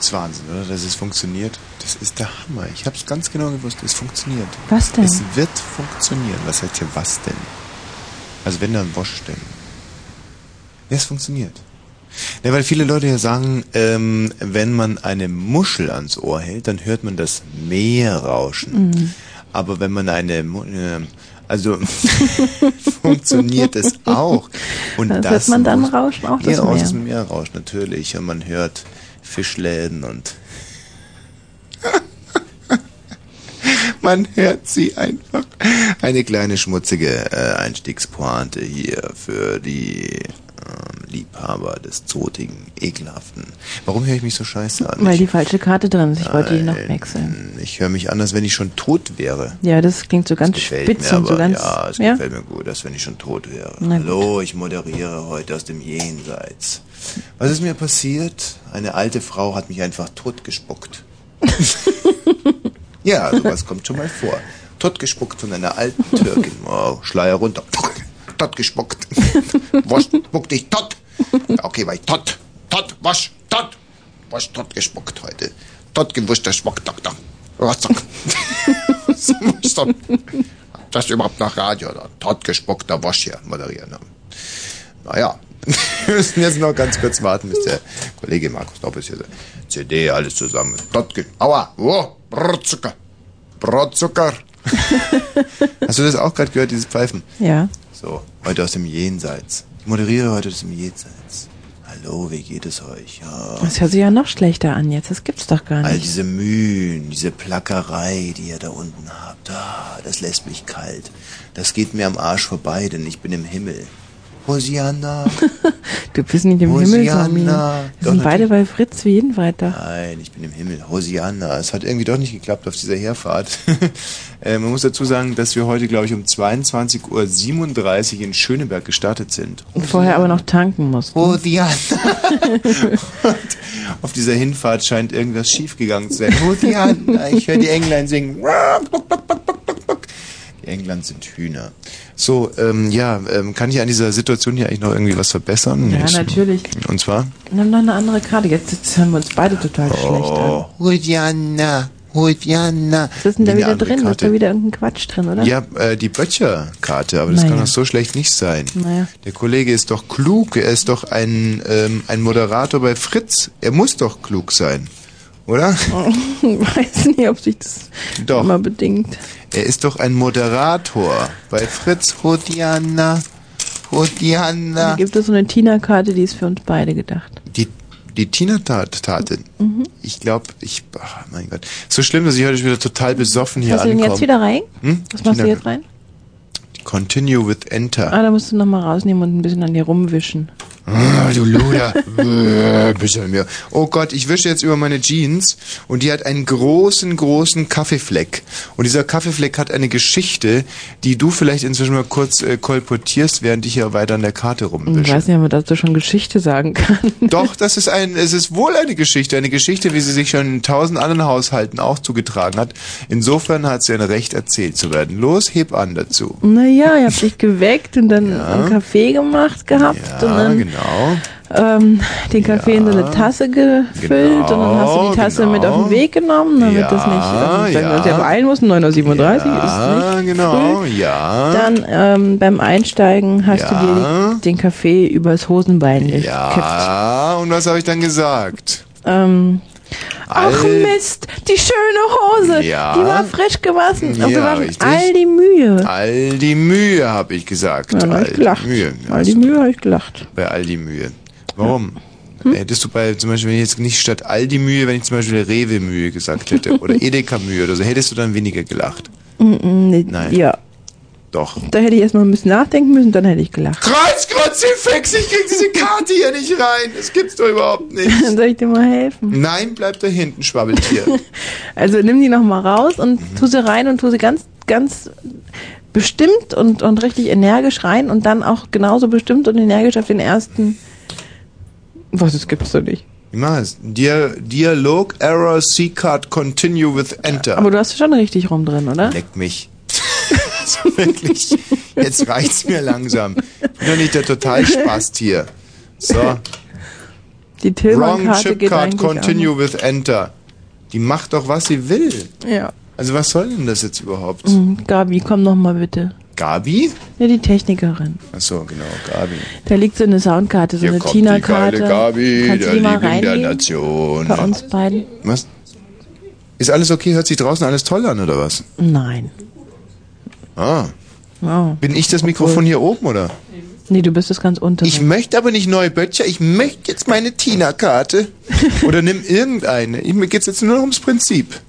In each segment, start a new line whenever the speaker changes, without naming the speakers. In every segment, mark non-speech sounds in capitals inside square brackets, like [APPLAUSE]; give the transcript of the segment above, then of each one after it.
ist Wahnsinn, oder? Dass es funktioniert. Das ist der Hammer. Ich habe es ganz genau gewusst. Es funktioniert.
Was denn?
Es wird funktionieren. Was heißt hier was denn? Also wenn dann Bosch denn. Ja, es funktioniert. Ja, weil viele Leute ja sagen, ähm, wenn man eine Muschel ans Ohr hält, dann hört man das Meer rauschen.
Mhm.
Aber wenn man eine, Mu- ähm, also [LAUGHS] funktioniert es auch. Und
Das
das,
hört man dann
muss-
rauschen, auch das
ja, auch
Meer.
das Meer rauscht natürlich. Und man hört Fischläden und [LAUGHS] man hört sie einfach. Eine kleine schmutzige äh, Einstiegspointe hier für die ähm, Liebhaber des zotigen, ekelhaften. Warum höre ich mich so scheiße an?
Weil
Ich-
die falsche Karte drin ist. Ich wollte die noch
Nein,
wechseln.
Ich höre mich an, als wenn ich schon tot wäre.
Ja, das klingt so ganz
Gefällt
spitz
mir
und so
aber,
ganz.
ja, es gefällt mir gut, als wenn ich schon tot wäre.
Na gut.
Hallo, ich moderiere heute aus dem Jenseits. Was ist mir passiert? Eine alte Frau hat mich einfach
[LAUGHS]
totgespuckt. ja, sowas kommt schon mal vor. Totgespuckt von einer alten Türkin. Oh, Schleier runter.
[LAUGHS]
Totgespuckt. Wasch, spuck dich tot. Ja, okay, weil ich tot. Tot, wasch, tot. Wasch, tot gespuckt heute. Tot gewuscht, der Spuckdoktor. Rotzock. [LAUGHS] So was dann. Das ist überhaupt nach Radio oder totgespuckter Wasch hier moderieren. ne? Naja, [LAUGHS] wir müssen jetzt noch ganz kurz warten, bis der Kollege Markus Dopp ist hier. so, CD, alles zusammen. Totge Aua, oh, Brotzucker.
[LAUGHS]
Brotzucker. Hast du das auch gerade gehört, dieses Pfeifen?
Ja.
So, heute aus dem Jenseits. Ich moderiere heute aus dem Jenseits. Hallo, wie geht es euch? Ja.
Das hört sich ja noch schlechter an jetzt. Das gibt's doch gar
All
nicht.
diese Mühen, diese Plackerei, die ihr da unten habt, ah, das lässt mich kalt. Das geht mir am Arsch vorbei, denn ich bin im Himmel.
[LAUGHS]
Hosianna.
Du bist nicht im Himmel,
Hosianna.
Tommy. Wir
Doch,
sind beide bei Fritz wie jeden weiter.
Nein, ich bin im Himmel. Hosianna. Es hat irgendwie doch nicht geklappt auf dieser Herfahrt. [LAUGHS] äh, man muss dazu sagen, dass wir heute, glaube ich, um 22.37 Uhr in Schöneberg gestartet sind.
Und vorher aber noch tanken musst.
Hosianna. Und auf dieser Hinfahrt scheint irgendwas schiefgegangen zu
[LAUGHS]
sein. Hosianna. Ich höre die Englein singen. Die England sind Hühner. So, ähm, ja, ähm, kann ich an dieser Situation hier eigentlich noch irgendwie was verbessern?
Ja,
Ich-
natürlich.
Und zwar?
Wir haben noch eine andere Karte. Jetzt, jetzt hören wir uns beide total
Oh.
schlecht an.
Hosianna, Hosianna.
Was ist denn da
Eine
wieder
andere
drin? Da ist
Karte.
da wieder irgendein Quatsch drin, oder?
Ja, äh, die Böttcher-Karte, aber das
Naja.
kann doch so schlecht nicht sein.
Naja.
Der Kollege ist doch klug, er ist doch ein, ähm, ein Moderator bei Fritz. Er muss doch klug sein, oder?
[LAUGHS] Weiß nicht, ob sich das
Doch.
immer bedingt.
Er ist doch ein Moderator bei Fritz. Hodianna,
Da
Hodianna.
gibt es so eine Tina-Karte, die ist für uns beide gedacht. Mhm.
Die, die Tina-Tate. Ich glaube, ich, ach, mein Gott. So schlimm, dass ich heute schon wieder total besoffen hier
Hast du den
ankomme.
jetzt wieder rein?
Hm?
Was machst du
Tina-
jetzt rein?
Continue with Enter.
Ah, da musst du nochmal rausnehmen und ein bisschen an dir rumwischen.
Ah, du Luder. Bäh, bist du mir. Oh Gott, ich wische jetzt über meine Jeans und die hat einen großen, großen Kaffeefleck. Und dieser Kaffeefleck hat eine Geschichte, die du vielleicht inzwischen mal kurz äh, kolportierst, während ich hier weiter an der Karte
Ich
rumwische.
weiß nicht, ob man dazu schon Geschichte sagen kann. [LAUGHS]
Doch, das ist ein, es ist wohl eine Geschichte, eine Geschichte, wie sie sich schon in tausend anderen Haushalten auch zugetragen hat. Insofern hat sie ein Recht, erzählt zu werden. Los, heb an dazu.
Naja, ihr habt dich geweckt und dann einen Kaffee gemacht gehabt und
Ja,
dann
genau.
ähm, den Kaffee in so eine Tasse gefüllt und dann hast du
Genau,
die Tasse mit auf den Weg genommen, damit das nicht, ähm, wenn
Ah, ja.
wir uns ja beeilen mussten, 9.37 Uhr ist
Ah,
nicht
genau,
früh.
ja.
Dann ähm, beim Einsteigen hast du dir den Kaffee übers Hosenbein gekippt.
Ja, Ah, und was habe ich dann gesagt?
Ähm, Ach
All-
Mist, die schöne Hose,
Ja.
die war frisch gewaschen. Und
Ja,
wir waren
richtig. Ah.
all die Mühe.
All die Mühe, habe ich gesagt.
Ja, da hab
all
ich gelacht.
die Mühe.
All die Mühe habe ich gelacht. Hm?
Bei all die Mühe. Warum? Hm? Hättest du bei, zum Beispiel, wenn ich jetzt nicht statt all die Mühe, wenn ich zum Beispiel Rewe Mühe gesagt hätte
[LAUGHS]
oder Edeka Mühe oder so, hättest du dann weniger gelacht.
Nein.
Nein.
Mm, Ja,
Doch.
da hätte ich erstmal ein bisschen nachdenken müssen, dann hätte ich gelacht.
Kreuzkruzifix, ich krieg diese Karte hier nicht rein. Das gibt's doch überhaupt nicht.
Dann [LAUGHS] soll ich dir mal helfen.
Nein, bleib da
[LAUGHS]
hinten, Schwabbeltier.
Also nimm die nochmal raus und
Mhm.
tu sie rein und tu sie ganz, ganz bestimmt und, und richtig energisch rein und dann auch genauso bestimmt und energisch auf den ersten. Was, das gibt's doch nicht.
Wie mach ich's? Dia Dialog Error C-Card Continue with Enter.
Aber du hast schon richtig rum drin, oder?
Leck mich. [LAUGHS] also wirklich, jetzt reicht's mir langsam. Ich bin doch nicht der Totalspast hier. So.
Die
Wrong
Tillmann-Karte
chip
geht
card,
eigentlich
continue with enter. Die macht doch, was sie will.
An. Ja.
Also was soll denn das jetzt überhaupt?
Mhm, Gabi, komm noch mal bitte.
Gabi?
Ja, die Technikerin.
Achso, genau, Gabi.
Da liegt so eine Soundkarte, so
Hier
eine
kommt die geile
Tina-Karte.
Gabi,
Kannst du
der
die mal
Liebling der
reinnehmen?
Nation.
Bei uns beiden?
Was? Ist alles okay? Hört sich draußen alles toll an, oder was?
Nein.
Ah.
Oh.
Bin ich das Mikrofon hier oben, oder?
Nee, du bist das ganz untere.
Ich möchte aber nicht neue Böttcher, ich möchte jetzt meine
[LAUGHS]
Tina-Karte. Oder nimm irgendeine. Ich- Mir geht's jetzt nur noch ums Prinzip.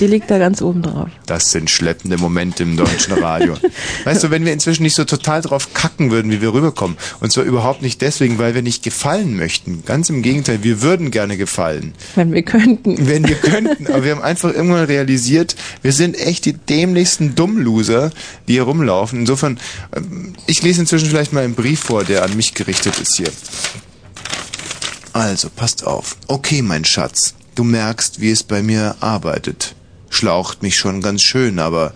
die liegt da ganz oben drauf.
Das sind schleppende Momente im deutschen Radio. weißt du, wenn wir inzwischen nicht so total drauf kacken würden, wie wir rüberkommen, und zwar überhaupt nicht deswegen, weil wir nicht gefallen möchten. Ganz im Gegenteil, wir würden gerne gefallen.
Wenn wir könnten.
Wenn wir könnten, aber wir haben einfach irgendwann realisiert, wir sind echt die dämlichsten Dummloser, die hier rumlaufen. Insofern, ähm, ich lese inzwischen vielleicht mal einen Brief vor, der an mich gerichtet ist hier. Also, passt auf. Okay, mein Schatz, du merkst, wie es bei mir arbeitet. Schlaucht mich schon ganz schön, aber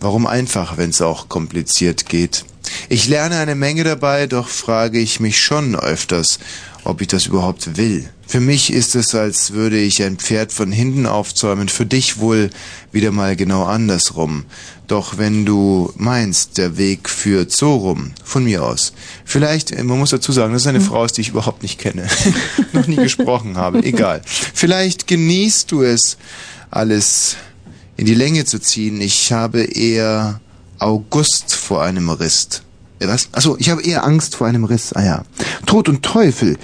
warum einfach, wenn's auch kompliziert geht? Ich lerne eine Menge dabei, doch frage ich mich schon öfters, ob ich das überhaupt will. Für mich ist es, als würde ich ein Pferd von hinten aufzäumen, für dich wohl wieder mal genau andersrum. Doch wenn du meinst, der Weg führt so rum, von mir aus. Vielleicht, äh, man muss dazu sagen, das ist eine Frau, die ich überhaupt nicht kenne, [LAUGHS] noch nie gesprochen habe, egal. Vielleicht genießt du es, alles in die Länge zu ziehen. Ich habe eher August vor einem Riss. Äh, Was? Achso, ich habe eher Angst vor einem Riss. Ah ja. Tod und Teufel.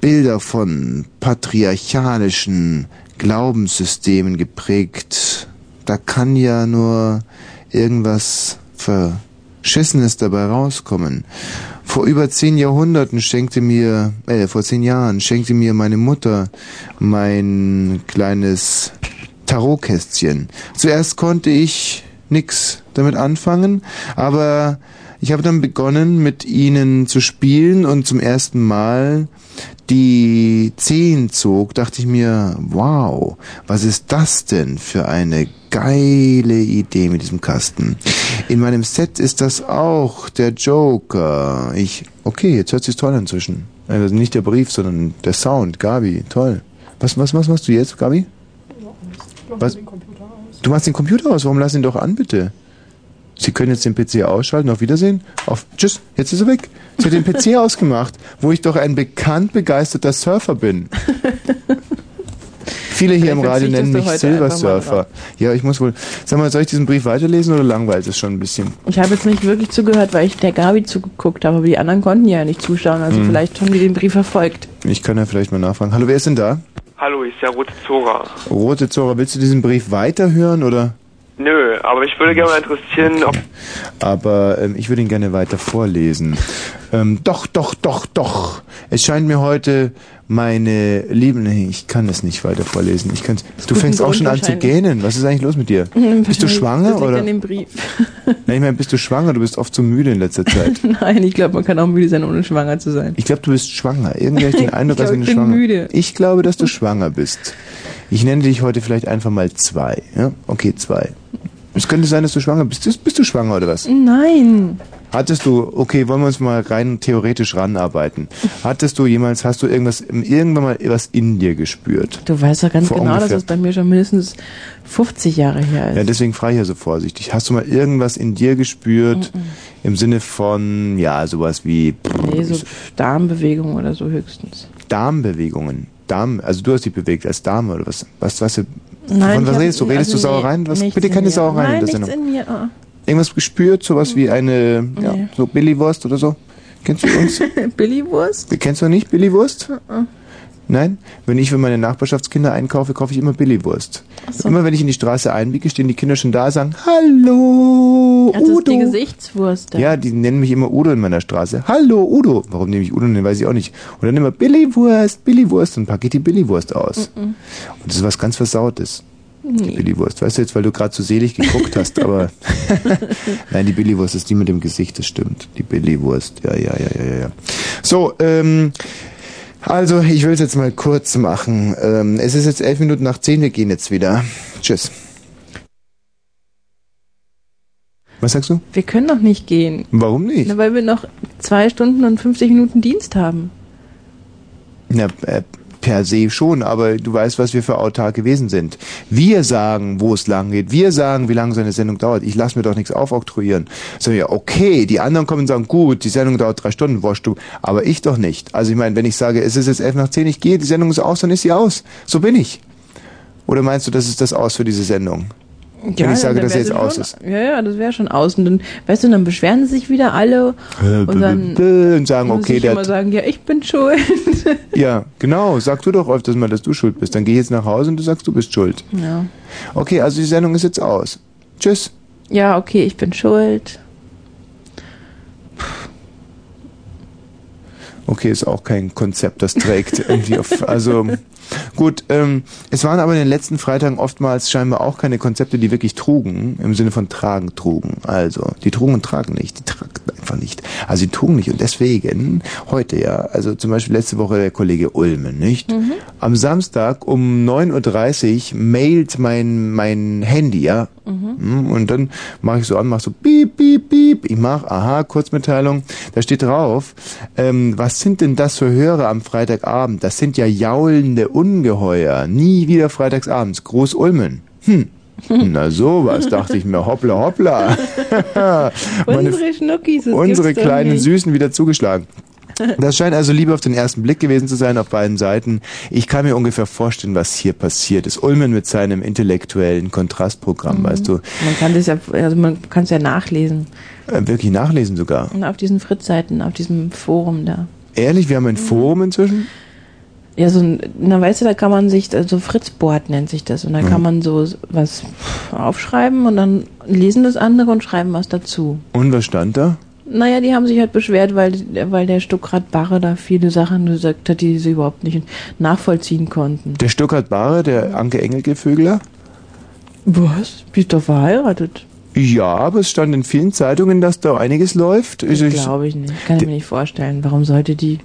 Bilder von patriarchalischen Glaubenssystemen geprägt. Da kann ja nur irgendwas Verschissenes dabei rauskommen. Vor über zehn Jahrhunderten schenkte mir, äh, vor zehn Jahren schenkte mir meine Mutter mein kleines Tarotkästchen. Zuerst konnte ich nix damit anfangen, aber ich habe dann begonnen, mit ihnen zu spielen und zum ersten Mal die 10 zog, dachte ich mir, wow, was ist das denn für eine geile Idee mit diesem Kasten. In meinem Set ist das auch der Joker. Ich, okay, jetzt hört sich's toll an inzwischen. Also nicht der Brief, sondern der Sound. Gabi, toll. Was, was, was machst du jetzt, Gabi? Was? Du machst den Computer aus, warum lass ihn doch an, bitte? Sie können jetzt den PC ausschalten, auf Wiedersehen, auf Tschüss, jetzt ist er weg. Sie hat
[LAUGHS]
den PC ausgemacht, wo ich doch ein bekannt begeisterter
[LAUGHS]
Surfer bin. Viele hier im
Vielleicht
Radio
verzichtest
nennen
du
mich
heute einfach mal
Silversurfer.
drauf.
Ja, ich muss wohl. Sag mal, soll ich diesen Brief weiterlesen oder langweilt es schon ein bisschen?
Ich habe jetzt nicht wirklich zugehört, weil ich der Gabi zugeguckt habe, aber die anderen konnten ja nicht zuschauen. Also
Mhm.
vielleicht haben die den Brief verfolgt.
Ich kann ja vielleicht mal nachfragen. Hallo, wer ist denn da?
Hallo, ich ist der Rote Zora.
Rote Zora, willst du diesen Brief weiterhören oder?
Nö, aber ich würde gerne mal interessieren, ob
aber ähm, ich würde ihn gerne weiter vorlesen. Ähm, doch, doch, doch, doch. Es scheint mir heute meine lieben, nee, ich kann es nicht weiter vorlesen. Ich kann's, du
guten
fängst auch
Grund
schon an zu
wahrscheinlich.
gähnen. Was ist eigentlich los mit dir? [LAUGHS] Bist du
[LAUGHS] Wahrscheinlich-
schwanger
das liegt
oder?
An
[LAUGHS] Nein,
dem Brief. [LAUGHS]
ich meine, bist du schwanger? Du bist oft so müde in letzter Zeit.
Nein, ich glaube, man kann auch müde sein, ohne schwanger zu sein.
Ich glaube, du bist schwanger. Irgendwie habe ich den Eindruck,
[LAUGHS] Ich
dass
glaub,
du
ich bin
schwanger
müde.
Ich glaube, dass du schwanger bist. Ich nenne dich heute vielleicht einfach mal zwei. Ja? Okay, zwei. Es könnte sein, dass du schwanger bist. Bist- Bist du schwanger oder was?
Nein.
Hattest du, okay, wollen wir uns mal rein theoretisch ranarbeiten. Hattest du jemals, hast du irgendwas, irgendwann mal was in dir gespürt?
Du weißt doch ganz
Vor
genau, dass
ungefähr-
es bei mir schon mindestens 50 Jahre her ist.
Ja, deswegen frage ich ja so vorsichtig. Hast du mal irgendwas in dir gespürt? Im Sinne von, ja, sowas wie
nee, so Darmbewegung oder so höchstens.
Darmbewegungen. Darm, also du hast dich bewegt als Dame oder was? Was, was, von
ich
was
hab-
redest du? Redest
also
du Sauereien? Was,
nichts
bitte
in
keine
mir.
Sauereien
Nein,
in der
nichts
Sendung.
in mir. ah.
Irgendwas gespürt? Sowas wie eine, ja,
Nee.
so Billywurst oder so? Kennst du
[LAUGHS]
uns? Äh,
Billywurst? Uh-uh.
Kennst du nicht Billywurst? Nein? Wenn ich für meine Nachbarschaftskinder einkaufe, kaufe ich immer Billywurst.
so.
Immer wenn ich in die Straße einbiege, stehen die Kinder schon da und sagen, Hallo,
Das Oh. ist die
Udo.
Gesichtswurst.
Ja, die nennen mich immer Udo in meiner Straße. Hallo, Udo. Warum nehme ich Udo? Den weiß ich auch nicht. Und dann immer Billywurst, Billywurst und packe ich die Billywurst aus. Und das ist was ganz Versautes. Die Billywurst. Weißt du jetzt, weil du gerade so selig geguckt hast, aber. Nein, die Billywurst ist die mit dem Gesicht, das stimmt. Die Billywurst. Ja, ja, ja, ja, ja, ja. So, ähm. Also, ich will es jetzt mal kurz machen. Ähm, es ist jetzt elf Minuten nach zehn, wir gehen jetzt wieder. Tschüss. Was sagst du?
Wir können doch nicht gehen.
Warum nicht?
Na, weil wir noch zwei Stunden und 50 Minuten Dienst haben.
Na, äh, Per se schon, aber du weißt, was wir für autarke Wesen sind. Wir sagen, wo es lang geht. Wir sagen, wie lange so eine Sendung dauert. Ich lasse mir doch nichts aufoktroyieren. So, ja, okay, die anderen kommen und sagen, gut, die Sendung dauert drei Stunden, wasch du. Aber ich doch nicht. Also ich meine, wenn ich sage, es ist jetzt elf nach zehn, ich gehe, die Sendung ist aus, dann ist sie aus. So bin ich. Oder meinst du, das ist das Aus für diese Sendung? wenn ich sage,
dann
dass sie
wär
jetzt
schon,
aus ist.
Ja, ja, das wäre schon aus. Und dann, weißt du, dann beschweren sie sich wieder alle und dann
und sagen,
muss
okay,
ich
der
immer sagen, ja, ich bin schuld. [LAUGHS]
Ja, genau. Sag du doch öfters mal, dass du schuld bist. Dann geh jetzt nach Hause und du sagst, du bist schuld.
Ja.
Okay, also die Sendung ist jetzt aus. Tschüss.
ja, okay, ich bin schuld.
Okay, ist auch kein Konzept, das trägt irgendwie auf. Also gut, ähm, es waren aber in den letzten Freitagen oftmals scheinbar auch keine Konzepte, die wirklich trugen, im Sinne von tragen, trugen. Also, die trugen und tragen nicht, die tragen einfach nicht. Also, die trugen nicht und deswegen heute ja, also zum Beispiel letzte Woche der Kollege Ulme, nicht? Am Samstag um 9.30 Uhr mailt mein, mein Handy, ja? Mhm. Und dann mache ich so an, mache so piep, piep, piep. Ich mache, aha, Kurzmitteilung. Da steht drauf, ähm, was sind denn das für Hörer am Freitagabend? Das sind ja jaulende Ungeheuer. Nie wieder freitagsabends. Groß Ulmen.
[LAUGHS]
Hm. Na sowas, dachte ich mir, hoppla hoppla. [LAUGHS] Meine-
unsere Schnuckis, das
unsere
gibt's doch
kleinen
nicht.
Süßen wieder zugeschlagen. Das scheint also lieber auf den ersten Blick gewesen zu sein auf beiden Seiten. Ich kann mir ungefähr vorstellen, was hier passiert ist. Ulmen mit seinem intellektuellen Kontrastprogramm, weißt du,
Mhm. Man kann das ja, also man kann es ja nachlesen.
äh, wirklich nachlesen sogar.
[LAUGHS] Und auf diesen Fritz-Seiten, auf diesem Forum da.
Ehrlich, wir haben
Mhm.
ein Forum inzwischen?
Ja, so ein, na weißt du, da kann man sich, so Fritzboard nennt sich das. Und da kann man so was aufschreiben und dann lesen das andere und schreiben was dazu.
Und was stand da?
Naja, die haben sich halt beschwert, weil, weil der Stuckrad Barre da viele Sachen gesagt hat, die sie überhaupt nicht nachvollziehen konnten.
Der Stuttgart Bare, der Anke Engelke-Vögler?
Was? Die ist doch verheiratet.
Ja, aber es stand in vielen Zeitungen, dass da einiges läuft. Ich, ich,
Glaube ich nicht. Kann ich mir nicht vorstellen. Warum sollte die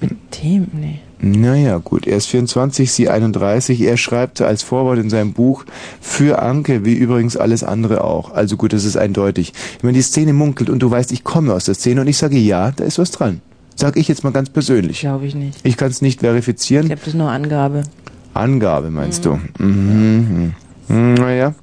mit dem? Nee.
Naja, gut, er ist 24, sie 31. Er schreibt als Vorwort in seinem Buch für Anke, wie übrigens alles andere auch. Also gut, das ist eindeutig. Ich meine, die Szene munkelt und du weißt, ich komme aus der Szene und ich sage ja, da ist was dran. Sag ich jetzt mal ganz persönlich.
Glaube ich nicht.
Ich kann es nicht
Ich
verifizieren.
glaube, das ist nur Angabe.
Angabe meinst du? Mhm. Mhm. Naja.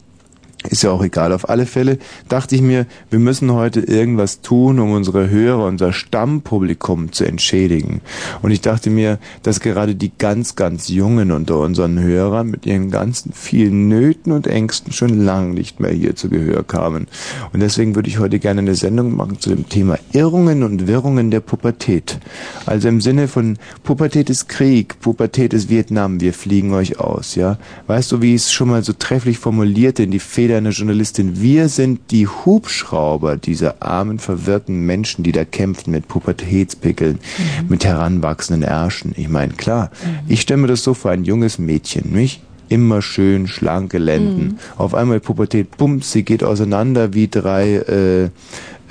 Ist ja auch egal. Auf alle Fälle dachte ich mir, wir müssen heute irgendwas tun, um unsere Hörer, unser Stammpublikum zu entschädigen. Und ich dachte mir, dass gerade die ganz, ganz Jungen unter unseren Hörern mit ihren ganzen vielen Nöten und Ängsten schon lange nicht mehr hier zu Gehör kamen. Und deswegen würde ich heute gerne eine Sendung machen zu dem Thema Irrungen und Wirrungen der Pubertät. Also im Sinne von Pubertät ist Krieg, Pubertät ist Vietnam, wir fliegen euch aus, ja. Weißt du, wie ich es schon mal so trefflich formulierte in die Feder einer Journalistin? Wir sind die Hubschrauber dieser armen, verwirrten Menschen, die da kämpfen mit Pubertätspickeln, mit heranwachsenden Ärschen. Ich meine, klar, ich stelle mir das so vor, ein junges Mädchen, nicht? Immer schön schlanke Lenden. Auf einmal Pubertät, bums, sie geht auseinander wie drei äh,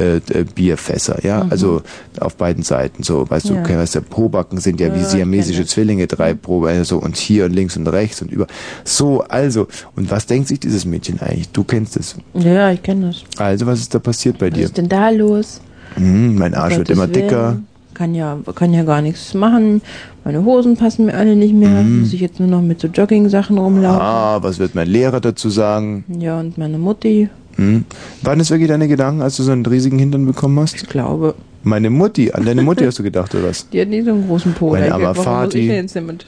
äh, äh, Bierfässer, ja. Also auf beiden Seiten so, weißt
Ja.
du, weißt du, Probacken sind ja
Ja,
wie
ich kenn
siamesische
das.
Zwillinge, drei Probe, so und hier und links und rechts und über. So, also, und was denkt sich dieses Mädchen eigentlich? Du kennst es.
Ja, ja, ich kenne das.
Also, was ist da passiert bei
Was
dir?
ist denn da los?
Hm, mein Arsch wird
Gottes
immer dicker.
Willen. Kann ja, kann ja gar nichts machen. Meine Hosen passen mir alle nicht mehr.
Mhm.
Muss ich jetzt nur noch mit so Jogging-Sachen rumlaufen.
Ah, was wird mein Lehrer dazu sagen?
Ja, und meine Mutti,
Hm. Waren das wirklich deine Gedanken, als du so einen riesigen Hintern bekommen hast?
ich glaube,
Meine Mutti, an deine Mutti hast du gedacht, oder was?
die hat nie so einen großen Po.
Meine
Da hab ich
arme
gedacht, warum muss
Vati.
ich denn Mhm. jetzt damit?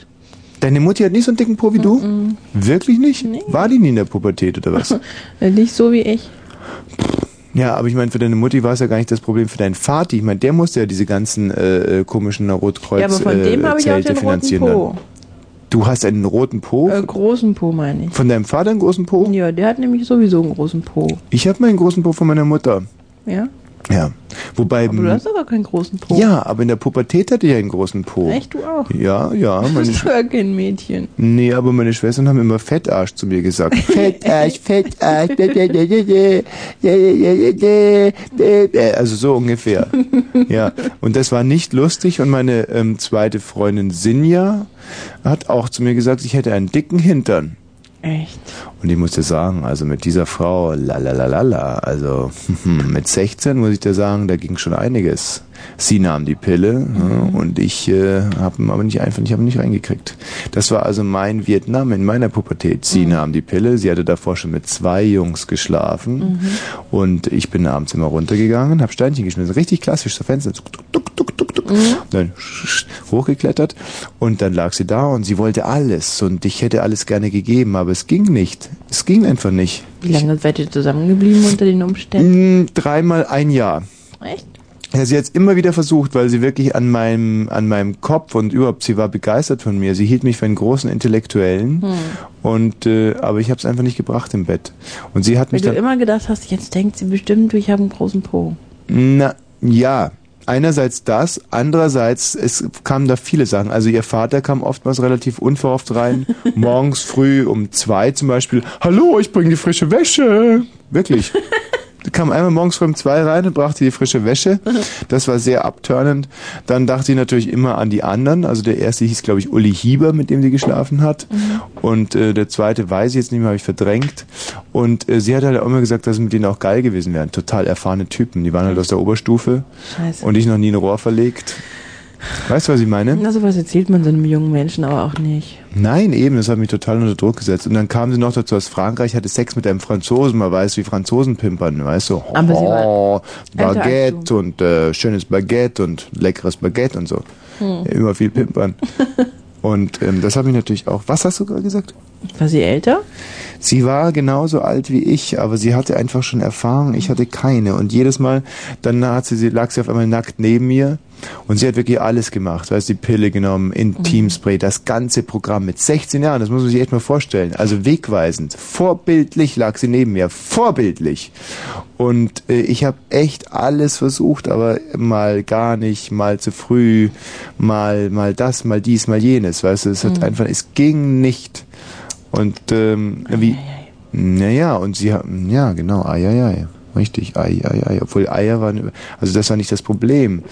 Deine Mutti hat nicht so einen dicken Po wie du? Wirklich nicht? War die nie in der Pubertät, oder was?
Äh, [LAUGHS] Nicht so wie ich.
Ja, aber ich meine, für deine Mutti war es ja gar nicht das Problem, für deinen Vati. Ich meine, der musste ja diese ganzen äh, äh, komischen Rotkreuz
ja, aber von
äh,
dem habe ich auch
Zelte
den roten
finanzieren
Po.
Dann. Du hast einen roten Po?
Äh, großen Po meine ich.
von deinem Vater einen großen Po?
Ja, der hat nämlich sowieso einen großen Po.
Ich habe meinen großen Po von meiner Mutter.
Ja?
Ja. Wobei.
Aber du hast aber keinen großen Po.
ja, aber in der Pubertät hatte ich einen großen Po.
Echt, du auch.
Oh. Ja,
[LAUGHS]
ja,
Du
meine
bist sogar kein Mädchen.
Nee, aber meine Schwestern haben immer Fettarsch zu mir gesagt. [LAUGHS] Fettarsch, Fettarsch. dä, dä, dä, dä, dä, dä, dä, dä, dä, dä, dä. Also so ungefähr. Ja, und das war nicht lustig. Und meine ähm, zweite Freundin Sinja hat auch zu mir gesagt, ich hätte einen dicken Hintern.
Echt.
Und ich musste sagen, also mit dieser [LAUGHS] Frau, la la la la la, also mit 16 muss ich dir sagen, da ging schon einiges. Sie nahm die Pille ja, und ich äh, habe aber nicht einfach, ich habe nicht reingekriegt. Das war also mein Vietnam in meiner Pubertät. Sie nahm die Pille, sie hatte davor schon mit zwei Jungs geschlafen und ich bin abends immer runtergegangen, habe Steinchen geschmissen, richtig klassisch zur Fenster, tuck, tuck, tuck, tuck, tuck, tuck. dann sch- sch- hochgeklettert und dann lag sie da und sie wollte alles und ich hätte alles gerne gegeben, aber es ging nicht, es ging einfach nicht.
Wie lange seid ihr zusammengeblieben unter den Umständen?
Mm, Dreimal ein Jahr.
Echt?
Ja, sie hat es immer wieder versucht, weil sie wirklich an meinem, an meinem Kopf und überhaupt, sie war begeistert von mir. Sie hielt mich für einen großen Intellektuellen.
Hm.
Und, äh, aber ich habe es einfach nicht gebracht im Bett. Und sie hat
Weil
mich
du
dann,
immer gedacht hast, jetzt denkt sie bestimmt, ich habe einen großen Po.
na, ja. Einerseits das, andererseits, es kamen da viele Sachen. Also ihr Vater kam oftmals relativ unverhofft rein. Morgens früh um zwei zum Beispiel. Hallo, ich bringe die frische Wäsche. Wirklich. Da kam einmal morgens früh um zwei rein und brachte die frische Wäsche. Das war sehr abturnend. Dann dachte ich natürlich immer an die anderen. Also der erste hieß, glaube ich, Uli Hieber, mit dem sie geschlafen hat. Und äh, der zweite weiß ich jetzt nicht mehr, habe ich verdrängt. Und äh, sie hat halt auch immer gesagt, dass es mit denen auch geil gewesen wären. Total erfahrene Typen. Die waren halt aus der Oberstufe.
Scheiße.
Und ich noch nie ein Rohr verlegt. Weißt du, was ich meine?
Na, sowas erzählt man so einem jungen Menschen aber auch nicht.
Nein, eben, das hat mich total unter Druck gesetzt. Und dann kam sie noch dazu aus Frankreich, hatte Sex mit einem Franzosen, man weiß, wie Franzosen pimpern, weißt du.
Aber sie war
oh,
älter als
Baguette und äh, schönes Baguette und leckeres Baguette und so.
Hm.
Immer
[LAUGHS]
viel pimpern. und ähm, das hat mich natürlich auch. Was hast du gerade gesagt?
War sie älter?
Sie war genauso alt wie ich, aber sie hatte einfach schon Erfahrung. Ich hatte keine. Und jedes Mal, dann hat sie, sie lag sie auf einmal nackt neben mir. Und sie hat wirklich alles gemacht. Weißt du, die Pille genommen,
Mhm.
Intimspray, das ganze Programm mit 16 Jahren. Das muss man sich echt mal vorstellen. Also wegweisend. Vorbildlich lag sie neben mir. Vorbildlich. Und äh, ich habe echt alles versucht, aber mal gar nicht, mal zu früh, mal, mal das, mal dies, mal jenes. Weißt du, es hat
Mhm.
einfach, es ging nicht. Und ähm, wie? Naja, und sie haben, ja, genau, ei, ei, ei. Richtig, ei, ei, ei. Obwohl Eier waren, also das war nicht das Problem.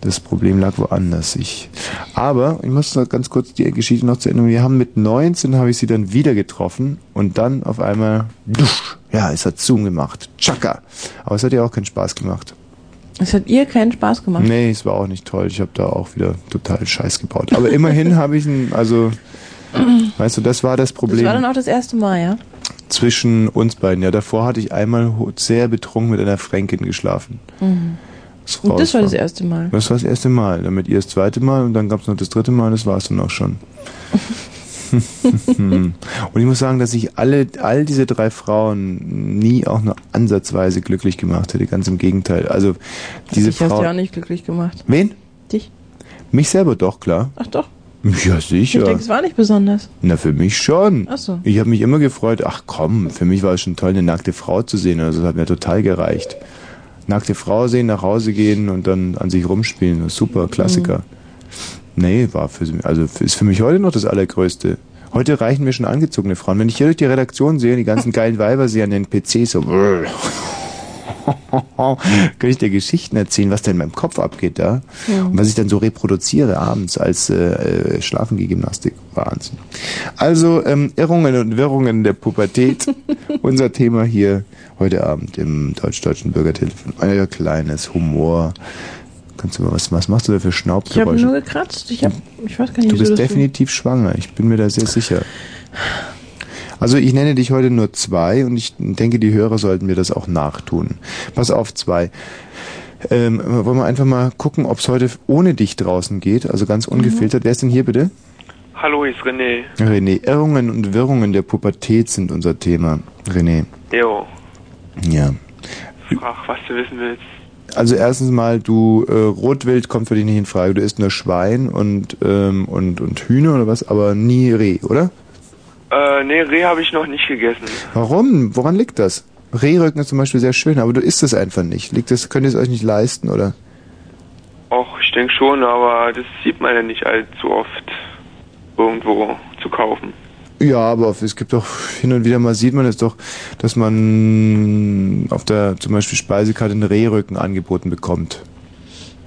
Das Problem lag woanders. Ich, aber ich muss noch ganz kurz die Geschichte noch zu Ende. Wir haben mit 19 habe ich sie dann wieder getroffen und dann auf einmal, dusch, ja, es hat Zoom gemacht. Tschakka. Aber es hat ja auch keinen Spaß gemacht.
Es hat ihr keinen Spaß gemacht.
Nee, es war auch nicht toll. Ich habe da auch wieder total Scheiß gebaut. Aber immerhin [LAUGHS] habe ich ein, also, weißt du, das war das Problem
Das war dann auch das erste Mal, ja?
zwischen uns beiden. Ja, davor hatte ich einmal ho- sehr betrunken mit einer Fränkin geschlafen.
Mhm.
Das,
Und das war das
erste
erste Mal.
Das war das erste Mal. Dann mit ihr das zweite Mal und dann gab's noch das dritte Mal und das war's dann
[LAUGHS]
auch schon. und ich muss sagen, dass ich alle, all diese drei Frauen nie auch nur ansatzweise glücklich gemacht hätte. Ganz im Gegenteil. Also diese
Dich hast du ja auch
Frau.
nicht glücklich gemacht.
Wen?
Dich?
Mich selber doch, klar.
Ach doch.
Ja,
Ich
sicher.
denke, es war nicht besonders.
Na, für mich schon.
Ach so.
Ich habe mich immer gefreut, ach komm, für mich war es schon toll, eine nackte Frau zu sehen. Also das hat mir total gereicht. Nackte Frau sehen, nach Hause gehen und dann an sich rumspielen. Das ist
Mhm.
Super, Klassiker. Nee, war für also ist für mich heute noch das Allergrößte. Heute reichen mir schon angezogene Frauen. Wenn ich hier durch die Redaktion sehe, die ganzen geilen Weiber sehe an den PCs so. [LAUGHS] Kann ich dir Geschichten erzählen, was da in meinem Kopf abgeht da? Und was ich dann so reproduziere abends als äh, äh, Schlafengymnastik. Wahnsinn. Also ähm, Irrungen und Wirrungen
[LAUGHS]
der Pubertät. Unser Thema hier heute Abend im deutsch-deutschen Bürgertelefon. Euer kleines Humor. Kannst du mal was, was machst du da für
Ich habe
Schnaubgeräusche?
nur gekratzt. Ich, hab, ich weiß gar nicht,
Du
wieso
bist
das so-
definitiv schwanger, ich bin mir da sehr sicher. Also ich nenne dich heute nur zwei und ich denke, die Hörer sollten mir das auch nachtun. Pass auf, zwei. Ähm, wollen wir einfach mal gucken, ob es heute ohne dich draußen geht, also ganz
Mhm.
ungefiltert. Wer ist denn hier bitte?
Hallo, hier ist René.
René, Irrungen und Wirrungen der Pubertät sind unser Thema. René,
Jo,
ja.
frag, was du wissen willst.
Also erstens mal, du äh, Rotwild kommt für dich nicht in Frage. Du isst nur Schwein und, ähm, und, und Hühner oder was, aber nie Reh, oder?
Äh, nee, Reh habe ich noch nicht gegessen.
Warum? Woran liegt das? Rehrücken ist zum Beispiel sehr schön, aber du isst es einfach nicht. Liegt das, könnt ihr es euch nicht leisten, oder?
Och, ich denke schon, aber das sieht man ja nicht allzu oft irgendwo zu kaufen.
Ja, aber es gibt doch hin und wieder mal sieht man es doch, dass man auf der zum Beispiel Speisekarte einen Rehrücken angeboten bekommt.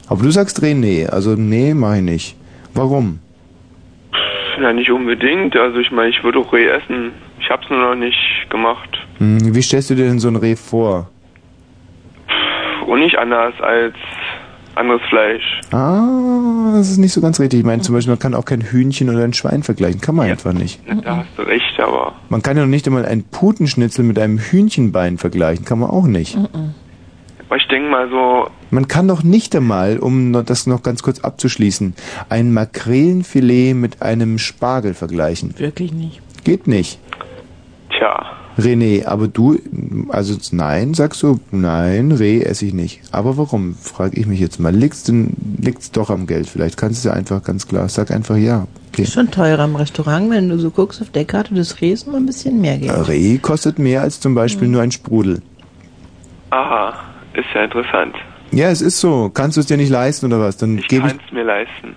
Aber du sagst Reh, nee. Also nee, mach ich nicht. Warum?
Na, nicht unbedingt. Also ich meine, ich würde auch Reh essen. Ich hab's nur noch nicht gemacht.
Hm, wie stellst du dir denn so ein Reh vor?
Und nicht anders als anderes Fleisch.
Ah, das ist nicht so ganz richtig. Ich meine, zum Beispiel, man kann auch kein Hühnchen oder ein Schwein vergleichen. Kann man einfach nicht.
Na, da hast du recht, aber
Man kann ja noch nicht einmal einen Putenschnitzel mit einem Hühnchenbein vergleichen. Kann man auch nicht.
aber ich denke mal so,
Man kann doch nicht einmal, um noch- das noch ganz kurz abzuschließen, ein Makrelenfilet mit einem Spargel vergleichen.
Wirklich nicht.
Geht nicht.
tja,
René, aber du, also nein, sagst du, nein, Reh esse ich nicht. Aber warum, frage ich mich jetzt mal. Liegt's denn, liegt's doch am Geld? Vielleicht kannst du ja einfach ganz klar, sag einfach ja. Okay.
Ist schon teurer im Restaurant, wenn du so guckst auf der Karte des Rehs, mal ein bisschen mehr Geld.
Reh kostet mehr als zum Beispiel nur ein Sprudel.
aha, ist ja interessant.
Ja, es ist so. Kannst du es dir nicht leisten oder was? Dann
Ich
gebe
kann
ich.
es mir leisten.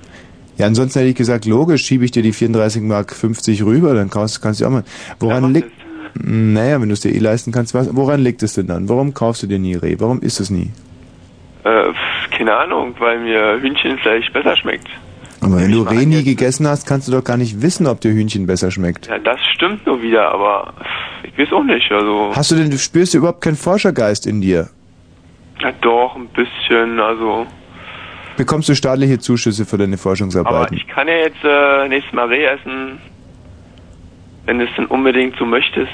Ja, ansonsten hätte ich gesagt, logisch, schiebe ich dir die 34 Mark 50 rüber, dann kaufst, kannst du auch mal. Woran liegt. Naja, wenn du es dir eh leisten kannst, was, woran liegt es denn dann? Warum kaufst du dir nie Reh? Warum isst du es nie?
Äh, pf, keine Ahnung, weil mir Hühnchenfleisch besser schmeckt.
Aber wenn du
ich
Reh nie gegessen hast, kannst du doch gar nicht wissen, ob dir Hühnchen besser schmeckt.
Ja, das stimmt nur wieder, aber pf, ich weiß auch nicht. Also,
Hast du denn, spürst du überhaupt keinen Forschergeist in dir?
ja, doch, ein bisschen, also.
Bekommst du staatliche Zuschüsse für deine
Aber
Forschungsarbeiten?
ich kann ja jetzt äh, nächstes Mal Reh essen, wenn du es denn unbedingt so möchtest.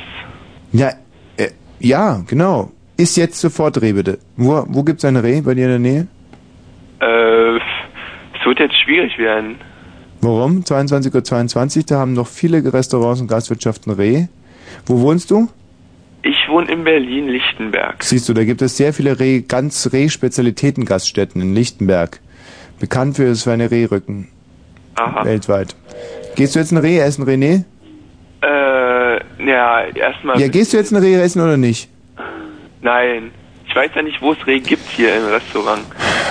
Ja, äh, ja, genau. Iss jetzt sofort Reh, bitte. Wo, wo gibt's ein Reh bei dir in der Nähe?
Äh, pf, es wird jetzt schwierig werden.
Warum? 22.22 Uhr, da haben noch viele Restaurants und Gastwirtschaften Reh. Wo wohnst du?
Ich wohne in Berlin-Lichtenberg.
Siehst du, da gibt es sehr viele Reh, ganz Reh-Spezialitäten-Gaststätten in Lichtenberg. Bekannt für seine Rehrücken.
Aha.
Weltweit. Gehst du jetzt ein Reh essen, René?
Äh, ja, erstmal.
Ja, gehst du jetzt ein Reh essen oder nicht?
Nein. Ich weiß ja nicht, wo es Reh gibt hier im Restaurant.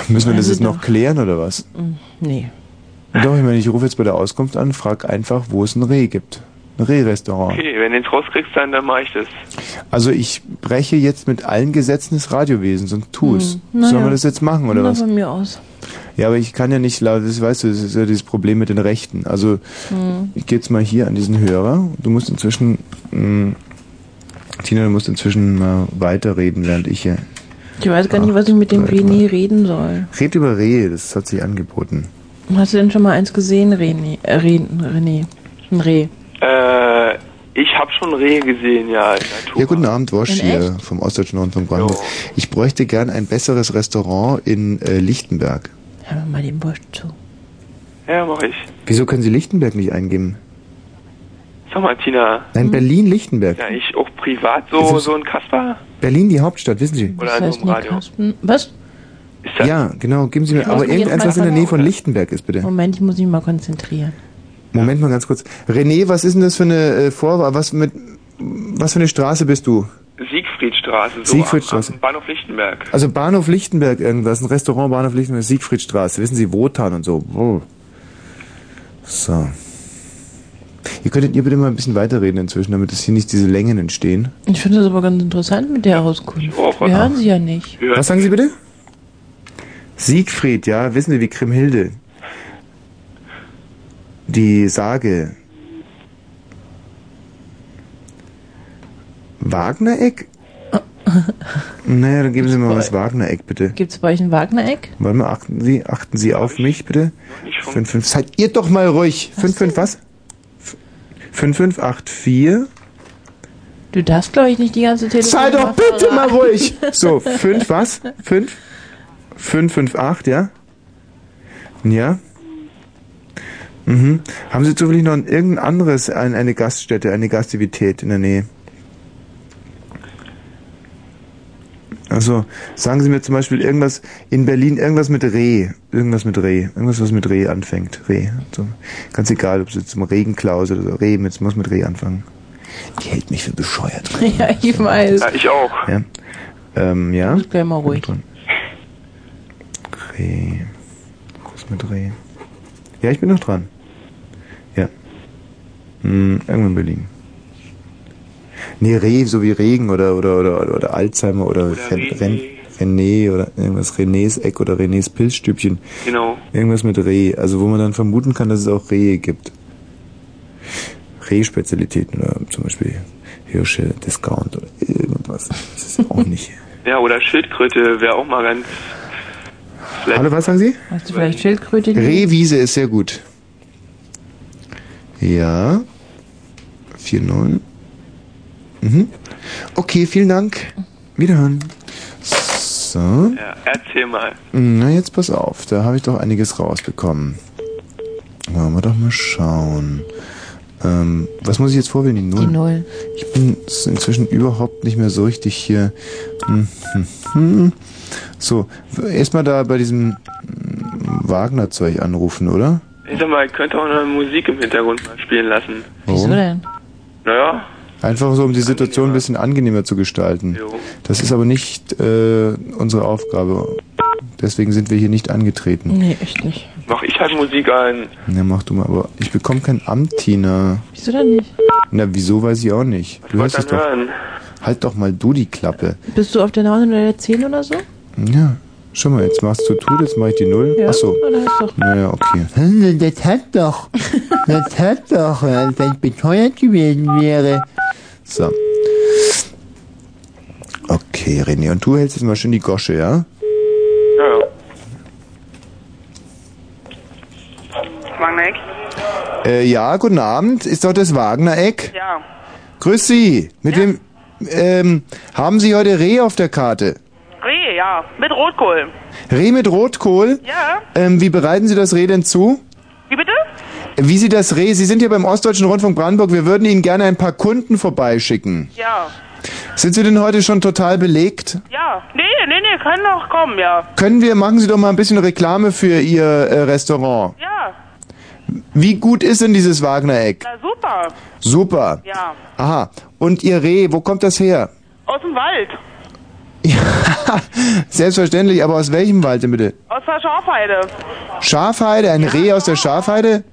Müssen wir das
Also
jetzt noch klären oder was?
Nee.
Doch, ich meine, ich rufe jetzt bei der Auskunft an, frag einfach, wo es ein Reh gibt. Ein Rehrestaurant.
Okay, wenn du es rauskriegst, dann, dann mache ich das.
Also ich breche jetzt mit allen Gesetzen des Radiowesens und tu es.
Hm, na
Sollen wir
ja.
das jetzt machen oder
Na,
was?
von mir aus.
Ja, aber ich kann ja nicht laut, das weißt du, das ist ja dieses Problem mit den Rechten. Also
Hm.
ich gehe jetzt mal hier an diesen Hörer. Du musst inzwischen, mh, Tina, du musst inzwischen mal weiterreden, während ich hier...
Ich weiß gar nicht, was ich mit dem René reden soll.
Red über Rehe, das hat sich angeboten.
Hast du denn schon mal eins gesehen, René? Äh, Ren- René. Ein Reh.
Äh, ich habe schon Rehe gesehen, ja. in der Natur.
Ja, guten Abend, Wosch
In
hier vom Ostdeutschen Rundfunk Brandenburg. Ich bräuchte gern ein besseres Restaurant in äh, Lichtenberg.
Hör mir mal den Bursch zu.
Ja, mach ich.
Wieso können Sie Lichtenberg nicht eingeben?
Sag mal, Tina,
Nein, Berlin-Lichtenberg.
ja, ich auch privat so, so ein Kasper?
Berlin, die Hauptstadt, wissen Sie?
Oder nur im
eine
Radio?
Kaspen- Was?
Ja, genau, geben Sie mir.
muss
Aber
mich jetzt
irgendeins,
mal Oh
was in der Nähe von
verlaufen.
Lichtenberg ist, bitte.
Moment, ich muss mich mal konzentrieren.
Moment mal ganz kurz. René, was ist denn das für eine äh, Vorwahl? Was mit. Was für eine Straße bist du?
Siegfriedstraße, so
Siegfriedstraße.
Am, am Bahnhof Lichtenberg.
Also Bahnhof Lichtenberg irgendwas, ein Restaurant Bahnhof Lichtenberg, Siegfriedstraße, wissen Sie, Wotan und so. Oh. So. Ihr könntet ihr bitte mal ein bisschen weiterreden inzwischen, damit es hier nicht diese Längen entstehen.
Ich finde das aber ganz interessant mit der Auskunft.
Oh, Gott.
Wir hören sie ja nicht.
Was sagen Sie bitte? Siegfried, ja, wissen Sie, wie Kriemhilde. Die Sage. Wagnereck? naja, dann geben Sie mir mal das Wagnereck, bitte.
Gibt es bei euch ein Wagner-Eck?
Warte mal, achten Sie, achten Sie auf mich, bitte. 5-5, seid ihr doch mal ruhig. 5-5, was? 5-5-8-4.
Du darfst, glaube ich, nicht die ganze
[LAUGHS]
Telefon.
Sei doch bitte mal ruhig. So, 5 was? 5? 5, 5, 8, ja? Ja? Mhm. Haben Sie zufällig noch ein- irgendein anderes, ein, eine Gaststätte, eine Gastivität in der Nähe? Also, sagen Sie mir zum Beispiel irgendwas in Berlin, irgendwas mit Reh. Irgendwas mit Reh. Irgendwas, was mit Reh anfängt. Reh. So. Ganz egal, ob es jetzt um Regenklaus oder so. Reh, mit- es muss mit Reh anfangen. Die hält mich für bescheuert.
[LAUGHS] Ja, ich weiß.
Ja, ich auch.
Ja. Ähm, ja.
Bleib mal ruhig.
Reh. Groß mit Reh. Ja, ich bin noch dran. Ja. Hm, irgendwann in Berlin. Nee, Reh, so wie Regen oder, oder, oder, oder Alzheimer oder, Ren, Ren, René oder irgendwas. Renés Eck oder Renés Pilzstübchen.
Genau.
Irgendwas mit Reh. Also, wo man dann vermuten kann, dass es auch Rehe gibt. Reh-Spezialitäten oder zum Beispiel Hirsche, Discount oder irgendwas. Das ist auch nicht.
Ja, oder Schildkröte wäre auch mal ganz [LAUGHS] vielleicht.
Hallo, was sagen Sie?
Hast du vielleicht Schildkröte? die-
Rehwiese ist sehr gut. Ja. 4-9. Mhm. Okay, vielen Dank. Wiederhören. So.
Ja, erzähl mal.
Na, jetzt pass auf, da habe ich doch einiges rausbekommen. Wollen wir doch mal schauen. Ähm, was muss ich jetzt vorwählen? Die Null?
Die Null.
Ich bin s- inzwischen überhaupt nicht mehr so richtig hier. Hm, hm, hm. So, erstmal da bei diesem hm, Wagner-Zeug anrufen, oder?
Ich sag mal, ich könnte auch noch Musik im Hintergrund mal spielen lassen.
Warum?
Naja,
Einfach so, um die Situation ein bisschen angenehmer zu gestalten. Das ist aber nicht äh, unsere Aufgabe. Deswegen sind wir hier nicht angetreten.
Nee, echt nicht.
mach ich halt Musik ein.
Na, mach du mal, aber ich bekomme kein Amt, Tina.
Wieso denn nicht?
Na, wieso weiß ich auch nicht. Du hörst es
wollt
doch.
ihr hören?
Halt doch mal du die Klappe.
Bist du auf der 9 oder der 10 oder so?
Ja, schau mal, jetzt machst du Tut, jetzt mach ich die Null.
Ja,
Ach so.
oder ist doch-
Naja, okay.
Das hat doch. Das hat doch, als wenn ich beteuert gewesen wäre.
So. Okay, René, und du hältst jetzt mal schön die Gosche, ja?
Ja, ja.
Magneck?
Äh, ja, guten Abend. Ist doch das Wagner-Eck?
Ja.
Grüß Sie. Mit wem, ähm, haben Sie heute Reh auf der Karte?
Reh, ja. Mit Rotkohl.
Reh mit Rotkohl?
Ja.
Ähm, wie bereiten Sie das Reh denn zu?
Wie bitte?
Wie Sie das Reh, Sie sind hier beim Ostdeutschen Rundfunk Brandenburg, wir würden Ihnen gerne ein paar Kunden vorbeischicken.
Ja.
Sind Sie denn heute schon total belegt?
Ja. Nee, nee, nee, kann noch kommen, ja.
Können wir, machen Sie doch mal ein bisschen Reklame für Ihr äh, Restaurant.
Ja.
Wie gut ist denn dieses Wagner-Eck?
Na super.
Super.
Ja.
Aha. Und Ihr Reh, wo kommt das her?
Aus dem Wald.
Selbstverständlich, aber aus welchem Wald denn bitte?
Aus der Schafheide.
Schafheide? Ein Reh aus der Schafheide?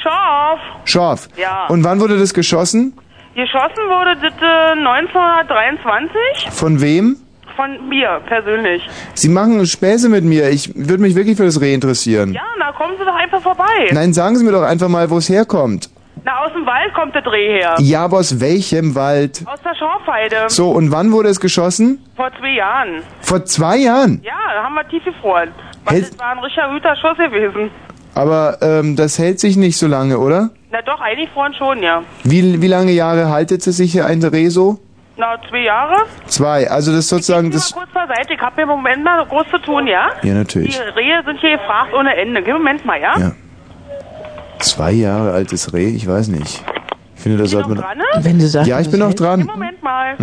Schaf.
Schorf.
Ja.
Und wann wurde das geschossen?
Geschossen wurde das äh, 1923
Von wem?
von mir persönlich.
Sie machen Späße mit mir. Ich würde mich wirklich für das Reh interessieren.
Ja, na kommen Sie doch einfach vorbei.
Nein, sagen Sie mir doch einfach mal, wo es herkommt.
Na, aus dem Wald kommt der Dreh her.
Ja, aber aus welchem Wald?
Aus der Schafheide.
So, und wann wurde es geschossen?
Vor zwei Jahren.
Vor zwei Jahren.
Ja, da haben wir tief gefroren. Weil
Hält-
das war ein richtiger guter Schuss gewesen.
Aber ähm, das hält sich nicht so lange, oder?
Na doch, eingefroren schon, ja.
Wie, wie lange Jahre haltet es sich hier ein Reh so?
Na, zwei Jahre?
Zwei. Also das sozusagen
Geh mal
das.
kurz zur Seite, ich hab hier im Moment mal groß zu tun, ja?
Ja, natürlich.
Die Rehe sind hier gefragt ohne Ende. Geh Moment mal, ja?
Ja. Zwei Jahre altes Reh, ich weiß nicht. Ich finde, da sollte man.
Dran, ne?
Wenn du sagst,
Ja, ich bin noch dran.
Moment mal.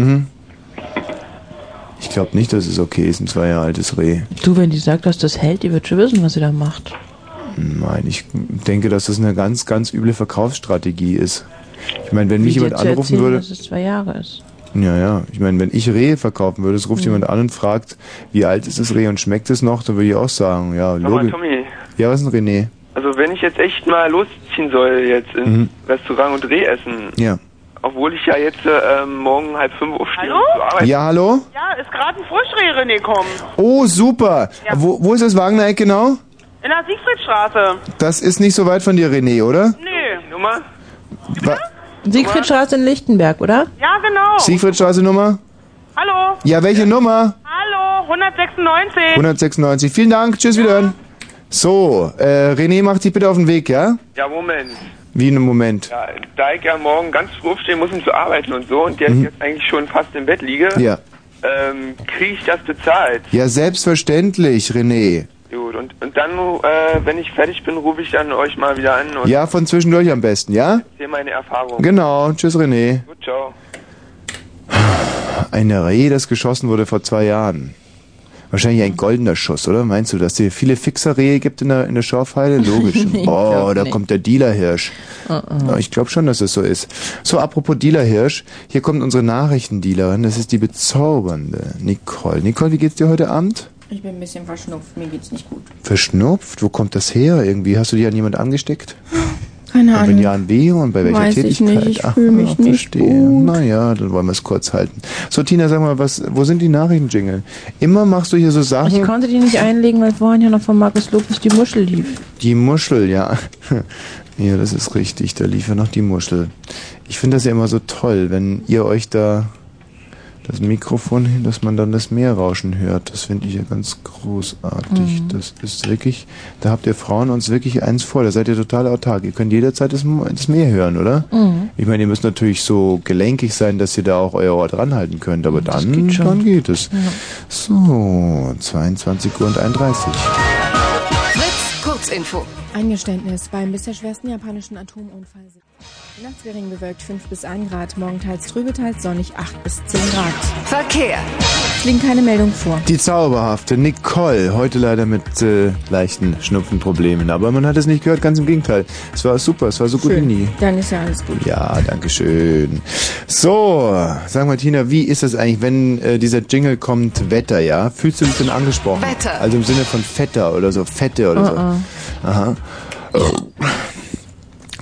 Ich glaube nicht, dass es okay ist, ein zwei Jahre altes Reh.
Du, wenn die sagt, dass das hält, die wird schon wissen, was sie da macht.
Nein, ich denke, dass das eine ganz, ganz üble Verkaufsstrategie ist. Ich meine, wenn mich
Wie dir
jemand
zu
anrufen
erzählen,
würde.
Dass es zwei Jahre ist.
Ja, ja. Ich meine, wenn ich Rehe verkaufen würde, es ruft
Mhm.
jemand an und fragt, wie alt ist das Reh und schmeckt es noch, dann würde ich auch sagen, ja,
Sag mal,
logisch.
Tommy,
Ja, was ist denn René?
also wenn ich jetzt echt mal losziehen soll jetzt ins
Mhm.
Restaurant und Reh essen,
Ja.
obwohl ich ja jetzt äh, ähm, morgen halb fünf aufstehe
Hallo?
und zur Arbeit.
Ja, hallo?
Ja, ist gerade ein Frischreh René gekommen.
Oh, super. Wo, wo ist das Wagner-Eck genau?
In der Siegfriedstraße.
Das ist nicht so weit von dir, René, oder?
Nee.
Die Nummer?
Wa
Siegfriedstraße in Lichtenberg, oder?
Ja, genau.
Siegfriedstraße Nummer?
Hallo.
Ja, welche Nummer?
Hallo. 196.
196. Vielen Dank. Tschüss, wiederhören. So, äh, René, mach dich bitte auf den Weg, ja?
Ja, Moment.
Wie in einem Moment.
Ja, da ich ja morgen ganz früh aufstehen muss, um zu arbeiten und so, und jetzt, jetzt eigentlich schon fast im Bett liege,
Mhm. Ja.
ähm, kriege ich das bezahlt.
Ja, selbstverständlich, René.
Gut, und, und dann, äh, wenn ich fertig bin, rufe ich dann euch mal wieder an und
Ja, von zwischendurch am besten, ja?
erzähle meine Erfahrung.
Genau. Tschüss, René.
Gut, ciao.
Ein Reh, das geschossen wurde vor zwei Jahren. Wahrscheinlich ein goldener Schuss, oder? Meinst du, dass es hier viele Fixer-Rehe gibt in der, in der Schorfheide? Logisch.
[LAUGHS] Nee, ich
oh,
glaub
da
nicht. Ah.
kommt der Dealerhirsch. Ja, Ich glaube schon, dass es so ist. So, apropos Dealerhirsch, hier kommt unsere Nachrichtendealerin. Das ist die bezaubernde Nicole. Nicole, wie geht's dir heute Abend?
Ich bin ein bisschen verschnupft, mir geht's nicht gut.
Verschnupft? Wo kommt das her irgendwie? Hast du dich an jemand angesteckt?
Keine
Und wenn ja, an wem und bei welcher
Weiß ich
Tätigkeit?
nicht, ich fühl mich nicht
verstehe.
gut.
Naja, dann wollen wir es kurz halten. So, Tina, sag mal, was, wo sind die Nachrichtenjingle? Immer machst du hier so Sachen.
Also Ich konnte die nicht einlegen, weil vorhin ja noch von Markus Lopez die Muschel lief.
Die Muschel, ja. [LAUGHS] Ja, das ist richtig. Da lief ja noch die Muschel. Ich finde das ja immer so toll, wenn ihr euch da das Mikrofon hin, dass man dann das Meerrauschen hört. Das finde ich ja ganz großartig.
Mhm.
Das ist wirklich, da habt ihr Frauen uns wirklich eins vor. Da seid ihr total autark. Ihr könnt jederzeit das, M- das Meer hören, oder?
Mhm.
Ich meine, ihr müsst natürlich so gelenkig sein, dass ihr da auch euer Ohr dranhalten könnt. Aber dann
geht
geht,
schon.
dann geht es. So, 22 Uhr und 31.
Fritz Kurzinfo.
Eingeständnis. Beim bisher schwersten japanischen Atomunfall. Nachts gering bewölkt 5 bis 1 Grad, morgen teils trübe, teils sonnig 8 bis 10 Grad.
Verkehr.
Es liegen keine Meldungen vor.
Die zauberhafte Nicole, heute leider mit äh, leichten Schnupfenproblemen, aber man hat es nicht gehört, ganz im Gegenteil. Es war super, es war so gut wie nie.
Dann ist ja alles gut.
Ja, danke schön. So, sag mal Tina, wie ist das eigentlich, wenn äh, dieser Jingle kommt, Wetter, ja? Fühlst du dich denn angesprochen?
Wetter.
Also im Sinne von Fetter oder so, Fette oder so. Aha. Oh.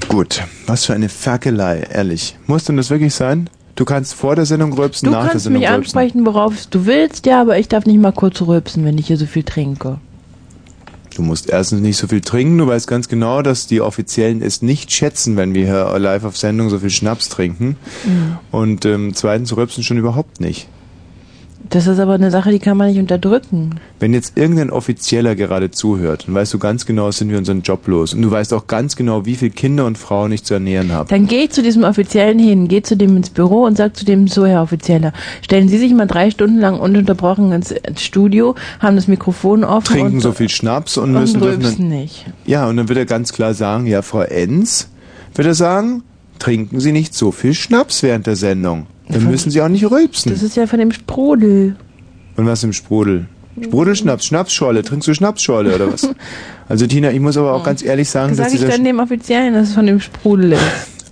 Gut, was für eine Ferkelei, ehrlich. Muss denn das wirklich sein? Du kannst vor der Sendung rülpsen,
Du
nach der
kannst
Sendung
mich
rülpsen.
ansprechen, worauf du willst, ja, aber ich darf nicht mal kurz rülpsen, wenn ich hier so viel trinke.
Du musst erstens nicht so viel trinken, du weißt ganz genau, dass die Offiziellen es nicht schätzen, wenn wir hier live auf Sendung so viel Schnaps trinken.
Mhm.
Und ähm, zweitens rülpsen schon überhaupt nicht.
Das ist aber eine Sache, die kann man nicht unterdrücken.
Wenn jetzt irgendein Offizieller gerade zuhört, dann weißt du ganz genau, sind wir unseren Job los. Und du weißt auch ganz genau, wie viele Kinder und Frauen ich zu ernähren habe.
Dann geh zu diesem Offiziellen hin, geh zu dem ins Büro und sag zu dem so, Herr Offizieller, stellen Sie sich mal drei Stunden lang ununterbrochen ins ins Studio, haben das Mikrofon offen
Trinken
und,
so viel Schnaps und,
und
müssen dürfen
rülpsen
dann,
nicht.
Ja, und dann wird er ganz klar sagen, ja, Frau Enz, wird er sagen, trinken Sie nicht so viel Schnaps während der Sendung. Dann müssen Sie auch nicht rülpsen.
Das ist ja von dem Sprudel.
Und was im Sprudel? Sprudelschnaps, Schnapsschorle, trinkst du Schnapsschorle
[LAUGHS]
oder was? Also Tina, ich muss aber auch ganz ehrlich sagen,
Das
dass
sage ich
dieser
dann
Sch-
dem Offiziellen, dass es von dem Sprudel ist.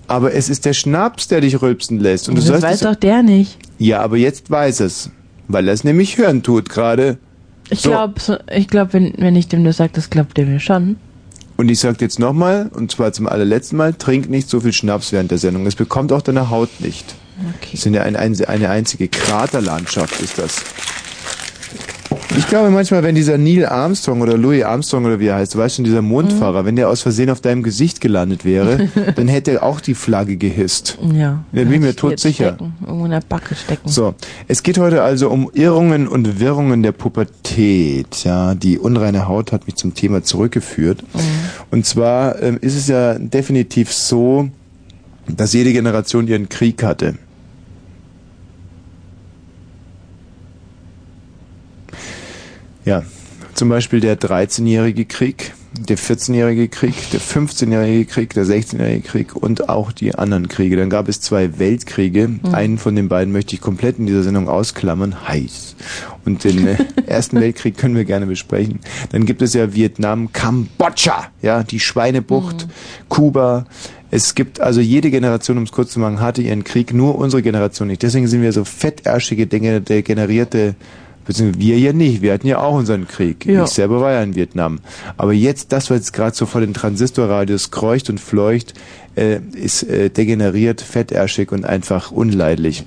aber es ist der Schnaps, der dich rülpsen lässt. Und du
Das
sollst
weiß
es-
doch der nicht.
Ja, aber jetzt weiß es, weil er es nämlich hören tut gerade.
Ich
So.
glaube, ich glaub, wenn, wenn ich dem das sage, das glaubt der mir schon.
Und ich sag jetzt nochmal, und zwar zum allerletzten Mal, trink nicht so viel Schnaps während der Sendung. Es bekommt auch deine Haut nicht.
Okay.
Das sind ja ein, ein, eine einzige Kraterlandschaft, ist das. Ich glaube manchmal, wenn dieser Neil Armstrong oder Louis Armstrong oder wie er heißt, du weißt schon, dieser Mondfahrer, wenn der aus Versehen auf deinem Gesicht gelandet wäre, dann hätte er auch die Flagge gehisst.
Ja.
Da bin ich mir
Jetzt
todsicher.
Stecken, irgendwo in der Backe stecken.
So, es geht heute also um Irrungen und Wirrungen der Pubertät. Ja, die unreine Haut hat mich zum Thema zurückgeführt.
Mhm.
Und zwar ähm, ist es ja definitiv so, dass jede Generation ihren Krieg hatte. Ja, zum Beispiel der 13-jährige Krieg, der 14-jährige Krieg, der 15-jährige Krieg, der 16-jährige Krieg und auch die anderen Kriege. Dann gab es zwei Weltkriege. Einen von den beiden möchte ich komplett in dieser Sendung ausklammern. Heiß. Und den äh, Ersten Weltkrieg können wir gerne besprechen. Dann gibt es ja Vietnam, Kambodscha, ja, die Schweinebucht, Kuba. Es gibt also jede Generation, um es kurz zu machen, hatte ihren Krieg, nur unsere Generation nicht. Deswegen sind wir so fettärschige, dege- degenerierte Beziehungsweise wir ja nicht. Wir hatten ja auch unseren Krieg.
Ja.
Ich selber war ja in Vietnam. Aber jetzt, das, was jetzt gerade so vor den Transistorradios kreucht und fleucht, äh, ist äh, degeneriert, fettärschig und einfach unleidlich.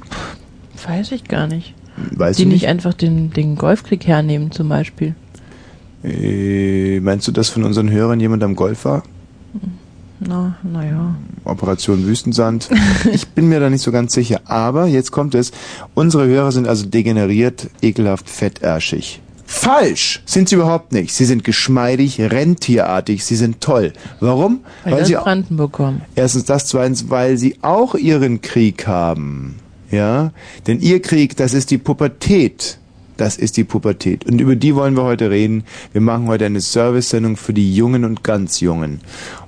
Weiß ich gar nicht.
Weißt
Die
du
nicht
nicht?
einfach den, den Golfkrieg hernehmen zum Beispiel.
Äh, meinst du, dass von unseren Hörern jemand am Golf war?
Na, naja.
Operation Wüstensand. Ich bin mir da nicht so ganz sicher. Aber jetzt kommt es. Unsere Hörer sind also degeneriert, ekelhaft, fettärschig. Falsch sind sie überhaupt nicht. Sie sind geschmeidig, rentierartig, sie sind toll. Warum?
Weil, Weil
sie
sie Brandenburg kommen.
Erstens das, zweitens, weil sie auch ihren Krieg haben. Ja? Denn ihr Krieg, das ist die Pubertät. Das ist die Pubertät. Und über die wollen wir heute reden. Wir machen heute eine Service-Sendung für die Jungen und ganz Jungen.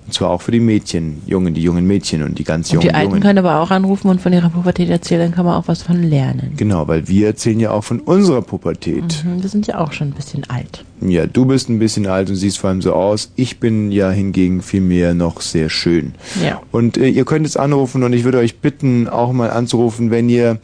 Und zwar auch für die Mädchen. Jungen, die jungen Mädchen und die ganz
Und
jungen
die Alten
Jungen.
können aber auch anrufen und von ihrer Pubertät erzählen, dann kann man auch was von lernen.
Genau, weil wir erzählen ja auch von unserer Pubertät.
Mhm, Wir sind ja auch schon ein bisschen alt.
Ja, du bist ein bisschen alt und siehst vor allem so aus. Ich bin ja hingegen vielmehr noch sehr schön.
Ja.
Und äh, ihr könnt jetzt anrufen und ich würde euch bitten, auch mal anzurufen, wenn ihr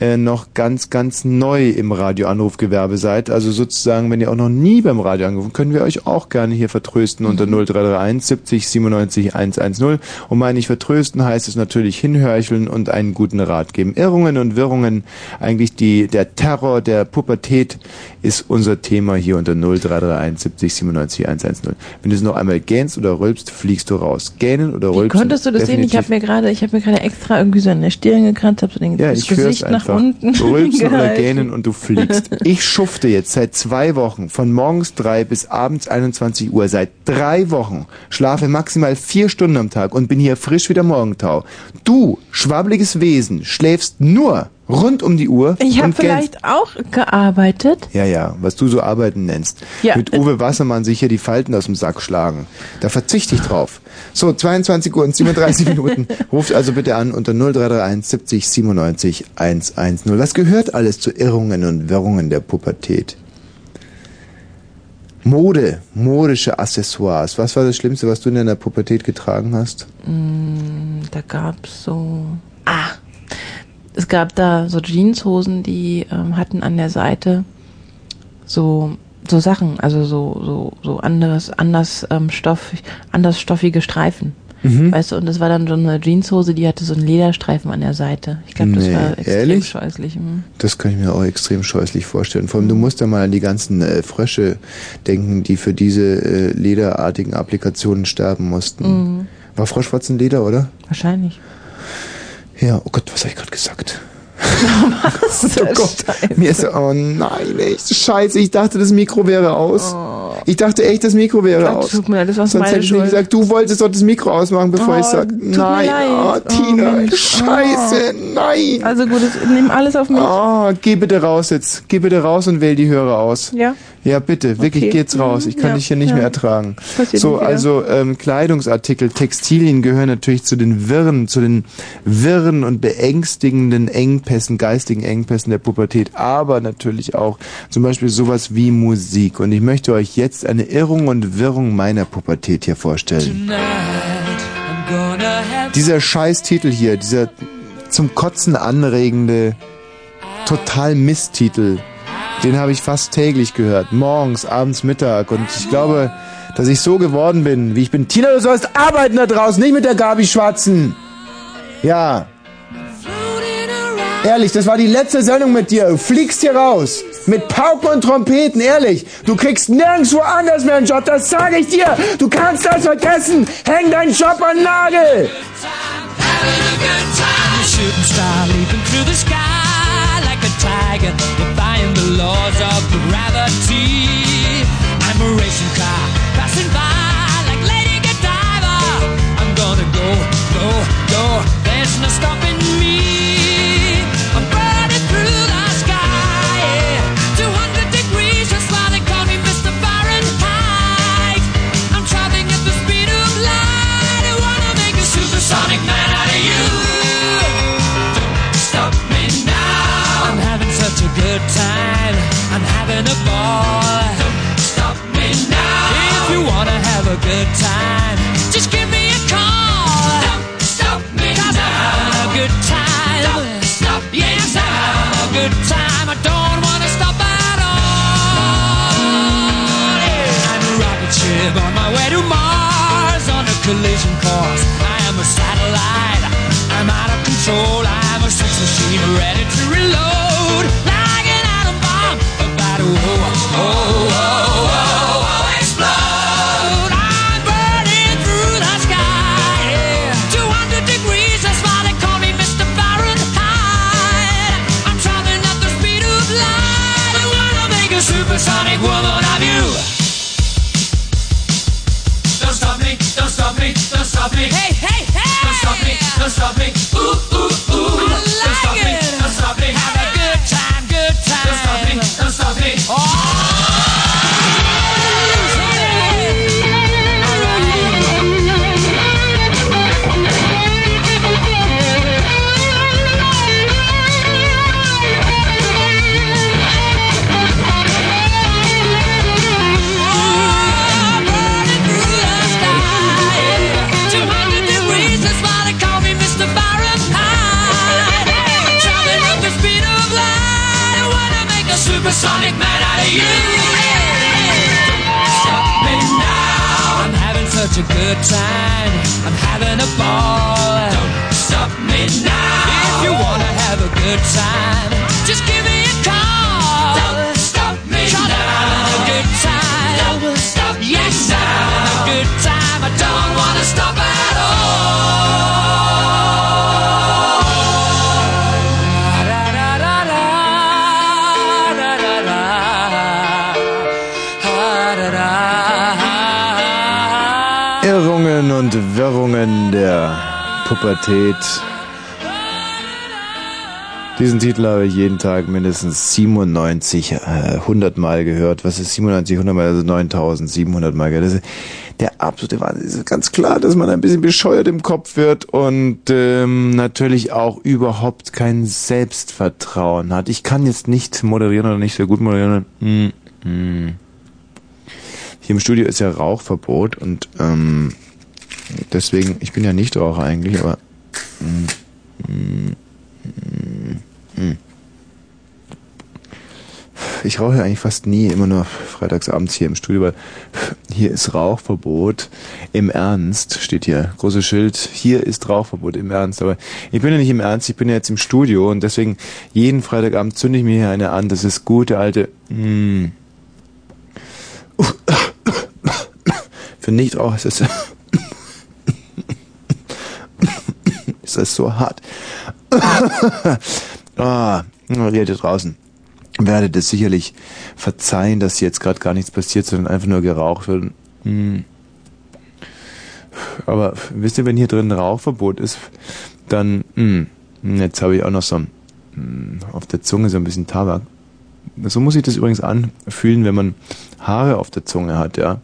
äh, noch ganz, ganz neu im Radioanrufgewerbe seid. Also sozusagen, wenn ihr auch noch nie beim Radio angerufen, können wir euch auch gerne hier vertrösten unter 0331 70 97 110. Und meine ich Um vertrösten heißt es natürlich hinhörcheln und einen guten Rat geben. Irrungen und Wirrungen, eigentlich die, der Terror der Pubertät ist unser Thema hier unter 0331 70 97 110. Wenn du es noch einmal gähnst oder rülpst, fliegst du raus. Gähnen oder
Wie
rülpsen.
konntest du das sehen? Ich
definitiv
habe mir gerade, ich habe mir gerade extra irgendwie so eine Stirn gekratzt, habe so den
Ja,
das
ich hör's
Gesicht nach
einfach.
nach unten. [LAUGHS]
Rülpsen oder
gehalten.
gähnen und du fliegst. Ich schufte jetzt seit zwei Wochen, von morgens drei bis abends 21 Uhr, seit drei Wochen, schlafe maximal vier Stunden am Tag und bin hier frisch wie der Morgentau. Du, schwabbeliges Wesen, schläfst nur rund um die Uhr
Ich habe
und gähnst.
vielleicht auch gearbeitet.
Ja, ja, was du so arbeiten nennst.
Ja.
Mit Uwe Wassermann sich hier die Falten aus dem Sack schlagen. Da verzichte ich drauf. So, 22 Uhr und 37 Minuten. Ruft also bitte an unter 0331 70 97 110. Das gehört alles zu Irrungen und Wirrungen der Pubertät. Mode, modische Accessoires. Was war das Schlimmste, was du in deiner Pubertät getragen hast?
Mm, Da gab's so. Ah! Es gab da so Jeanshosen, die ähm, hatten an der Seite so so Sachen, also so so so anderes anders ähm, Stoff, anders stoffige Streifen.
Mhm.
Weißt du, und das war dann so eine Jeanshose, die hatte so einen Lederstreifen an der Seite. Ich glaube, das
Nee,
war extrem
ehrlich?
scheußlich. mhm.
Das kann ich mir auch extrem scheußlich vorstellen. Vor allem, du musst ja mal an die ganzen äh, Frösche denken, die für diese äh, lederartigen Applikationen sterben mussten.
Mhm.
War Froschwatzen Leder, oder?
[LAUGHS] Wahrscheinlich.
Ja, oh Gott, was habe ich
[LAUGHS]
gerade gesagt?
Was?
Oh Gott, mir ist, oh nein, echt, scheiße, ich dachte, das Mikro wäre aus. Ich dachte echt, das Mikro wäre
Oh. Gott,
aus.
tut mir leid, das war
Sonst
meine
hätte ich nicht
Schuld.
gesagt, du wolltest doch das Mikro ausmachen, bevor
Oh,
ich sage,
tut mir
nein,
leid.
oh, Tina,
Oh, Mensch.
scheiße, Oh. nein.
Also gut, es nimm alles auf mich.
Oh, geh bitte raus jetzt. Geh bitte raus und wähl die Hörer aus.
Ja.
Ja, bitte, wirklich,
Okay.
geh jetzt raus. Ich kann
Ja,
dich hier nicht
ja.
mehr ertragen.
Passiert
so,
nicht wieder.
also ähm, Kleidungsartikel, Textilien gehören natürlich zu den Wirren, zu den Wirren und beängstigenden Engpässen, geistigen Engpässen der Pubertät, aber natürlich auch zum Beispiel sowas wie Musik. Und ich möchte euch jetzt eine Irrung und Wirrung meiner Pubertät hier vorstellen. Dieser Scheißtitel hier, dieser zum Kotzen anregende, total Misttitel, den habe ich fast täglich gehört. Morgens, abends, Mittag. Und ich glaube, dass ich so geworden bin, wie ich bin. Tina, du sollst arbeiten da draußen, nicht mit der Gabi schwatzen. Ja. Ehrlich, das war die letzte Sendung mit dir. Du fliegst hier raus. Mit Pauken und Trompeten, ehrlich. Du kriegst nirgendwo anders mehr einen Job, das sage ich dir. Du kannst das vergessen. Häng deinen Job an den Nagel.
shooting star leaping through the sky like a tiger, defying the laws of gravity. I'm a racing car passing by like Lady Godiva. I'm gonna go, go, go. There's no stopping me. I'm burning through the sky, yeah. 200 degrees, that's why they call me Mr. Fahrenheit. I'm traveling at the speed of light. I wanna make a supersonic man out of you. Don't stop me now. I'm having such a good time. I'm having a ball. Don't stop me now. If you wanna have a good time, just give me a call. Don't stop me now. I'm having a good time. Don't stop me yes, now. I'm having a good time. I don't wanna stop at all. Yeah. I'm a rocket ship on my way to Mars on a collision course. I am a satellite. I'm out of control. I'm a sex machine ready to reload. Like an atom bomb about to oh, oh, oh, oh, oh, explode. I'm burning through the sky. Yeah. 200 degrees, that's why they call me Mr. Fahrenheit. I'm traveling at the speed of light. I wanna make a supersonic woman of you. Don't stop me, don't stop me, don't stop me. Hey, hey, hey! Don't stop me, don't stop me. Ooh, ooh, ooh. I like don't stop it. me, don't stop me. Have a good time, good time. Don't stop me, don't stop me. Supersonic man out of you. Stop me now. Oh, I'm having such a good time. I'm having a ball. Don't stop me now. If you wanna have a good time, just give me a call. Don't stop me now. I'm having a good time. Don't stop yes, now. I'm having a good time. I don't wanna stop at all. Da, da, da,
Irrungen und Wirrungen der Pubertät. Diesen Titel habe ich jeden Tag mindestens 97, äh, 100 Mal gehört. Was ist 97, 100 Mal, also 9700 Mal gehört. Das ist der absolute Wahnsinn. Es ist ganz klar, dass man ein bisschen bescheuert im Kopf wird und ähm, natürlich auch überhaupt kein Selbstvertrauen hat. Ich kann jetzt nicht moderieren oder nicht sehr gut moderieren. Hm, hm. Hier im Studio ist ja Rauchverbot und ähm, deswegen, ich bin ja nicht Raucher eigentlich, aber... Hm, hm, hm, hm. Ich rauche ja eigentlich fast nie, immer nur freitagsabends hier im Studio, weil hier ist Rauchverbot im Ernst, steht hier, großes Schild, hier ist Rauchverbot im Ernst, aber ich bin ja nicht im Ernst, ich bin ja jetzt im Studio und deswegen jeden Freitagabend zünde ich mir hier eine an, das ist gute alte, hm. Für Nichtraucher ist [LAUGHS] das, ist das so hart. ah, ihr da [LAUGHS] draußen werdet es sicherlich verzeihen, dass jetzt gerade gar nichts passiert, sondern einfach nur geraucht wird. Hm. Aber wisst ihr, wenn hier drin Rauchverbot ist, dann, hm, jetzt habe ich auch noch so hm, auf der Zunge so ein bisschen Tabak. So muss ich das übrigens anfühlen, wenn man Haare auf der Zunge hat, ja.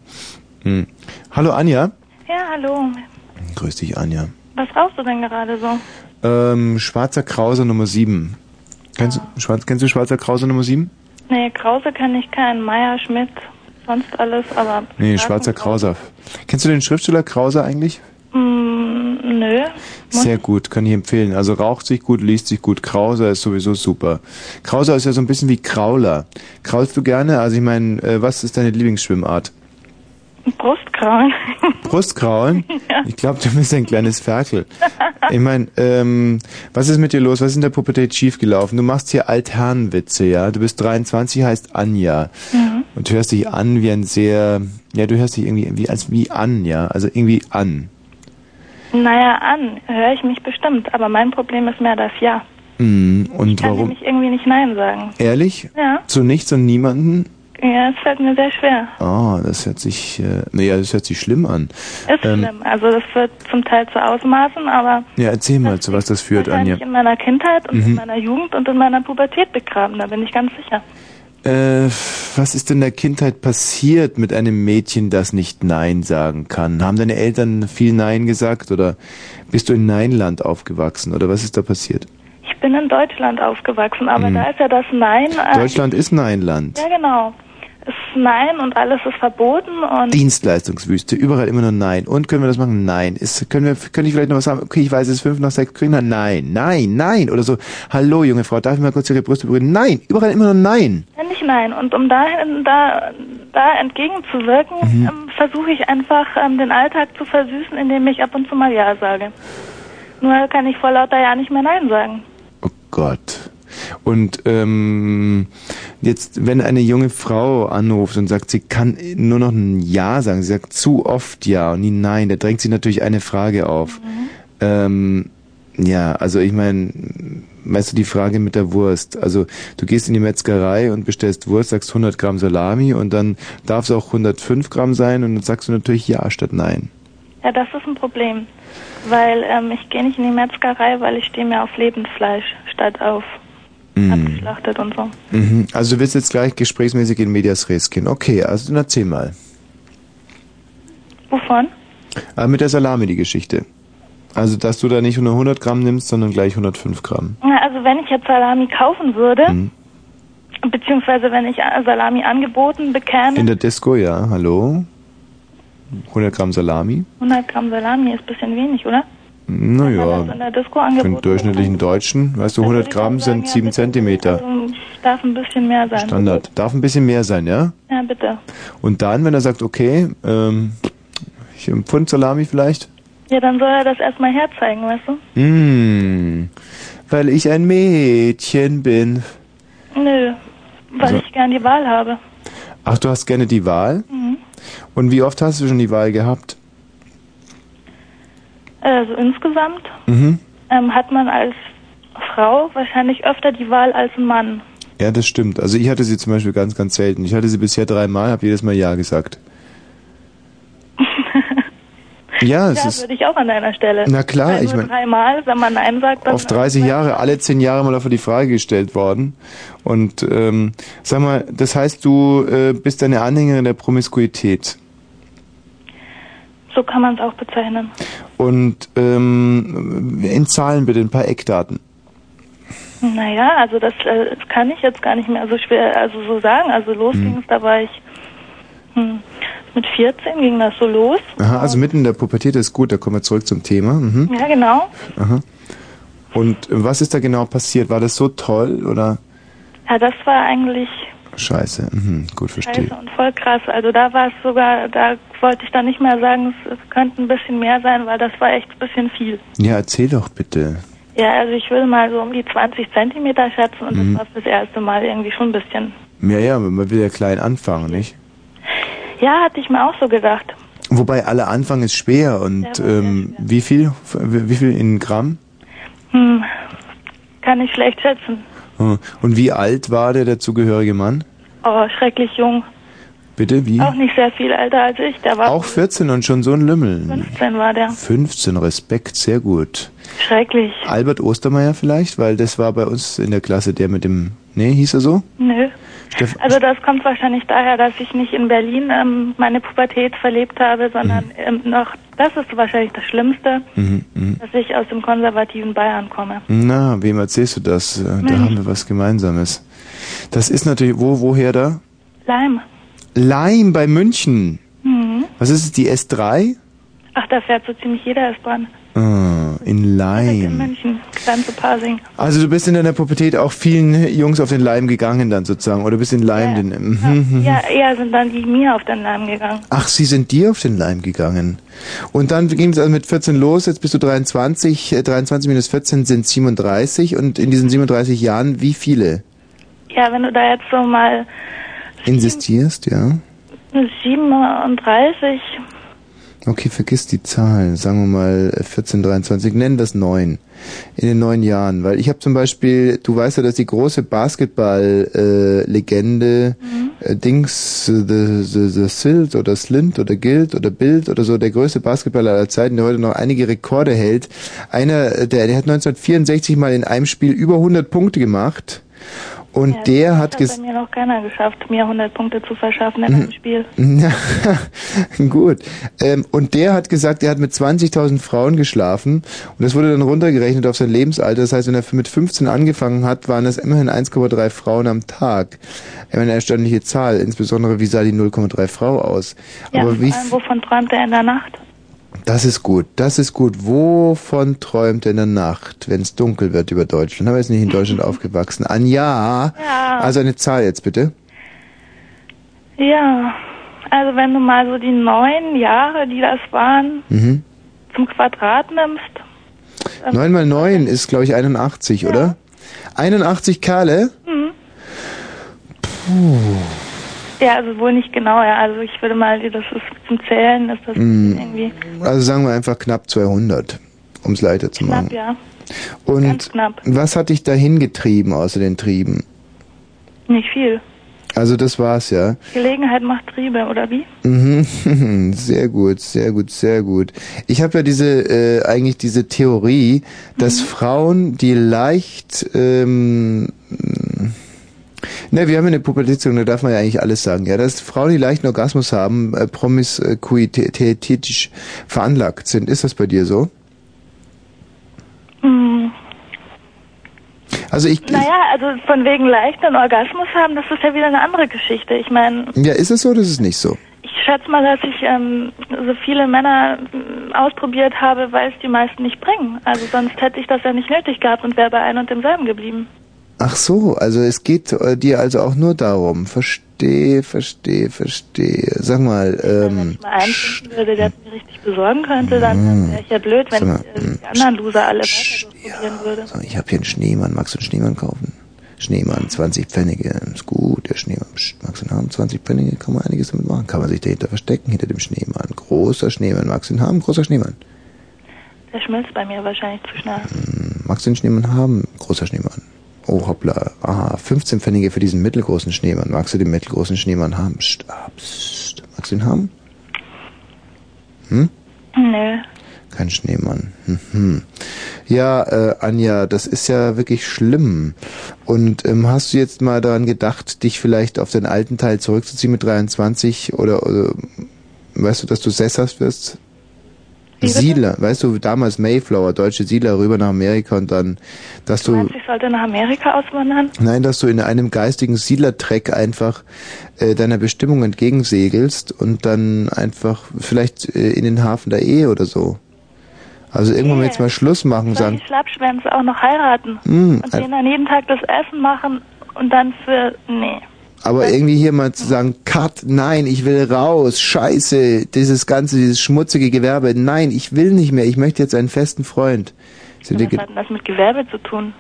Hm. Hallo Anja.
Ja, hallo.
Grüß dich, Anja.
Was rauchst du denn gerade so?
Ähm, Schwarzer Krause Nummer 7. Kennst, du Schwarz, kennst du Schwarzer Krause Nummer 7?
Nee, Krause kann ich keinen, Meier, Schmidt, sonst alles, aber.
Nee, Schwarzer Krauser. Kennst du den Schriftsteller Krauser eigentlich?
Mm, nö.
Sehr gut, kann ich empfehlen. Also raucht sich gut, liest sich gut. Krauser ist sowieso super. Krauser ist ja so ein bisschen wie Krauler. Kraulst du gerne? Also ich meine, äh, was ist deine Lieblingsschwimmart?
Brustkraulen.
Brustkraulen? Ich glaube, du bist ein kleines Ferkel. Ich meine, ähm, was ist mit dir los? Was ist in der Pubertät schiefgelaufen? Du machst hier Altherrenwitze, ja? Du bist 23, heißt Anja.
Mhm.
Und du hörst dich an wie ein sehr, ja, du hörst dich irgendwie, wie, als wie an, ja? Also irgendwie an.
Naja, an, höre ich mich bestimmt, aber mein Problem ist mehr das Ja.
Mhm. Und
Ich kann
warum?
nämlich irgendwie nicht Nein sagen.
Ehrlich?
Ja.
Zu nichts und niemanden?
Ja, es fällt mir sehr schwer.
Ah, das hört sich, äh, naja, das hört sich schlimm an.
Ist
Ähm,
schlimm. Also das wird zum Teil zu Ausmaßen, aber
Ja, erzähl mal, zu was das führt, Anja.
wahrscheinlich in meiner Kindheit und in
Mhm.
meiner Jugend und in meiner Pubertät begraben, da bin ich ganz sicher.
Äh, was ist in der Kindheit passiert mit einem Mädchen, das nicht Nein sagen kann? Haben deine Eltern viel Nein gesagt oder bist du in Neinland aufgewachsen oder was ist da passiert?
Ich bin in Deutschland aufgewachsen, aber
Mhm.
da ist ja das Nein. äh,
Deutschland ist Neinland.
Ja, genau. Ist Nein und alles ist verboten und
Dienstleistungswüste, überall immer nur Nein. Und können wir das machen? Nein. Ist, können wir, könnte ich vielleicht noch was sagen? Okay, ich weiß, es ist fünf nach sechs, kriegen wir Nein, nein, nein. Oder so, hallo junge Frau, darf ich mal kurz Ihre Brüste berühren? Nein, überall immer nur Nein.
ja, nicht Nein. Und um dahin, da, da entgegenzuwirken,
Mhm.
ähm, versuche ich einfach ähm, den Alltag zu versüßen, indem ich ab und zu mal Ja sage. Nur kann ich vor lauter Ja nicht mehr Nein sagen.
Gott. Und ähm, jetzt, wenn eine junge Frau anruft und sagt, sie kann nur noch ein Ja sagen, sie sagt zu oft Ja und nie Nein, da drängt sie natürlich eine Frage auf. Ähm, ja, also ich meine, weißt du, die Frage mit der Wurst. Also du gehst in die Metzgerei und bestellst Wurst, sagst 100 Gramm Salami und dann darf es auch 105 Gramm sein und dann sagst du natürlich Ja statt Nein.
Ja, das ist ein Problem. Weil ähm, ich gehe nicht in die Metzgerei, weil ich stehe mir auf Lebendfleisch statt auf
Mhm.
Schlachtet und so.
Mhm. Also du willst jetzt gleich gesprächsmäßig in Medias Res gehen. Okay, also dann erzähl mal.
Wovon?
Ah, mit der Salami die Geschichte. Also, dass du da nicht nur 100 Gramm nimmst, sondern gleich 105 Gramm.
Na, also wenn ich jetzt Salami kaufen würde,
Mhm.
beziehungsweise wenn ich äh, Salami angeboten bekäme,
In der Disco, ja, hallo? 100 Gramm Salami?
100 Gramm Salami ist ein bisschen wenig, oder?
Naja,
Also in der Disco
für einen
angeboten.
durchschnittlichen Deutschen, weißt du, 100 Gramm sind 7 Zentimeter.
Also darf ein bisschen mehr sein.
Standard. Darf ein bisschen mehr sein, ja?
Ja, bitte.
Und dann, wenn er sagt, okay, ähm, ich ein Pfund Salami vielleicht?
Ja, dann soll er das erstmal herzeigen, weißt du?
Hm, weil ich ein Mädchen bin.
Nö, weil
So.
ich gern die Wahl habe.
Ach, du hast gerne die Wahl?
Mhm.
Und wie oft hast du schon die Wahl gehabt?
Also insgesamt
Mhm.
ähm, hat man als Frau wahrscheinlich öfter die Wahl als ein Mann.
Ja, das stimmt. Also ich hatte sie zum Beispiel ganz, ganz
[LAUGHS]
selten. Ich hatte sie bisher dreimal, habe jedes Mal Ja gesagt. Ja, es
ja,
ist
würde ich auch an deiner Stelle.
Na klar,
Weil
ich
nur
mein-
dreimal, wenn man Nein sagt, dann
auf 30 Jahre, alle 10 Jahre mal auf die Frage gestellt worden. Und ähm, sag mal, das heißt, du äh, bist eine Anhängerin der Promiskuität.
so kann man es auch bezeichnen.
Und ähm, in Zahlen bitte ein paar Eckdaten.
Naja, also das, äh, das kann ich jetzt gar nicht mehr so schwer, also so sagen. Also los
Hm.
ging es, da war ich hm, mit 14 ging das so los.
Aha, also mitten in der Pubertät ist gut, da kommen wir zurück zum Thema. Mhm.
Ja, genau.
Aha. Und was ist da genau passiert? War das so toll oder
Ja, das war eigentlich
scheiße? Mhm, gut, verstehe.
scheiße und voll krass. Also da war es sogar, da wollte ich dann nicht mehr sagen, es, es könnte ein bisschen mehr sein, weil das war echt ein bisschen viel.
Ja, erzähl doch bitte.
Ja, also ich würde mal so um die 20 Zentimeter schätzen und
Mhm.
das war das erste Mal irgendwie schon ein bisschen.
Ja, ja, man will ja klein anfangen, nicht?
Ja, hatte ich mir auch so gedacht.
Wobei alle Anfang ist schwer und ähm, wie viel? Wie viel in Gramm?
Hm, kann ich schlecht schätzen.
Hm. Und wie alt war der dazugehörige Mann?
Oh, schrecklich jung.
Bitte, wie?
Auch nicht sehr viel älter als ich. Der war
Hm? Auch 14 und schon so ein Lümmel.
15 war der.
15, Respekt, sehr gut.
Schrecklich.
Albert Ostermeier vielleicht, weil das war bei uns in der Klasse der mit dem. Nee, hieß er so?
Nö. [LAUGHS]
Steff
Also das kommt wahrscheinlich daher, dass ich nicht in Berlin ähm, meine Pubertät verlebt habe, sondern
Hm.
ähm, noch, das ist wahrscheinlich das Schlimmste,
mhm, mhm.
dass ich aus dem konservativen Bayern komme.
Na, wem erzählst du das? Äh, Da
Mensch.
haben wir was Gemeinsames. Das ist natürlich. Wo, woher da?
Leim.
Leim bei München.
Mhm.
Was ist es, die S3?
Ach, da fährt so ziemlich jeder erst dran.
Ah, in
In
Leim.
München, ganze Parsing.
Also du bist in deiner Pubertät auch vielen Jungs auf den Leim gegangen dann sozusagen. Oder bist in Leim den. Mhm, mhm.
Ja, eher sind dann die mir auf den Leim gegangen.
Ach, sie sind dir auf den Leim gegangen. Und dann ging es also mit 14 los, jetzt bist du 23, äh, 23 minus 14 sind 37 und in diesen 37 Jahren, wie viele?
Ja, wenn du da jetzt so mal
Insistierst, ja?
37,
Okay, vergiss die Zahl. Sagen wir mal äh, 14, 23. Nennen wir es neun. In den neun Jahren. Weil ich habe zum Beispiel, du weißt ja, dass die große Basketball-Legende
Mhm.
äh, Dings, äh, the, the, the Silt oder Slint oder Gilt oder Bild oder so, der größte Basketballer aller Zeiten, der heute noch einige Rekorde hält. Einer, äh, der, der hat 1964 mal in einem Spiel über 100 Punkte gemacht. Und
Ja,
der
das
hat Mhm.
hat bei
gesagt...
mir noch keiner geschafft, mir 100 Punkte zu verschaffen in einem Spiel.
Na, [LAUGHS] gut. Ähm, und der hat gesagt, er hat mit 20.000 Frauen geschlafen und das wurde dann runtergerechnet auf sein Lebensalter. Das heißt, wenn er mit 15 angefangen hat, waren das immerhin 1,3 Frauen am Tag. Ich meine, eine erstaunliche Zahl. Insbesondere, wie sah die 0,3 Frau aus?
Ja, ähm,
Aber wie,
vor allem, wovon träumt er in der Nacht?
das ist gut, das ist gut. Wovon träumt er in der Nacht, wenn es dunkel wird über Deutschland? Aber er ist nicht in
[LAUGHS]
Deutschland aufgewachsen. Anja!
Ja.
Also eine Zahl jetzt bitte.
Ja, also wenn du mal so die neun Jahre, die das waren,
Mhm.
zum Quadrat nimmst,
9 mal 9 ist, glaube ich, 81, oder? 81 Kerle?
hm,
Puh.
ja, also wohl nicht genau, ja, also ich würde mal, das ist zum Zählen, ist das
Mhm.
irgendwie
Also sagen wir einfach knapp 200, um es leichter zu machen.
knapp, ja,
Und
knapp.
was hat dich dahin getrieben außer den Trieben?
nicht viel.
Also das war's ja.
Gelegenheit macht Triebe, oder wie?
Mhm. [LAUGHS] Sehr gut, sehr gut, sehr gut. Ich habe ja diese äh, eigentlich diese Theorie, dass Frauen, die leicht ähm, Ne, wir haben ja eine Pubertätsung, da darf man ja eigentlich alles sagen. Ja, dass Frauen, die leichten Orgasmus haben, äh, promiskuitätisch veranlagt sind. Ist das bei dir so?
Hm.
Also ich,
Naja, also von wegen leichten Orgasmus haben, das ist ja wieder eine andere Geschichte. Ich meine,
ja, ist es so oder ist es nicht so?
ich schätze mal, dass ich ähm, so viele Männer ähm, ausprobiert habe, weil es die meisten nicht bringen. Also sonst hätte ich das ja nicht nötig gehabt und wäre bei einem und demselben geblieben.
Ach so, also es geht äh, dir also auch nur darum. Verstehe, verstehe, verstehe. Sag mal, ähm,
Mal einen finden würde, der es mir richtig besorgen könnte, dann
Mhm.
wäre ich ja blöd, wenn
Sag mal, mm.
ich äh, die anderen Loser alle weiter probieren würde.
Also, ich habe hier einen Schneemann. Magst du einen Schneemann kaufen? Schneemann, 20 Pfennige. Ist gut, der Schneemann. Psst, magst du ihn haben? 20 Pfennige, kann man einiges damit machen. Kann man sich dahinter verstecken, hinter dem Schneemann. Großer Schneemann. Magst du ihn haben? Großer Schneemann.
Der schmilzt bei mir wahrscheinlich zu schnell.
Hm, Magst du den Schneemann haben? Großer Schneemann. Oh, hoppla. Aha, 15 Pfennige für diesen mittelgroßen Schneemann. Magst du den mittelgroßen Schneemann haben? Psst, ah, psst. Magst du ihn haben? Hm?
Nö.
Kein Schneemann. Mhm. Ja, äh, Anja, das ist ja wirklich schlimm. Und ähm, hast du jetzt mal daran gedacht, dich vielleicht auf den alten Teil zurückzuziehen mit 23 oder, oder weißt du, dass du sesshaft wirst? Siedler, weißt du, damals Mayflower, deutsche Siedler rüber nach Amerika und dann, dass du...
Meinst du, ich sollte nach Amerika auswandern?
Nein, dass du in einem geistigen Siedlertreck einfach äh, deiner Bestimmung entgegensegelst und dann einfach vielleicht äh, in den Hafen der Ehe oder so. Also irgendwann
Nee.
jetzt mal Schluss machen und
Soll
sagen,
die Schlappschwänze auch noch heiraten
Mm,
und
äh.
denen dann jeden Tag das Essen machen und dann für. Nee.
aber irgendwie hier mal zu sagen, Cut, nein, ich will raus, scheiße, dieses ganze, dieses schmutzige Gewerbe, nein, ich will nicht mehr, ich möchte jetzt einen festen Freund. Sind die
Was
Ge-
hat denn das mit Gewerbe zu tun?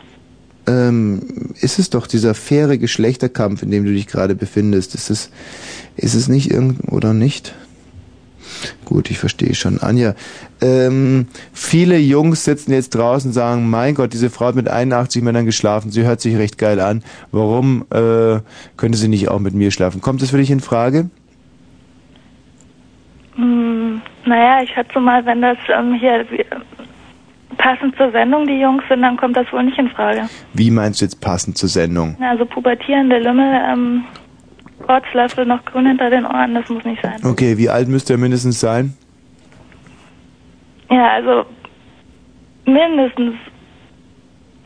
ähm, ist es doch dieser faire Geschlechterkampf, in dem du dich gerade befindest. Ist es, ist es nicht irgend oder nicht? Gut, ich verstehe schon. Anja, ähm, viele Jungs sitzen jetzt draußen und sagen, mein Gott, diese Frau hat mit 81 Männern geschlafen, sie hört sich recht geil an. Warum äh, könnte sie nicht auch mit mir schlafen? Kommt das für dich in Frage?
Hm, naja, ich schätze mal, wenn das ähm, hier äh, passend zur Sendung die Jungs sind, dann kommt das wohl nicht in Frage.
Wie meinst du jetzt passend zur Sendung?
Also pubertierende Lümmel, ähm, Ortslöffel noch grün hinter den Ohren, das muss nicht sein.
Okay, wie alt müsste er mindestens sein?
Ja, also mindestens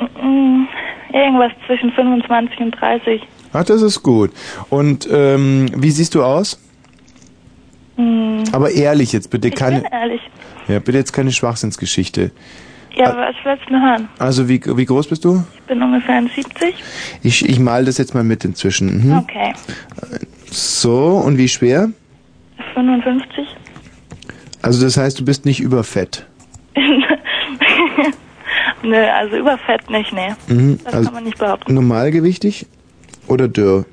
mm, irgendwas zwischen 25 und 30.
Ach, das ist gut. Und ähm, wie siehst du aus?
Hm.
Aber ehrlich jetzt bitte,
ich
keine,
bin ehrlich.
ja, bitte jetzt keine Schwachsinnsgeschichte. Ah.
Ja, was willst du hören?
Also wie, wie groß bist du?
Ich bin ungefähr ein 70.
Ich, ich mal das jetzt mal mit inzwischen. Mhm.
Okay.
So, und wie schwer?
55.
Also das heißt, du bist nicht überfett.
[LAUGHS] Nö, also überfett nicht, nee.
Mhm.
Das
also
kann man nicht behaupten.
Normalgewichtig oder dürr?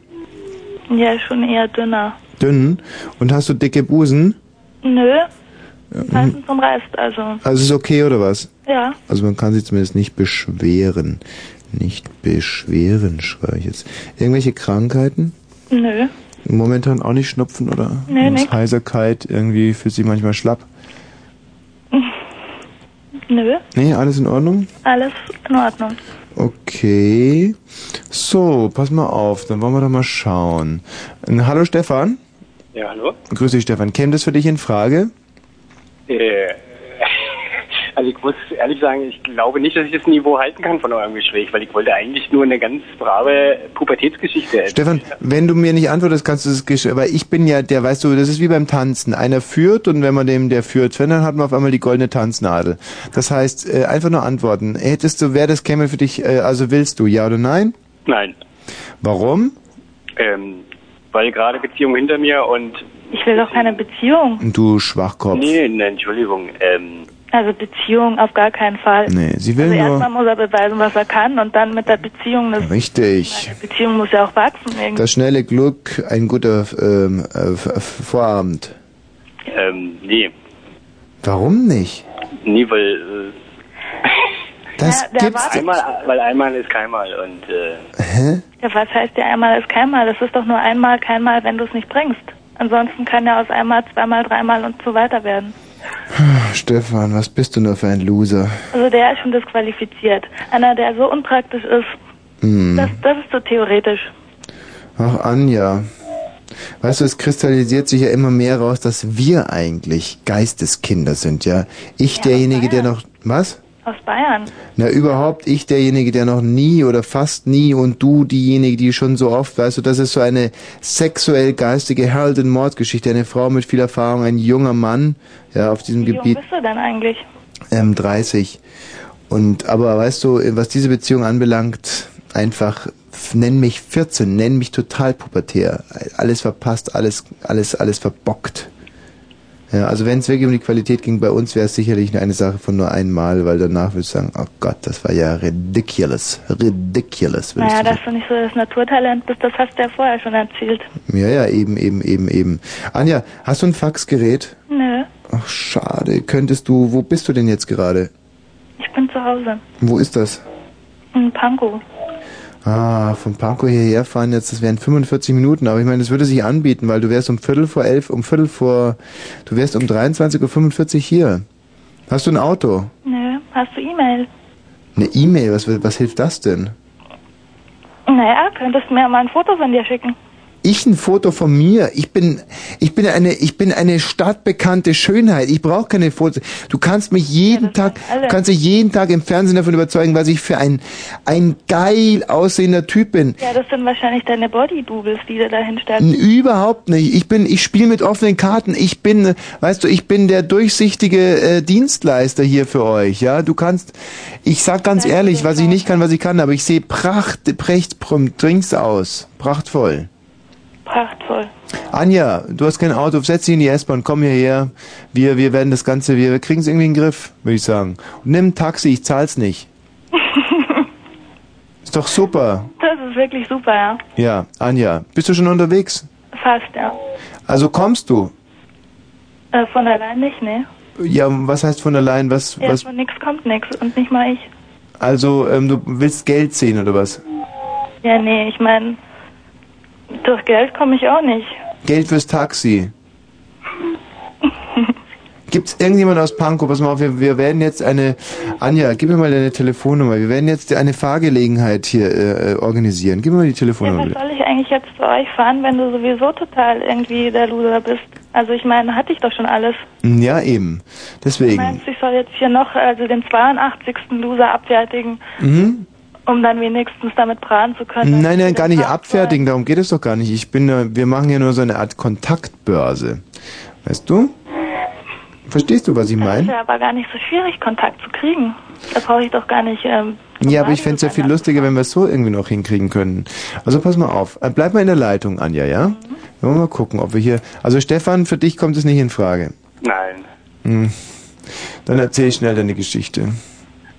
Ja, schon eher dünner.
Dünn. Und hast du dicke Busen?
Nö,
Mhm.
passend zum Rest, also.
Also ist okay oder was?
Ja.
Also man kann sich zumindest nicht beschweren. Nicht beschweren, schreibe ich jetzt. Irgendwelche Krankheiten?
Nö. [LAUGHS]
Momentan auch nicht schnupfen oder
Nee,
irgendwas
nix.
Heiserkeit, irgendwie fühlt sich manchmal schlapp.
Nö.
Nee, alles in Ordnung?
Alles in Ordnung.
Okay. So, pass mal auf, dann wollen wir doch mal schauen. Äh, Hallo Stefan.
Ja, hallo?
Grüß dich Stefan. Käme das für dich in Frage?
Äh, [LAUGHS] also ich muss ehrlich sagen, ich glaube nicht, dass ich das Niveau halten kann von eurem Gespräch, weil ich wollte eigentlich nur eine ganz brave Pubertätsgeschichte erzählen.
Stefan, wenn du mir nicht antwortest, kannst du das Gesch aber ich bin ja, der weißt du, das ist wie beim Tanzen. Einer führt und wenn man dem der führt, wenn, dann hat man auf einmal die goldene Tanznadel. Das heißt, äh, einfach nur antworten. Hättest du, wäre das käme für dich, äh, also willst du, ja oder nein?
Nein,
Warum?
ähm, weil gerade Beziehung hinter mir und...
Ich will doch keine Beziehung.
Du Schwachkopf.
Nee, nee, Entschuldigung, ähm,
Also Beziehung auf gar keinen Fall.
Nee, sie will
also
nur-
erstmal muss er beweisen, was er kann und dann mit der Beziehung, das,
Richtig.
die Beziehung muss ja auch wachsen irgendwie.
Das schnelle Glück, ein guter ähm, äh, F- F- Vorabend.
ähm, nee,
Warum nicht?
nee, weil... Äh,
Das
Ja, der gibt's war- doch-
einmal, Weil einmal ist keinmal und... Äh,
Hä?
Ja, was heißt ja einmal ist keinmal? Das ist doch nur einmal, keinmal, wenn du es nicht bringst. Ansonsten kann ja aus einmal, zweimal, dreimal und so weiter werden.
Ah, Stefan, was bist du nur für ein Loser?
Also der ist schon disqualifiziert. Einer, der so unpraktisch ist,
Hm.
das, das ist so theoretisch.
Ach, Anja. Weißt du, es kristallisiert sich ja immer mehr raus, dass wir eigentlich Geisteskinder sind, ja? Ich derjenige, der noch... Was?
Aus Bayern.
Na, überhaupt ich derjenige, der noch nie oder fast nie und du diejenige, die schon so oft, weißt du, das ist so eine sexuell geistige Harold and Mord Geschichte, eine Frau mit viel Erfahrung, ein junger Mann, ja, auf diesem
Wie jung
Gebiet,
bist du denn eigentlich?
ähm, 30. Und, aber weißt du, was diese Beziehung anbelangt, einfach, f- nenn mich 14, nenn mich total pubertär, alles verpasst, alles, alles, alles verbockt. Ja, also wenn es wirklich um die Qualität ging bei uns, wäre es sicherlich eine Sache von nur einmal, weil danach würdest du sagen, oh Gott, das war ja ridiculous, ridiculous. Würdest
Naja,
du
dass du nicht so das Naturtalent bist, das hast du ja vorher schon erzählt.
sagen. ja, ja, eben, eben, eben, eben. Anja, hast du ein Faxgerät?
Nö,
Ach, schade. Könntest du, wo bist du denn jetzt gerade?
ich bin zu Hause.
Wo ist das?
In Pankow.
Ah, von Parko hierher fahren jetzt, das wären 45 Minuten, aber ich meine, das würde sich anbieten, weil du wärst um Viertel vor elf, um Viertel vor, du wärst um 23.45 Uhr hier. Hast du ein Auto?
Nö, hast du E-Mail?
Eine E-Mail, was, was hilft das denn?
Naja, könntest mir mal ein Foto von dir schicken.
Ich ein Foto von mir. Ich bin, ich bin eine, ich bin eine stadtbekannte Schönheit. Ich brauche keine Fotos. Du kannst mich jeden Tag, du kannst dich jeden Tag im Fernsehen davon überzeugen, was ich für ein, ein geil aussehender Typ bin.
Ja, das sind wahrscheinlich deine Body-Doubles, die du da
N-
hinstellst.
Überhaupt nicht. Ich bin, ich spiele mit offenen Karten. Ich bin, äh, weißt du, ich bin der durchsichtige äh, Dienstleister hier für euch. Ja, du kannst. Ich sag ganz ehrlich, was ich nicht kann, was ich kann, aber ich sehe pracht, precht, prum, drinks aus, prachtvoll.
Prachtvoll.
Anja, du hast kein Auto, setz dich in die S-Bahn, komm hierher. Wir, wir werden das Ganze, wir, wir kriegen es irgendwie in den Griff, würde ich sagen. Und nimm ein Taxi, ich zahl's nicht. Ist doch super.
Das ist wirklich super, ja.
Ja, Anja, bist du schon unterwegs?
Fast, ja.
Also kommst du?
Äh, von allein nicht, ne?
Ja, was heißt von allein? Was,
Ja,
was?
von nix kommt nix und nicht mal ich.
Also, ähm, du willst Geld sehen oder was?
Ja, nee, ich meine, durch Geld komme ich auch nicht.
Geld
[LAUGHS]
fürs Taxi. Gibt's irgendjemand aus Pankow? Pass mal auf, wir, wir werden jetzt eine. Anja, gib mir mal deine Telefonnummer. Wir werden jetzt eine Fahrgelegenheit hier äh, äh, organisieren. Gib mir mal die Telefonnummer.
Was
bitte.
soll ich eigentlich jetzt zu euch fahren, wenn du sowieso total irgendwie der Loser bist? Also ich meine, hatte ich doch schon alles.
Hm, Ja, eben. Deswegen.
Meinst du, ich soll jetzt hier noch also den 82. Loser abfertigen,
Mhm.
um dann wenigstens damit prahlen zu können?
Nein, nein, gar nicht abfertigen. Darum geht es doch gar nicht. Ich bin, äh, wir machen ja nur so eine Art Kontaktbörse. Weißt du? Verstehst du, was ich
Das ist
meine?
ja aber gar nicht so schwierig, Kontakt zu kriegen. Da brauche ich doch gar nicht... Ähm,
Ja, aber ich fänd's ja viel lustiger, wenn wir es so irgendwie noch hinkriegen könnten. Also pass mal auf, Äh, bleib mal in der Leitung, Anja, ja? Wollen wir mal gucken, ob wir hier. Also Stefan, für dich kommt es nicht in Frage.
Nein.
Hm. Dann erzähl schnell deine Geschichte.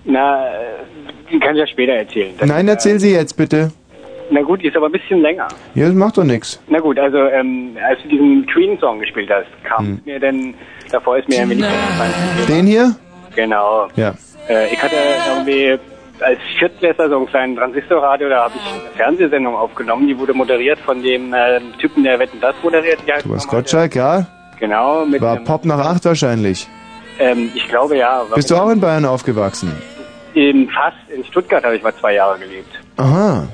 Na, äh, die kann ich ja später erzählen. Das-
Nein, erzähl sie jetzt bitte.
Na gut, die ist aber ein bisschen länger.
Ja, das macht doch nix.
Na gut, also ähm, als du diesen Queen-Song gespielt hast, kam
Hm.
es mir denn, davor ist mir irgendwie nichts eingefallen.
Den hier?
Genau.
Ja.
Äh, ich hatte irgendwie als Viertklässler so einen kleinen Transistorradio, da habe ich eine Fernsehsendung aufgenommen, die wurde moderiert von dem ähm, Typen, der Wetten, das moderiert. Ja,
Thomas Gottschalk, ja?
genau, mit
War Pop nach acht wahrscheinlich.
ähm, ich glaube ja, war
Bist du auch in Bayern aufgewachsen?
in, fast in Stuttgart habe ich mal zwei Jahre gelebt.
Aha.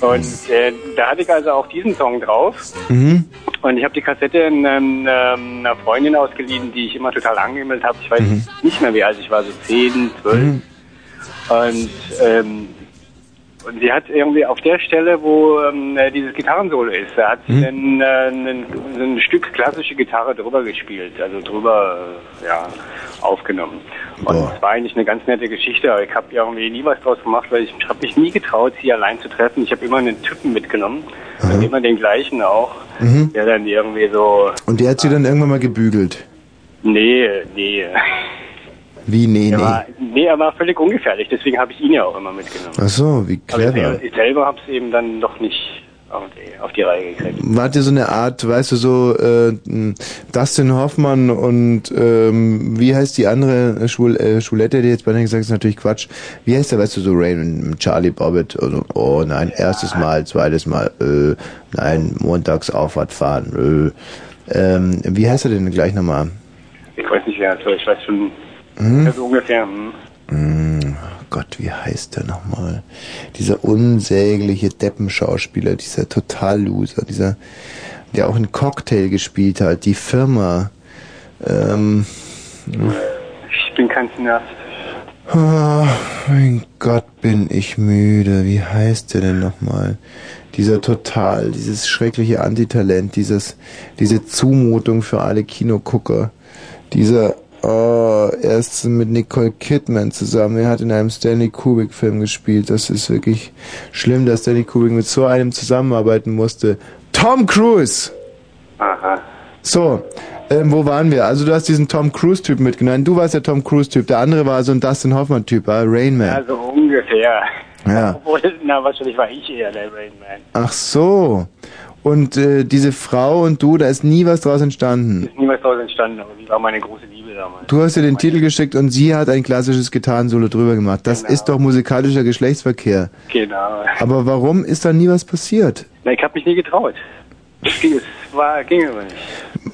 Und äh, da hatte ich also auch diesen Song drauf.
Mhm.
Und ich habe die Kassette in, ähm, ähm, einer Freundin ausgeliehen, die ich immer total angehimmelt habe. Ich weiß nicht mehr wie alt ich war, so 10, 12. Und, ähm, und sie hat irgendwie auf der Stelle, wo ähm, äh, dieses Gitarrensolo ist, da hat sie
Mhm.
dann, äh, ein, so ein Stück klassische Gitarre drüber gespielt, also drüber äh, ja, aufgenommen. Und es war eigentlich eine ganz nette Geschichte, aber ich habe irgendwie nie was draus gemacht, weil ich habe mich nie getraut, sie allein zu treffen. Ich habe immer einen Typen mitgenommen, und immer den gleichen auch,
Mhm.
der dann irgendwie so,
Und der hat sie dann irgendwann mal gebügelt.
nee, nee.
Wie? Nee,
Er
nee.
war, nee, er war völlig ungefährlich, deswegen habe ich ihn ja auch immer mitgenommen.
Ach so, wie
Aber
clever.
ich selber habe es eben dann doch nicht auf die, auf die Reihe gekriegt.
Wart ihr so eine Art, weißt du, so äh, m, Dustin Hoffmann und ähm, wie heißt die andere Schul äh, Schulette, die jetzt bei dir gesagt ist, natürlich Quatsch. Wie heißt der, weißt du, so Raymond, Charlie Bobbitt und oh nein, erstes Mal, zweites Mal, äh, nein, montags Auffahrt fahren, äh. ähm, Wie heißt er denn gleich nochmal?
Ich weiß nicht, wer das war, ich weiß schon,
Hm?
also ungefähr. Hm.
Mm, oh Gott, wie heißt der nochmal? Dieser unsägliche Deppenschauspieler, dieser Total-Loser, dieser, der auch einen Cocktail gespielt hat, die Firma. Ähm,
Ich bin kein Cineast.
oh, mein Gott, bin ich müde. Wie heißt der denn nochmal? Dieser Total, dieses schreckliche Antitalent, dieses, diese Zumutung für alle Kinogucker. Dieser, oh, er ist mit Nicole Kidman zusammen. Er hat in einem Stanley Kubrick Film gespielt. Das ist wirklich schlimm, dass Stanley Kubrick mit so einem zusammenarbeiten musste. Tom Cruise!
Aha.
So, ähm, wo waren wir? Also du hast diesen Tom Cruise-Typ mitgenommen. Du warst der Tom Cruise-Typ, der andere war so ein Dustin Hoffmann-Typ, äh, Rain Man.
Also ungefähr.
Ja.
Obwohl, na, wahrscheinlich war ich eher der Rain Man.
Ach so. Und äh, diese Frau und du, da ist nie was draus entstanden.
Ist niemals daraus entstanden, aber die war meine große Liebe damals.
Du hast ihr den Titel geschickt und sie hat ein klassisches Gitarrensolo drüber gemacht. Das ist doch musikalischer Geschlechtsverkehr.
Genau.
Aber warum ist da nie was passiert?
Na, ich habe mich nie getraut. Das ging, es war, ging aber nicht.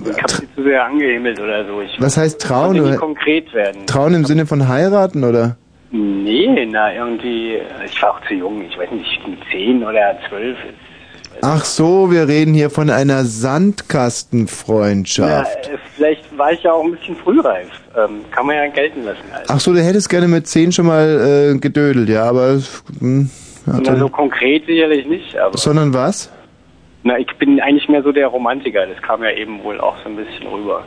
Ich habe sie zu sehr angehimmelt oder so. Ich
Was heißt trauen?
konnte nie
Oder-
konkret werden.
Trauen im Sinne von heiraten oder?
Nee, na, irgendwie, ich war auch zu jung. Ich weiß nicht, mit 10 oder 12.
Ach so, wir reden hier von einer Sandkastenfreundschaft.
Na, äh, vielleicht war ich ja auch ein bisschen frühreif. Ähm, kann man ja gelten lassen. Also.
Ach so, du hättest gerne mit 10 schon mal äh, gedödelt, ja, aber... Mh, ja,
Na, so
dann,
konkret sicherlich nicht, aber.
sondern was?
Na, ich bin eigentlich mehr so der Romantiker. Das kam ja eben wohl auch so ein bisschen rüber.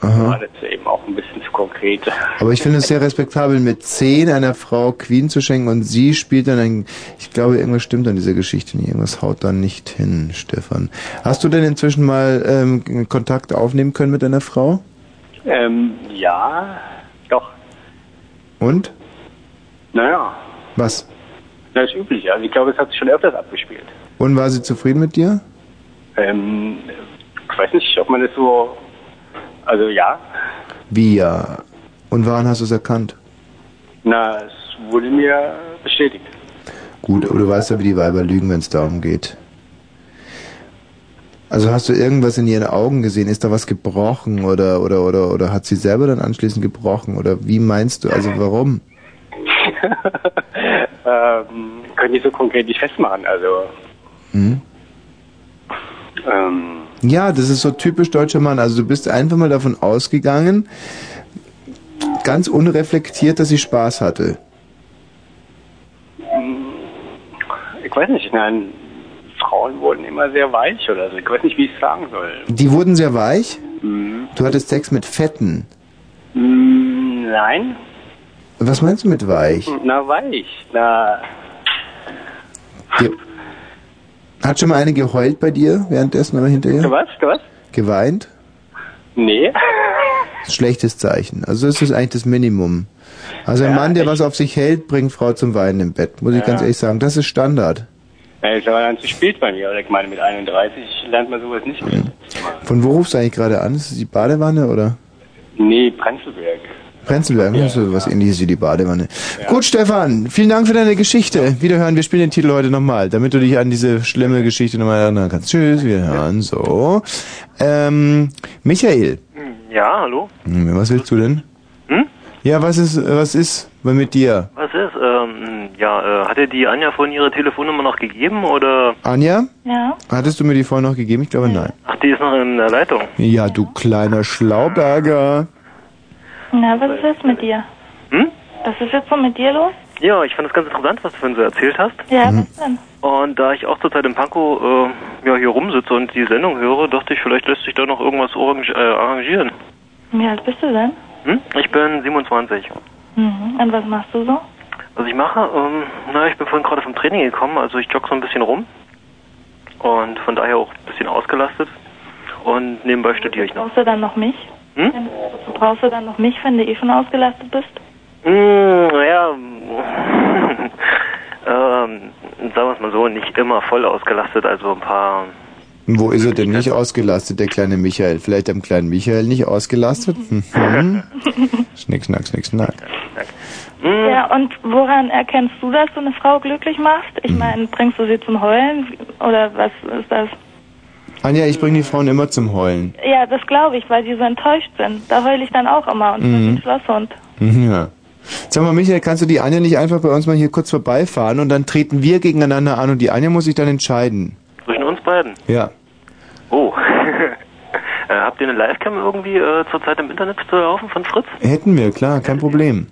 War
Aha.
das eben auch ein bisschen zu konkret. [LAUGHS]
Aber ich finde es sehr respektabel, mit 10 einer Frau Queen zu schenken und sie spielt dann ein... Ich glaube, irgendwas stimmt an dieser Geschichte nicht. Irgendwas haut da nicht hin, Stefan. Hast du denn inzwischen mal ähm, Kontakt aufnehmen können mit deiner Frau?
Ähm, ja, doch.
Und?
Naja,
Was?
das ist üblich. Also ich glaube, es hat sich schon öfters abgespielt.
Und war sie zufrieden mit dir?
Ähm, ich weiß nicht, ob man das so. Also ja,
Wie ja. Und wann hast du es erkannt?
na, es wurde mir bestätigt.
Gut, aber du weißt ja, wie die Weiber lügen, wenn es darum geht. Also hast du irgendwas in ihren Augen gesehen? Ist da was gebrochen oder oder oder oder hat sie selber dann anschließend gebrochen oder wie meinst du? Also warum?
Ähm, könnte ich so konkret nicht festmachen. Also,
Hm?
ähm,
Ja, das ist so typisch deutscher Mann. Also du bist einfach mal davon ausgegangen, ganz unreflektiert, dass sie Spaß hatte.
ich weiß nicht, nein, Frauen wurden immer sehr weich oder so. Ich weiß nicht, wie ich es sagen soll.
Die wurden sehr weich.
Hm.
Du hattest Sex mit Fetten.
Hm, nein,
Was meinst du mit weich?
na weich, na,
Ge Hat schon mal eine geheult bei dir währenddessen oder hinterher?
was, was?
Geweint?
Nee.
Schlechtes Zeichen. Also das ist eigentlich das Minimum. Also ein Mann, der was auf sich hält, bringt Frau zum Weinen im Bett. Muss ich
Ja.
ganz ehrlich sagen, das ist Standard.
Ja, Das war dann zu spät bei mir. Oder ich meine, mit 31 lernt man sowas nicht mehr.
Von wo rufst du eigentlich gerade an? Ist es die Badewanne oder?
Nee, Prenzlberg.
Prenzlberg, das ist so was ähnliches wie die Badewanne. Gut, Stefan, vielen Dank für deine Geschichte. Wiederhören, wir spielen den Titel heute nochmal, damit du dich an diese schlimme Geschichte nochmal erinnern kannst. Tschüss, wiederhören, so. Ähm, Michael,
Ja, hallo.
hm, was willst du denn?
Hm?
Ja, was ist, was ist mit dir?
Was ist? Ähm, ja, äh, hatte die Anja vorhin ihre Telefonnummer noch gegeben oder?
Anja?
Ja.
Hattest du mir die vorhin noch gegeben? Ich glaube, nein.
Ach, die ist noch in der Leitung.
Ja, du kleiner Schlauberger.
Na, was ist jetzt mit dir?
Hm?
Was ist jetzt so mit dir los?
Ja, ich fand das ganz interessant, was du vorhin so erzählt hast.
Ja,
Mhm.
was denn?
Und da ich auch zurzeit in Pankow äh, ja, hier rumsitze und die Sendung höre, dachte ich, vielleicht lässt sich da noch irgendwas orange, äh, arrangieren.
Wie alt bist du denn?
Hm? Ich bin 27.
Mhm. Und was machst du so?
Also ich mache, ähm, naja, ich bin vorhin gerade vom Training gekommen, also ich jogge so ein bisschen rum und von daher auch ein bisschen ausgelastet und nebenbei studiere ich noch.
Brauchst du dann noch mich?
Hm?
Wozu brauchst du dann noch mich, wenn du eh schon ausgelastet bist?
Hm, naja, [LAUGHS] ähm, sagen wir es mal so, nicht immer voll ausgelastet, also ein paar,
Wo ist er denn nicht ausgelastet, der kleine Michael? Vielleicht am kleinen Michael nicht ausgelastet? Mhm. Schnick, schnack, schnick, schnack.
[LAUGHS] Ja, und woran erkennst du, dass du eine Frau glücklich machst? Ich
Mhm.
meine, bringst du sie zum Heulen oder was ist das?
Anja, ich bringe die Frauen immer zum Heulen.
Ja, das glaube ich, weil die so enttäuscht sind. Da heule ich dann auch immer und bin
Mhm.
ein Schlosshund.
Mhm, Ja. Sag mal, Michael, kannst du die Anja nicht einfach bei uns mal hier kurz vorbeifahren und dann treten wir gegeneinander an und die Anja muss sich dann entscheiden?
zwischen uns beiden.
Ja.
Oh, [LAUGHS] äh, habt ihr eine Livecam irgendwie äh, zurzeit im Internet zu laufen von Fritz?
Hätten wir, klar, kein Problem.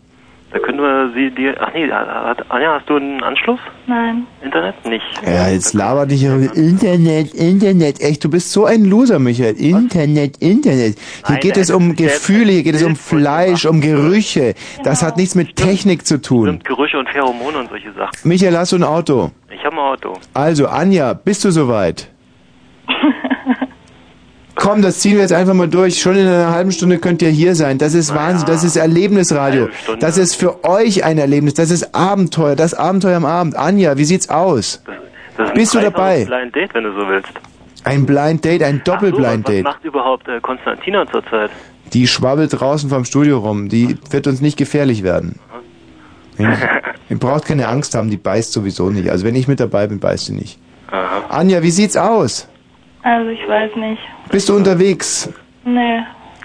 Da können wir sie dir, ach nee, hat, Anja, hast du einen Anschluss?
Nein.
Internet? Nicht.
Ja, jetzt laber dich ihre Internet, Internet. Echt, du bist so ein Loser, Michael. Internet, Internet. Hier
Nein,
geht
da
es um
hättest du selbst
Gefühle, hier geht es um Fleisch, um Gerüche. Das hat nichts mit Technik zu tun.
Genau. Stimmt, Gerüche und Pheromone und solche Sachen.
Michael, hast du ein Auto?
Ich habe ein Auto.
Also, Anja, bist
[LAUGHS]
du soweit? Komm, das ziehen wir jetzt einfach mal durch. Schon in einer halben Stunde könnt ihr hier sein. Das ist Wahnsinn. Das ist Erlebnisradio. Das ist für euch ein Erlebnis. Das ist Abenteuer. Das Abenteuer am Abend. Anja, wie sieht's aus?
Das ist ein
Bist du
3000
dabei?
Blind Date, wenn du so willst.
Ein Blind Date, ein Doppelblind
was
Date.
macht überhaupt äh, Konstantina zurzeit?
Die schwabbelt draußen vom Studio rum. Die wird uns nicht gefährlich werden. Hm? Ihr braucht keine Angst haben, die beißt sowieso nicht. Also wenn ich mit dabei bin, beißt sie nicht. Anja, wie sieht's aus?
Also ich weiß nicht.
Bist du unterwegs?
Nee.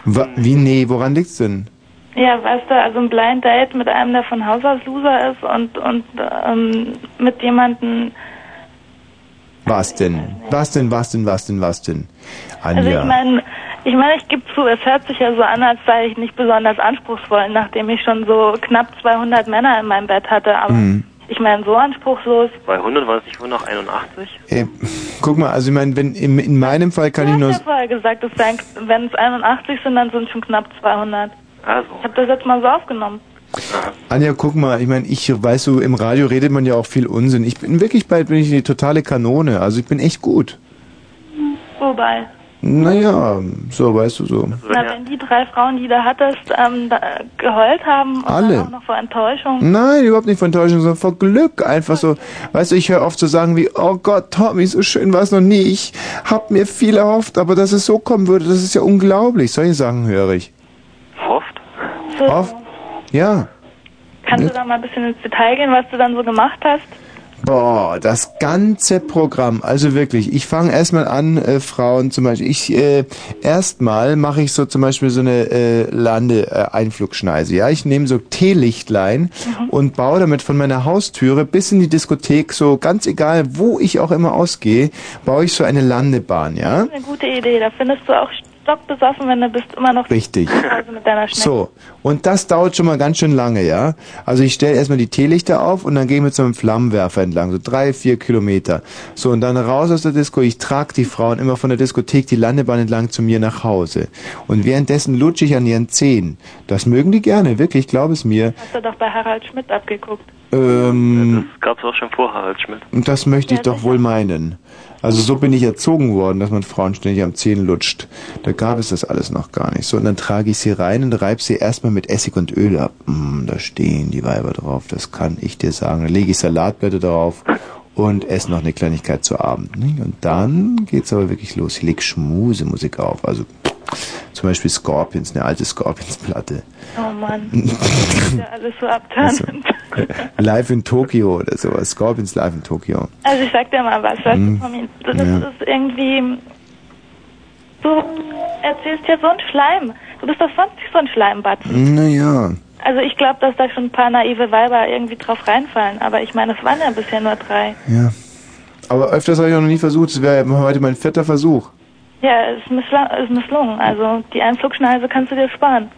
Wa wie, nee, woran liegt's denn?
Ja, weißt du, also ein Blind Date mit einem, der von Haus aus Loser ist und, und ähm, mit jemandem,
Was denn? Was denn, was denn, was denn, was denn?
also ich
Anja,
meine, ich meine, ich gebe zu, es hört sich ja so an, als sei ich nicht besonders anspruchsvoll, nachdem ich schon so knapp 200 Männer in meinem Bett hatte, aber
Hm.
ich meine, so anspruchslos,
200 war es nicht nur noch 81?
ey, äh, guck mal, also ich meine, wenn, in, in meinem Fall kann ich
ich
nur...
habe vorher gesagt, es seien, wenn es 81 sind, dann sind es schon knapp 200.
Also.
Ich habe das jetzt mal so aufgenommen.
Anja, guck mal, ich meine, ich weiß so, im Radio redet man ja auch viel Unsinn. Ich bin wirklich bald bin ich die totale Kanone. Also ich bin echt gut.
Wobei,
Naja, so weißt du so.
na, wenn die drei Frauen, die du da hattest, ähm, da, geheult haben und
Alle. Hm?
dann auch noch vor Enttäuschung.
Nein, überhaupt nicht von Täuschung, sondern vor Glück. Einfach so, weißt du, ich höre oft so sagen wie, oh Gott, Tommy, so schön war es noch nie. Ich hab mir viel erhofft, aber dass es so kommen würde, das ist ja unglaublich. Solche Sachen höre ich.
Hofft?
Oft? Ja.
Kannst du da mal ein bisschen ins Detail gehen, was du dann so gemacht hast?
Boah, das ganze Programm. Also wirklich, ich fange erstmal an, äh, Frauen zum Beispiel. Ich äh, erstmal mache ich so zum Beispiel so eine äh, Lande-Einflugschneise. Ja, ich nehme so Teelichtlein und baue damit von meiner Haustüre bis in die Diskothek, so ganz egal, wo ich auch immer ausgehe, baue ich so eine Landebahn. Ja.
Das ist eine gute Idee. Da findest du auch stockbesoffen, wenn du bist immer noch [LAUGHS]
Richtig.
zu Hause Also mit deiner Schnecke.
So, und das dauert schon mal ganz schön lange, ja? Also ich stelle erstmal die Teelichter auf und dann gehe ich mit so einem Flammenwerfer entlang, so drei, vier Kilometer. So, und dann raus aus der Disco. Ich trage die Frauen immer von der Diskothek die Landebahn entlang zu mir nach Hause. Und währenddessen lutsche ich an ihren Zehen. Das mögen die gerne, wirklich, glaub es mir.
Hast du doch bei Harald Schmidt abgeguckt.
Ähm,
Gab es auch schon vor Harald Schmidt.
und das möchte ich doch wohl meinen. Also so bin ich erzogen worden, dass man Frauen ständig am Zehen lutscht. Da gab es das alles noch gar nicht. So, und dann trage ich sie rein und reib sie erstmal mit Essig und Öl ab. Mm, da stehen die Weiber drauf, das kann ich dir sagen. Dann lege ich Salatblätter drauf und esse noch eine Kleinigkeit zu Abend. nicht? Und dann geht's aber wirklich los. Ich lege Schmusemusik auf. Also zum Beispiel Scorpions, eine alte Scorpions-Platte.
Oh
[LAUGHS]
Mann. das ist ja alles so abtörnend. [LAUGHS]
Live in Tokio oder sowas. Scorpions live in Tokio.
Also ich sag dir mal was, weißt
Mhm.
du, Tommy, das
Ja.
ist irgendwie... Du erzählst hier so einen Schleim. Du bist doch sonst nicht so ein Schleimbatzen.
Hm. Naja.
Also ich glaube, dass da schon ein paar naive Weiber irgendwie drauf reinfallen. Aber ich meine, es waren ja bisher nur drei.
Ja. Aber öfters habe ich auch noch nie versucht. Das wäre heute mein vierter Versuch.
Ja, es ist, missla- es ist misslungen. Also die Einflugschneise kannst du dir sparen.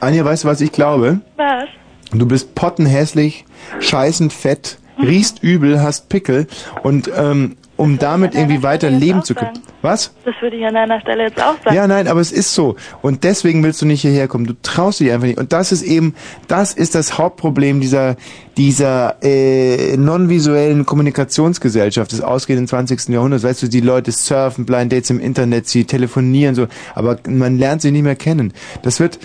Anja, weißt du, was ich glaube?
Was?
Du bist pottenhässlich, scheißend fett, riechst übel, hast Pickel und ähm, um damit irgendwie weiter leben zu können. Was?
Das würde ich an deiner Stelle jetzt auch sagen.
Ja, nein, aber es ist so. Und deswegen willst du nicht hierher kommen. Du traust dich einfach nicht. Und das ist eben, das ist das Hauptproblem dieser, dieser äh, non-visuellen Kommunikationsgesellschaft des ausgehenden 20. Jahrhunderts. Weißt du, die Leute surfen, Blind Dates im Internet, sie telefonieren so, aber man lernt sie nicht mehr kennen. Das wird,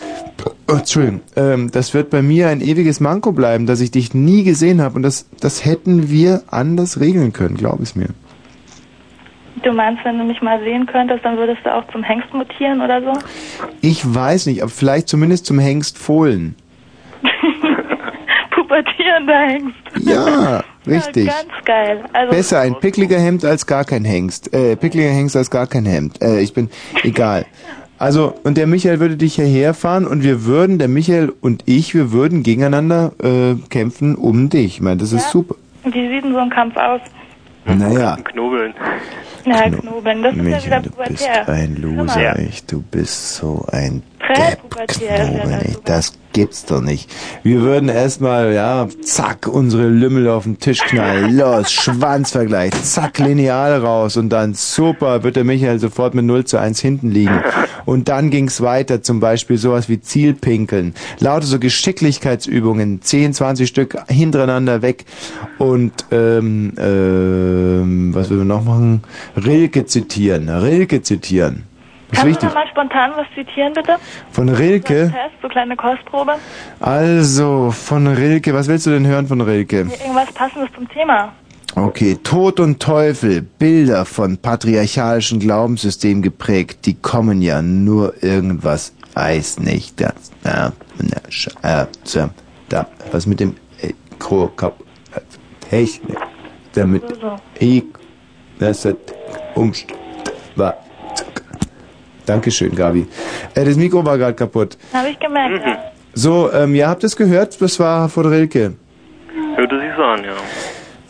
oh, Entschuldigung, ähm, das wird bei mir ein ewiges Manko bleiben, dass ich dich nie gesehen habe. Und das, das hätten wir anders regeln können, glaub es mir.
Du meinst, wenn du mich mal sehen könntest, dann würdest du auch zum Hengst mutieren oder so? [LAUGHS]
Ich weiß nicht, aber vielleicht zumindest zum Hengst Fohlen.
Pubertierender Hengst.
Ja,
[LAUGHS]
richtig.
Ja, ganz geil. Also,
Besser ein pickliger Hemd als gar kein Hengst. Äh, pickliger Hengst als gar kein Hemd. Äh, ich bin, egal. Also, und der Michael würde dich hierher fahren und wir würden, der Michael und ich, wir würden gegeneinander äh, kämpfen um dich. Ich meine, das ist super.
Wie sieht denn so ein Kampf aus?
Naja.
Knobeln.
Na, Knobeln, das ist ja wieder
Michael, du bist
pubertär.
ein
Ja.
Loser, echt. Du bist so ein
Präpubertär ist ja
Knobel,
das.
echt. Das gibt's doch nicht. Wir würden erstmal, ja, zack, unsere Lümmel auf den Tisch knallen. Los, Schwanzvergleich. Zack, Lineal raus. Und dann, super, wird der Michael sofort mit 0 zu 1 hinten liegen. Und dann ging's weiter, zum Beispiel sowas wie Zielpinkeln. Lauter so Geschicklichkeitsübungen. 10, 20 Stück hintereinander weg. Und, ähm, ähm, was würden wir noch machen? Rilke zitieren. Rilke zitieren. Das ist
Kannst du
wichtig.
noch mal spontan was zitieren, bitte?
Von Rilke?
So ein Test, so kleine Kostprobe.
Also, von Rilke, was willst du denn hören von Rilke?
Irgendwas passendes zum Thema.
Okay, Tod und Teufel, Bilder von patriarchalischen Glaubenssystemen geprägt, die kommen ja nur irgendwas, weiß nicht, das, na, na, sch, äh, tja, da, was mit dem, äh, Kro, Kap, äh, Technik, damit, ich, das hat, umst, war, zack. Dankeschön, Gabi. Äh, das Mikro war gerade kaputt.
Habe ich gemerkt. ja.
So, ähm, ihr habt es gehört, das war von Rilke.
Hörte sich so an, ja.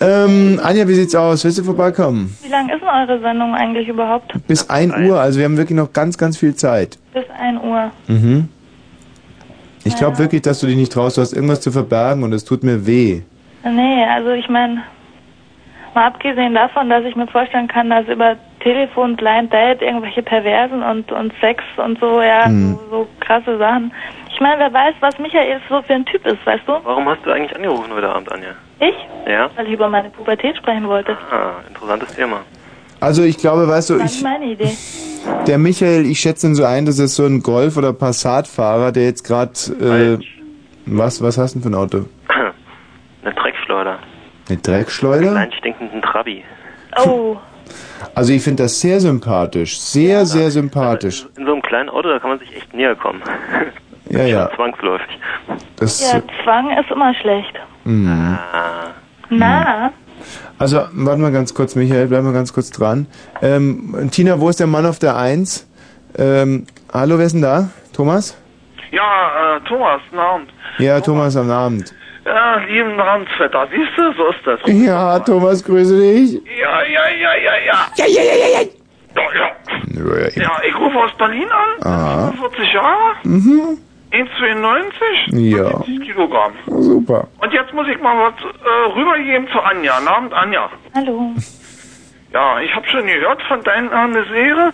Ähm, Anja, wie sieht's aus? Willst du vorbeikommen?
Wie lang ist denn eure Sendung eigentlich überhaupt?
Bis 1 Uhr, also wir haben wirklich noch ganz, ganz viel Zeit.
Bis 1 Uhr.
Mhm. Ich glaube wirklich, dass du dich nicht traust. Du hast irgendwas zu verbergen und es tut mir weh.
Nee, also ich meine, mal abgesehen davon, dass ich mir vorstellen kann, dass über Telefon, Blind Date, irgendwelche Perversen und, und Sex und so, ja,
Hm.
so, so krasse Sachen. Ich meine, wer weiß, was Michael so für ein Typ ist, weißt du?
Warum hast du eigentlich angerufen heute Abend, Anja?
Ich?
Ja?
Weil ich über meine Pubertät sprechen wollte.
Ah, interessantes Thema. [CLEARS THROAT]
Also ich glaube, weißt du,
war
ich,
meine Idee.
der Michael, ich schätze ihn so ein, das ist so ein Golf- oder Passatfahrer, der jetzt gerade... Äh, was, was hast du denn für ein Auto?
Eine Dreckschleuder.
Eine Dreckschleuder?
Einen stinkenden Trabi.
Oh.
Also ich finde das sehr sympathisch. Sehr, sehr sympathisch.
In so einem kleinen Auto, da kann man sich echt näher kommen. [LAUGHS]
Ja, ja.
Zwangsläufig.
Das,
Ja, Zwang ist immer schlecht.
mhm.
Na,
Also, warte mal ganz kurz, Michael, bleib mal ganz kurz dran. Ähm, Tina, wo ist der Mann auf der Eins? Ähm, hallo, wer ist denn da? Thomas?
[LAUGHS] Ja, äh, Thomas, guten Abend.
Ja, Thomas am Abend.
Ja, lieben Abend, Vetter. Siehst du, so ist das.
Ja, Thomas, grüße dich.
Ja, ja, ja, ja, ja.
Ja, ja, ja, ja, ja.
Ja, ja ich rufe aus Berlin an.
Ah.
45 Jahre,
Mhm.
1,92,
Ja,
70 Kilogramm.
super. [LAUGHS]
Und jetzt muss ich mal was äh, rübergeben zu Anja. Guten Abend, Anja.
hallo.
[LAUGHS] Ja, ich habe schon gehört von deiner Misere.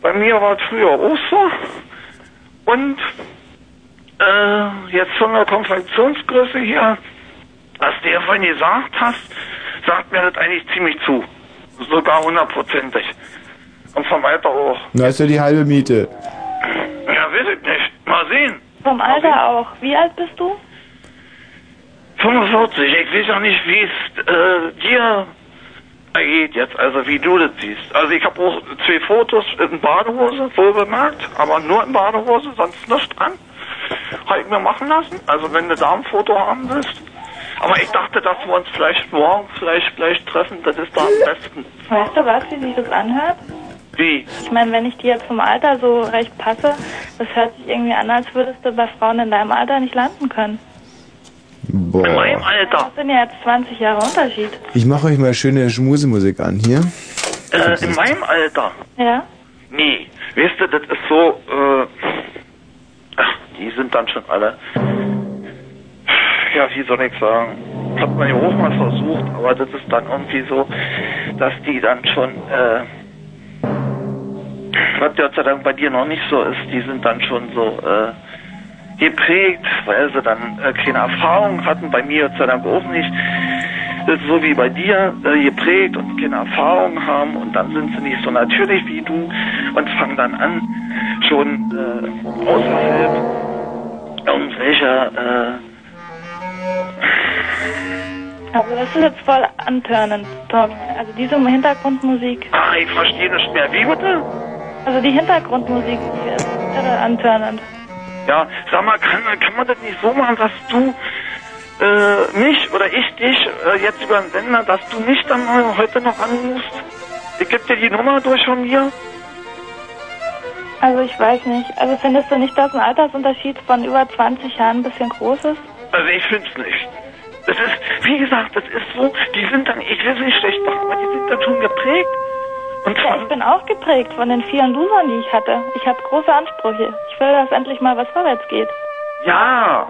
Bei mir war es früher auch so. Und äh, jetzt von der Konfektionsgröße her, was du ja vorhin gesagt hast, sagt mir das eigentlich ziemlich zu. Sogar hundertprozentig. Und vom Alter auch.
Na, ist ja die halbe Miete.
Ja, weiß ich nicht. Mal sehen.
Vom Alter auch. Wie alt bist du?
45, ich weiß ja nicht, wie es äh, dir geht jetzt, also wie du das siehst. Also ich habe auch zwei Fotos in Badehose, wohl bemerkt, aber nur in Badehose, sonst nichts an. Habe ich mir machen lassen, also wenn du da ein Foto haben willst. Aber ich dachte, dass wir uns vielleicht morgen, vielleicht, vielleicht treffen, das ist da am besten.
Weißt du was, wie sich das anhört?
Wie?
Ich meine, wenn ich dir jetzt vom Alter so recht passe, das hört sich irgendwie an, als würdest du bei Frauen in deinem Alter nicht landen können.
Boah.
Alter.
Das sind ja jetzt 20 Jahre Unterschied.
Ich mache euch mal schöne Schmusemusik an hier.
Äh, in meinem Alter?
Ja.
Nee. Weißt du, das ist so, äh, ach, die sind dann schon alle. Ja, wie soll ich sagen? Das hat man ja auch mal versucht, aber das ist dann irgendwie so, dass die dann schon, äh, was Gott sei Dank bei dir noch nicht so ist, die sind dann schon so, äh, geprägt, weil sie dann äh, keine Erfahrung hatten, bei mir Gott sei Dank auch nicht. Das ist so wie bei dir, äh, geprägt und keine Erfahrung haben und dann sind sie nicht so natürlich wie du und fangen dann an, schon äh, außerhalb irgendwelcher,
Also das ist jetzt voll antörnend, Tommy. Also diese Hintergrundmusik.
äh, ah, ich verstehe nicht mehr, wie bitte?
Also die Hintergrundmusik, die ist irre antörnend.
Ja, sag mal, kann, kann man das nicht so machen, dass du äh, mich oder ich dich äh, jetzt über den Sender, dass du mich dann mal heute noch anrufst? Ich gebe dir die Nummer durch von mir.
Also ich weiß nicht. Also findest du nicht, dass ein Altersunterschied von über 20 Jahren ein bisschen groß ist?
Also ich find's nicht. Das ist, wie gesagt, das ist so, die sind dann, ich will sie nicht schlecht machen, aber die sind dann schon geprägt. Und
Ja, ich bin auch geprägt von den vielen Losern, die ich hatte. Ich habe große Ansprüche. Ich will, dass endlich mal was vorwärts geht.
Ja,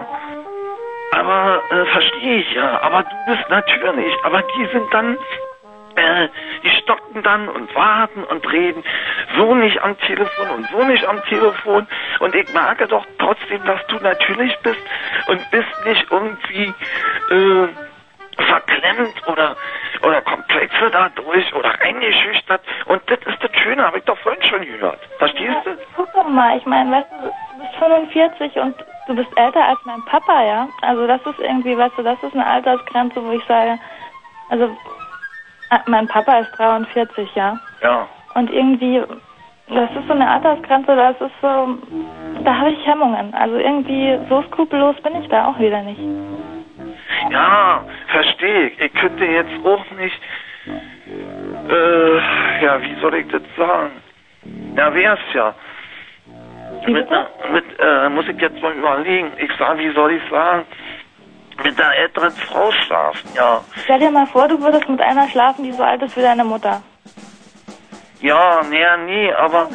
aber äh, verstehe ich ja. Aber du bist natürlich. Aber die sind dann, äh, die stocken dann und warten und reden. So nicht am Telefon und so nicht am Telefon. Und ich merke doch trotzdem, dass du natürlich bist und bist nicht irgendwie äh, verklemmt oder oder komplexe dadurch oder eingeschüchtert. Und das ist das Schöne, habe ich doch vorhin schon gehört. Verstehst du?
Guck doch mal, ich meine, weißt du, du bist 45 und du bist älter als mein Papa, ja? Also das ist irgendwie, weißt du, das ist eine Altersgrenze, wo ich sage, also Ah, Mein Papa ist 43, ja.
Ja.
Und irgendwie, das ist so eine Altersgrenze, das ist so, da habe ich Hemmungen. Also irgendwie, so skrupellos bin ich da auch wieder nicht.
Ja, verstehe ich. Ich könnte jetzt auch nicht. Äh, ja, wie soll ich das sagen? Na, wär's ja. Mit, mit, äh, muss ich jetzt mal überlegen. Ich sag, wie soll ich sagen? Mit einer älteren Frau schlafen, ja.
Stell dir mal vor, du würdest mit einer schlafen, die so alt ist wie deine Mutter.
Ja, nee, nee, aber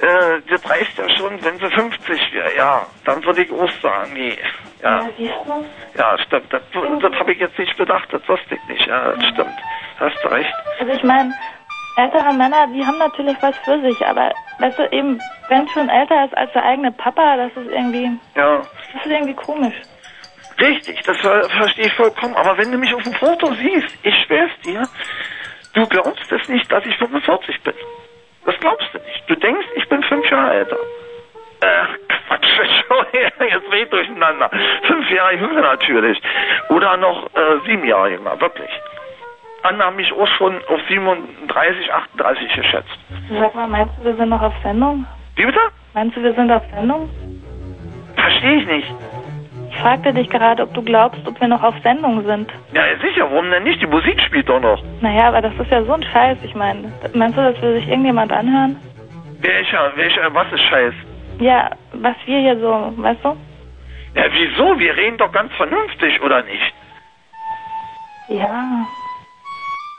äh, das reicht ja schon, wenn sie 50 wäre, ja. Dann würde ich auch sagen, nee. Ja,
siehst du?
ja stimmt. Das, das habe ich jetzt nicht bedacht, das wusste ich nicht. Ja, das stimmt. Hast recht.
Also ich meine, ältere Männer, die haben natürlich was für sich, aber weißt du, eben, wenn es schon älter ist als der eigene Papa, das ist irgendwie,
Ja,
das ist irgendwie komisch.
richtig, das ver verstehe ich vollkommen. Aber wenn du mich auf dem Foto siehst, ich schwör's dir, du glaubst es nicht, dass ich 45 bin. Das glaubst du nicht. Du denkst, ich bin fünf Jahre älter. Ach, Quatsch, [LAUGHS] Entschuldigung, jetzt bin ich durcheinander. Fünf Jahre jünger natürlich. Oder noch äh, sieben Jahre jünger, wirklich. Anna hat mich auch schon auf 37, 38 geschätzt.
Sag mal, meinst du, wir sind noch auf Sendung?
Wie bitte?
Meinst du, wir sind auf Sendung?
Verstehe ich nicht.
Ich fragte dich gerade, ob du glaubst, ob wir noch auf Sendung sind.
Ja, sicher, warum denn nicht? Die Musik spielt doch noch.
Naja, aber das ist ja so ein Scheiß, ich meine. Meinst du, das will sich irgendjemand anhören?
Welcher, welcher, was ist Scheiß?
Ja, was wir hier so, weißt du?
Ja, wieso? Wir reden doch ganz vernünftig, oder nicht?
Ja.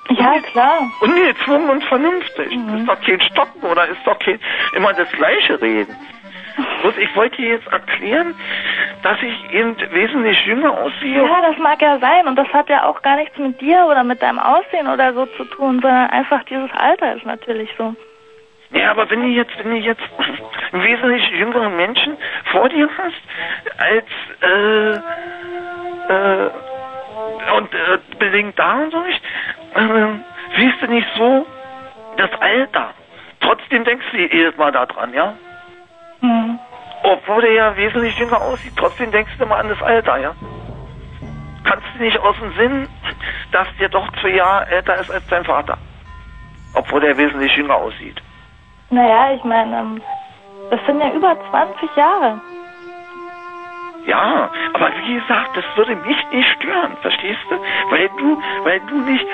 Ja, klar. Mhm.
Ungezwungen und vernünftig. Das ist doch kein Stocken oder ist doch kein immer das gleiche reden. Bloß ich wollte dir jetzt erklären, dass ich eben wesentlich jünger aussehe.
Ja, das mag ja sein und das hat ja auch gar nichts mit dir oder mit deinem Aussehen oder so zu tun, sondern einfach dieses Alter ist natürlich so.
Ja, aber wenn du jetzt, wenn du jetzt wesentlich jüngere Menschen vor dir hast, als, äh, äh, und äh, bedingt dadurch, äh, siehst du nicht so das Alter. Trotzdem denkst du jedes Mal daran, ja?
Hm.
Obwohl der ja wesentlich jünger aussieht, trotzdem denkst du immer an das Alter, ja? Kannst du nicht aus dem Sinn, dass der doch zwei Jahre älter ist als dein Vater? Obwohl der wesentlich jünger aussieht.
Naja, ich meine, ähm, das sind ja über 20 Jahre.
Ja, aber wie gesagt, das würde mich nicht stören, verstehst du? Weil du, weil du nicht,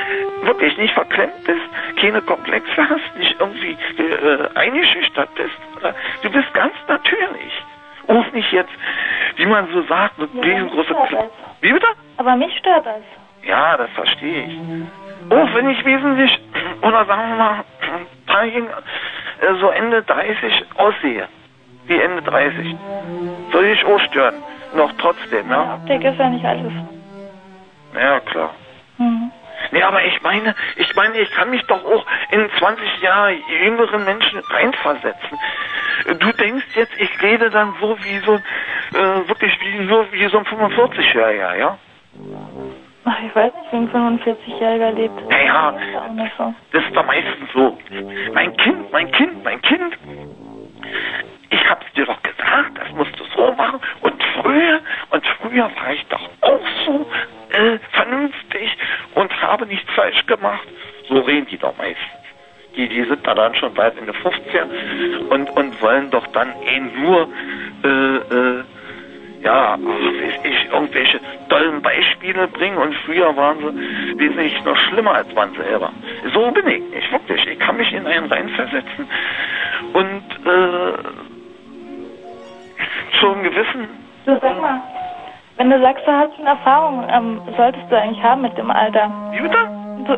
wirklich nicht verklemmt bist, keine Komplexe hast, nicht irgendwie äh, eingeschüchtert bist. Oder? Du bist ganz natürlich. Ruf nicht jetzt, wie man so sagt, mit
Ja,
riesengroße
mich
Kle
stört
Wie bitte?
Aber mich stört das.
Ja, das verstehe ich. Oh, wenn ich wesentlich, oder sagen wir mal, Teilchen, äh, so Ende 30 aussehe, wie Ende 30, soll ich auch stören. Noch trotzdem, ne? ja?
Optik ist ja nicht alles.
Ja, klar.
Hm.
Nee, aber ich meine, ich meine, ich kann mich doch auch in 20 Jahre jüngeren Menschen reinversetzen. Du denkst jetzt, ich rede dann so wie so, äh, wirklich wie, so, wie so ein 45-Jähriger, ja?
Ach, ich weiß nicht, wie ein 45-Jähriger lebt.
Naja,
Ist auch nicht so.
Das ist doch meistens so. Mein Kind, mein Kind, mein Kind. Ich hab's dir doch gesagt, das musst du so machen. Und früher, und früher war ich doch auch so äh, vernünftig und habe nichts falsch gemacht. So reden die doch meistens. Die, die sind da dann schon bald in der 15 und, und wollen doch dann eh nur, äh, äh, ja, ach, weiß ich, irgendwelche tollen Beispiele bringen und früher waren sie wesentlich noch schlimmer als man selber. So bin ich nicht, wirklich. Ich kann mich in einen reinversetzen und äh, zu einem gewissen,
Du sag mal, wenn du sagst, du hast schon Erfahrung, ähm, solltest du eigentlich haben mit dem Alter.
Wie bitte?
So,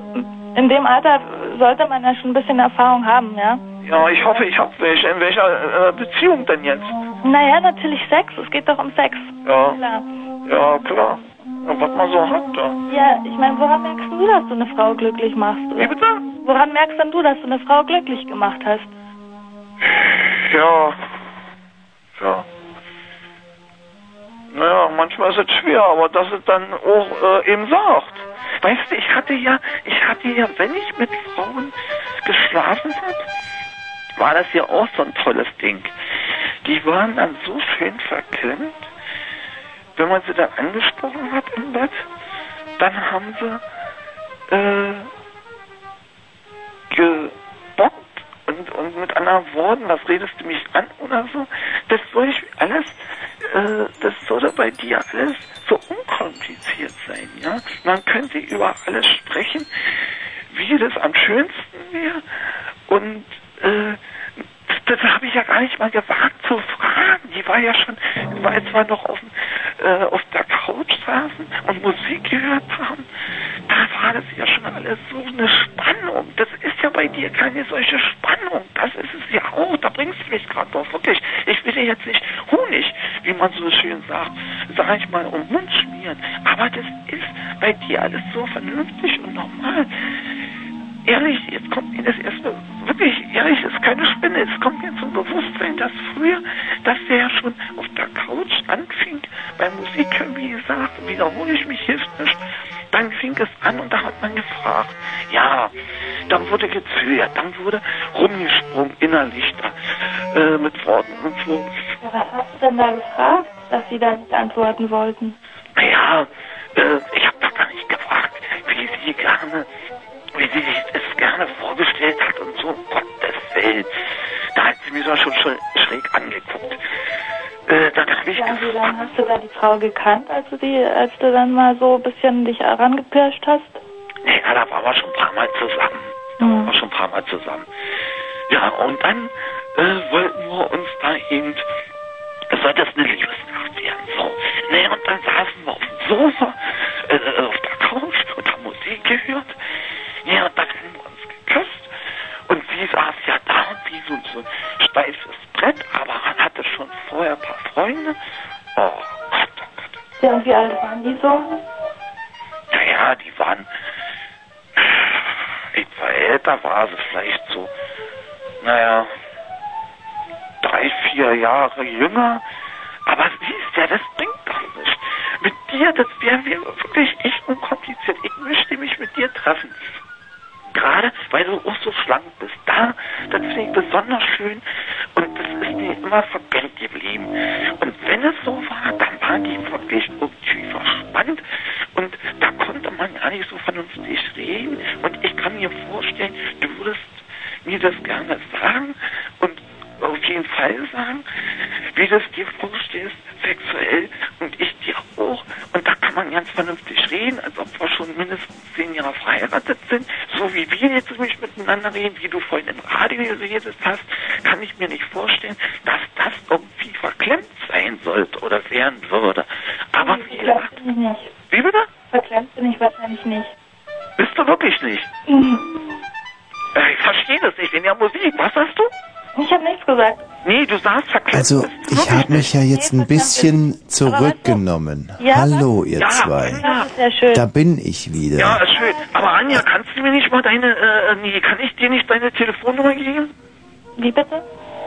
in dem Alter sollte man ja schon ein bisschen Erfahrung haben, ja?
ja, ich hoffe, ich habe welche, in welcher äh, Beziehung denn jetzt?
Naja, natürlich Sex, es geht doch um Sex.
Ja,
Klar.
ja, klar. Ja, was man so hat, ja.
Ja, ich meine, woran merkst du, dass du eine Frau glücklich machst? Wie
bitte?
Woran merkst denn du, dass du eine Frau glücklich gemacht hast?
Ja. Ja. Naja, manchmal ist es schwer, aber dass es dann auch äh, eben sagt. Weißt du, ich hatte ja, ich hatte ja, wenn ich mit Frauen geschlafen habe, war das ja auch so ein tolles Ding. Die waren dann so schön verklemmt, wenn man sie dann angesprochen hat im Bett, dann haben sie äh, gebockt und, und mit anderen Worten, was redest du mich an oder so? Das soll ich alles, äh, das soll doch bei dir alles so unkompliziert sein, ja? Man könnte über alles sprechen, wie das am schönsten wäre und äh, das, das habe ich ja gar nicht mal gewagt zu fragen. Die war ja schon, als wir noch auf, dem, äh, auf der Couch saßen und Musik gehört haben, da war das ja schon alles so eine Spannung. Das ist ja bei dir keine solche Spannung. Das ist es ja auch. Da bringst du mich gerade drauf. Wirklich. Ich will dir jetzt nicht Honig, wie man so schön sagt, sag ich mal, um den Mund schmieren. Aber das ist bei dir alles so vernünftig und normal. Ehrlich, jetzt kommt mir das erstmal, wirklich, ehrlich, das ist keine Spinne, es kommt mir zum Bewusstsein, dass früher, dass der ja schon auf der Couch anfing, bei Musik, hören, wie gesagt, wiederhole ich mich, hilft nicht. Dann fing es an und da hat man gefragt, ja, dann wurde gezögert, dann wurde rumgesprungen, innerlich da, äh, mit Worten und so.
Was hast du denn da gefragt, dass sie da nicht antworten wollten?
Naja, äh, ich habe da gar nicht gefragt, wie sie gerne, wie sie sich es gerne vorgestellt hat und so, um Gottes Willen. Da hat sie mich doch schon, schon schräg angeguckt. Äh, dann habe ich
Ja, wie lange hast du da die Frau gekannt, als du, die, als du dann mal so ein bisschen dich herangepirscht hast?
Ja, da waren wir schon ein paar Mal zusammen. Da waren wir schon ein paar Mal zusammen. Ja, und dann äh, wollten wir uns da eben. Es sollte jetzt eine Liebesnacht werden. So. Nee, und dann saßen wir auf dem Sofa, äh, äh, auf der Couch und haben Musik gehört. Nee, und dann haben wir uns geküsst. Und sie saß ja da wie so, so ein steifes Brett, aber hatte schon vorher ein paar Freunde. Oh,
Ja, und wie alt waren die so?
naja, die waren. Ich war älter, war sie vielleicht so. Naja, drei, vier Jahre jünger. Aber siehst ja, das bringt doch nichts. Mit dir, das wäre wär wirklich echt unkompliziert. Ich möchte mich mit dir treffen. Gerade, weil du auch so schlank bist. Da, das finde ich besonders schön. Und das ist mir immer vergönnt geblieben. Und wenn es so war, dann war die wirklich irgendwie verspannt. Und da konnte man gar nicht so vernünftig reden. Und ich kann mir vorstellen, du würdest mir das gerne sagen. Und auf jeden Fall sagen, wie du es dir vorstellst, sexuell und ich dir auch. Und da kann man ganz vernünftig reden, als ob wir schon mindestens zehn Jahre verheiratet sind. So wie wir jetzt nämlich miteinander reden, wie du vorhin im Radio geredet hast, kann ich mir nicht vorstellen, dass das irgendwie verklemmt sein sollte oder werden würde. Aber wie gesagt,
Verklemmt bin ich nicht.
wie bitte?
Verklemmt bin ich wahrscheinlich nicht. Mhm.
Bist du wirklich nicht? Äh, Ich verstehe das nicht, in der Musik. Was hast du?
Ich habe nichts gesagt.
Nee, du saßt verklemmt.
Also, ich habe mich ja jetzt ein bisschen zurückgenommen.
Ja,
Hallo,
was?
ihr
Ja,
zwei.
ja, sehr schön.
Da bin ich wieder.
Ja, ist schön. Aber Anja, kannst du mir nicht mal deine, äh, nee, kann ich dir nicht deine Telefonnummer geben?
Wie bitte?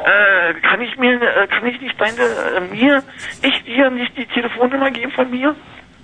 Äh, kann ich mir, äh, kann ich nicht deine, äh, mir, ich dir nicht die Telefonnummer geben von mir?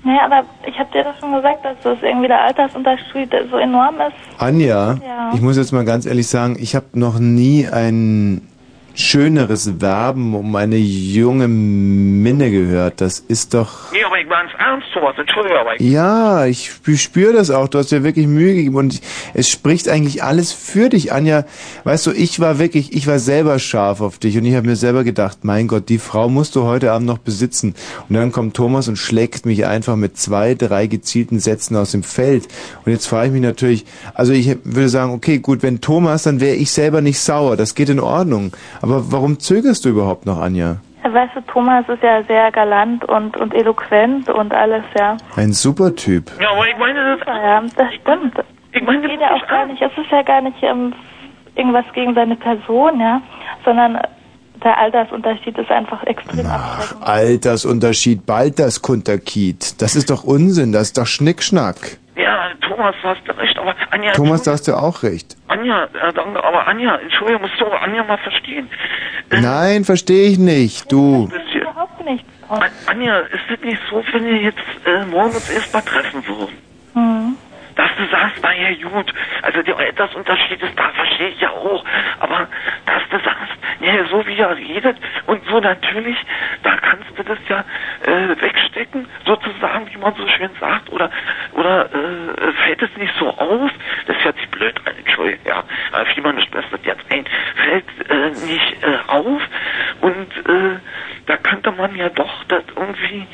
Naja, aber ich habe dir doch schon gesagt, dass das irgendwie der Altersunterschied so enorm ist.
Anja,
Ja.
ich muss jetzt mal ganz ehrlich sagen, ich habe noch nie ein schöneres Werben um eine junge Minne gehört. Das ist doch...
Nee, aber ich war ins Ernst, Thomas. Entschuldige, aber ich...
Ja, ich spüre das auch. Du hast dir wirklich Mühe gegeben und es spricht eigentlich alles für dich, Anja. Weißt du, ich war wirklich, ich war selber scharf auf dich und ich habe mir selber gedacht, mein Gott, die Frau musst du heute Abend noch besitzen. Und dann kommt Thomas und schlägt mich einfach mit zwei, drei gezielten Sätzen aus dem Feld. Und jetzt frage ich mich natürlich, also ich würde sagen, okay, gut, wenn Thomas, dann wäre ich selber nicht sauer. Das geht in Ordnung. Aber warum zögerst du überhaupt noch, Anja?
Weißt du, Thomas ist ja sehr galant und, und eloquent und alles, ja.
Ein super Typ.
Ja, aber ich meine, das,
ja, das stimmt.
Ich meine,
geht ja auch gar nicht. Es ist ja gar nicht ähm, irgendwas gegen seine Person, ja, sondern äh, der Altersunterschied ist einfach extrem abschreckend.
Altersunterschied, bald das Kunterkiet. Das ist doch Unsinn, das ist doch Schnickschnack.
Ja, Thomas, du hast recht, aber Anja...
Thomas, da hast du auch recht.
Anja, äh, danke, aber Anja, Entschuldigung, musst du aber Anja mal verstehen.
Nein, verstehe ich nicht, du.
Überhaupt nichts.
An- Anja, ist das nicht so, wenn wir jetzt äh, morgen uns erstmal treffen würden?
Hm.
Dass du sagst, naja gut, also der Altersunterschied ist da, verstehe ich ja auch, aber dass du sagst, ja, so wie er redet und so natürlich, da kannst du das ja äh, wegstecken, sozusagen, wie man so schön sagt, oder oder äh, fällt es nicht so auf? Das hört sich blöd an, Entschuldigung, ja. äh, nicht äh, auf und äh, da könnte man ja doch das irgendwie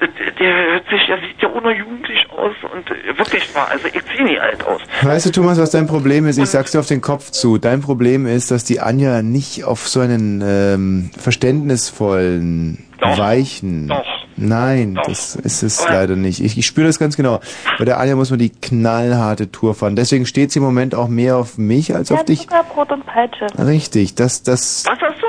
äh, der hört sich, der sieht ja unerjugendlich aus und äh, wirklich mal, also ich sehe nie alt aus.
Weißt du, Thomas, was dein Problem ist? Ich sag's dir auf den Kopf zu. Dein Problem ist, dass die Anja nicht auf so einen ähm, verständnisvollen, weichen. Doch. Nein, das ist es leider nicht. Ich, ich spüre das ganz genau. Bei der Anja muss man die knallharte Tour fahren. Deswegen steht sie im Moment auch mehr auf mich als auf
ja,
dich. Also
Zuckerbrot und Peitsche.
Richtig, das, das,
Was hast du?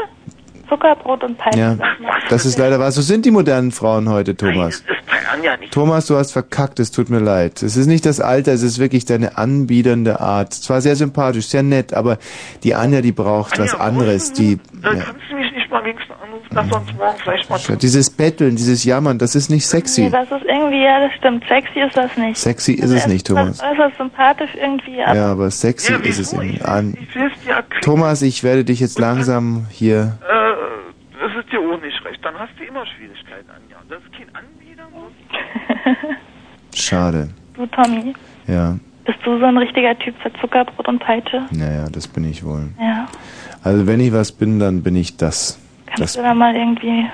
Zuckerbrot und Peitsche.
ja,
sag
Also,
mal.
das ist leider wahr. So sind die modernen Frauen heute, Thomas.
Bei Anja nicht.
Thomas, du hast verkackt, es tut mir leid. Es ist nicht das Alter, es ist wirklich deine anbiedernde Art. Zwar sehr sympathisch, sehr nett, aber die Anja, die braucht was anderes. Die,
oh, Äh,
ja.
Kannst du mich nicht mal wenigstens anrufen, dass wir uns
Mhm.
morgen vielleicht mal...
Dieses Betteln, dieses Jammern, das ist nicht
Nee,
sexy.
das ist irgendwie, ja, das stimmt. Sexy ist das nicht.
Sexy ist es nicht,
Das
Thomas.
ist äußerst sympathisch irgendwie, aber [LAUGHS]
Ja, aber sexy ist es eben an. Thomas, ich werde dich jetzt langsam hier.
Äh, das ist dir auch nicht recht. Dann hast du immer Schwierigkeiten, Anja. Das ist kein Anbieter.
Schade.
du, Tommy,
Ja,
bist du so ein richtiger Typ für Zuckerbrot und Peitsche?
naja, das bin ich wohl.
Ja.
Also wenn ich was bin, dann bin ich das.
Kannst
Das
du da mal irgendwie ein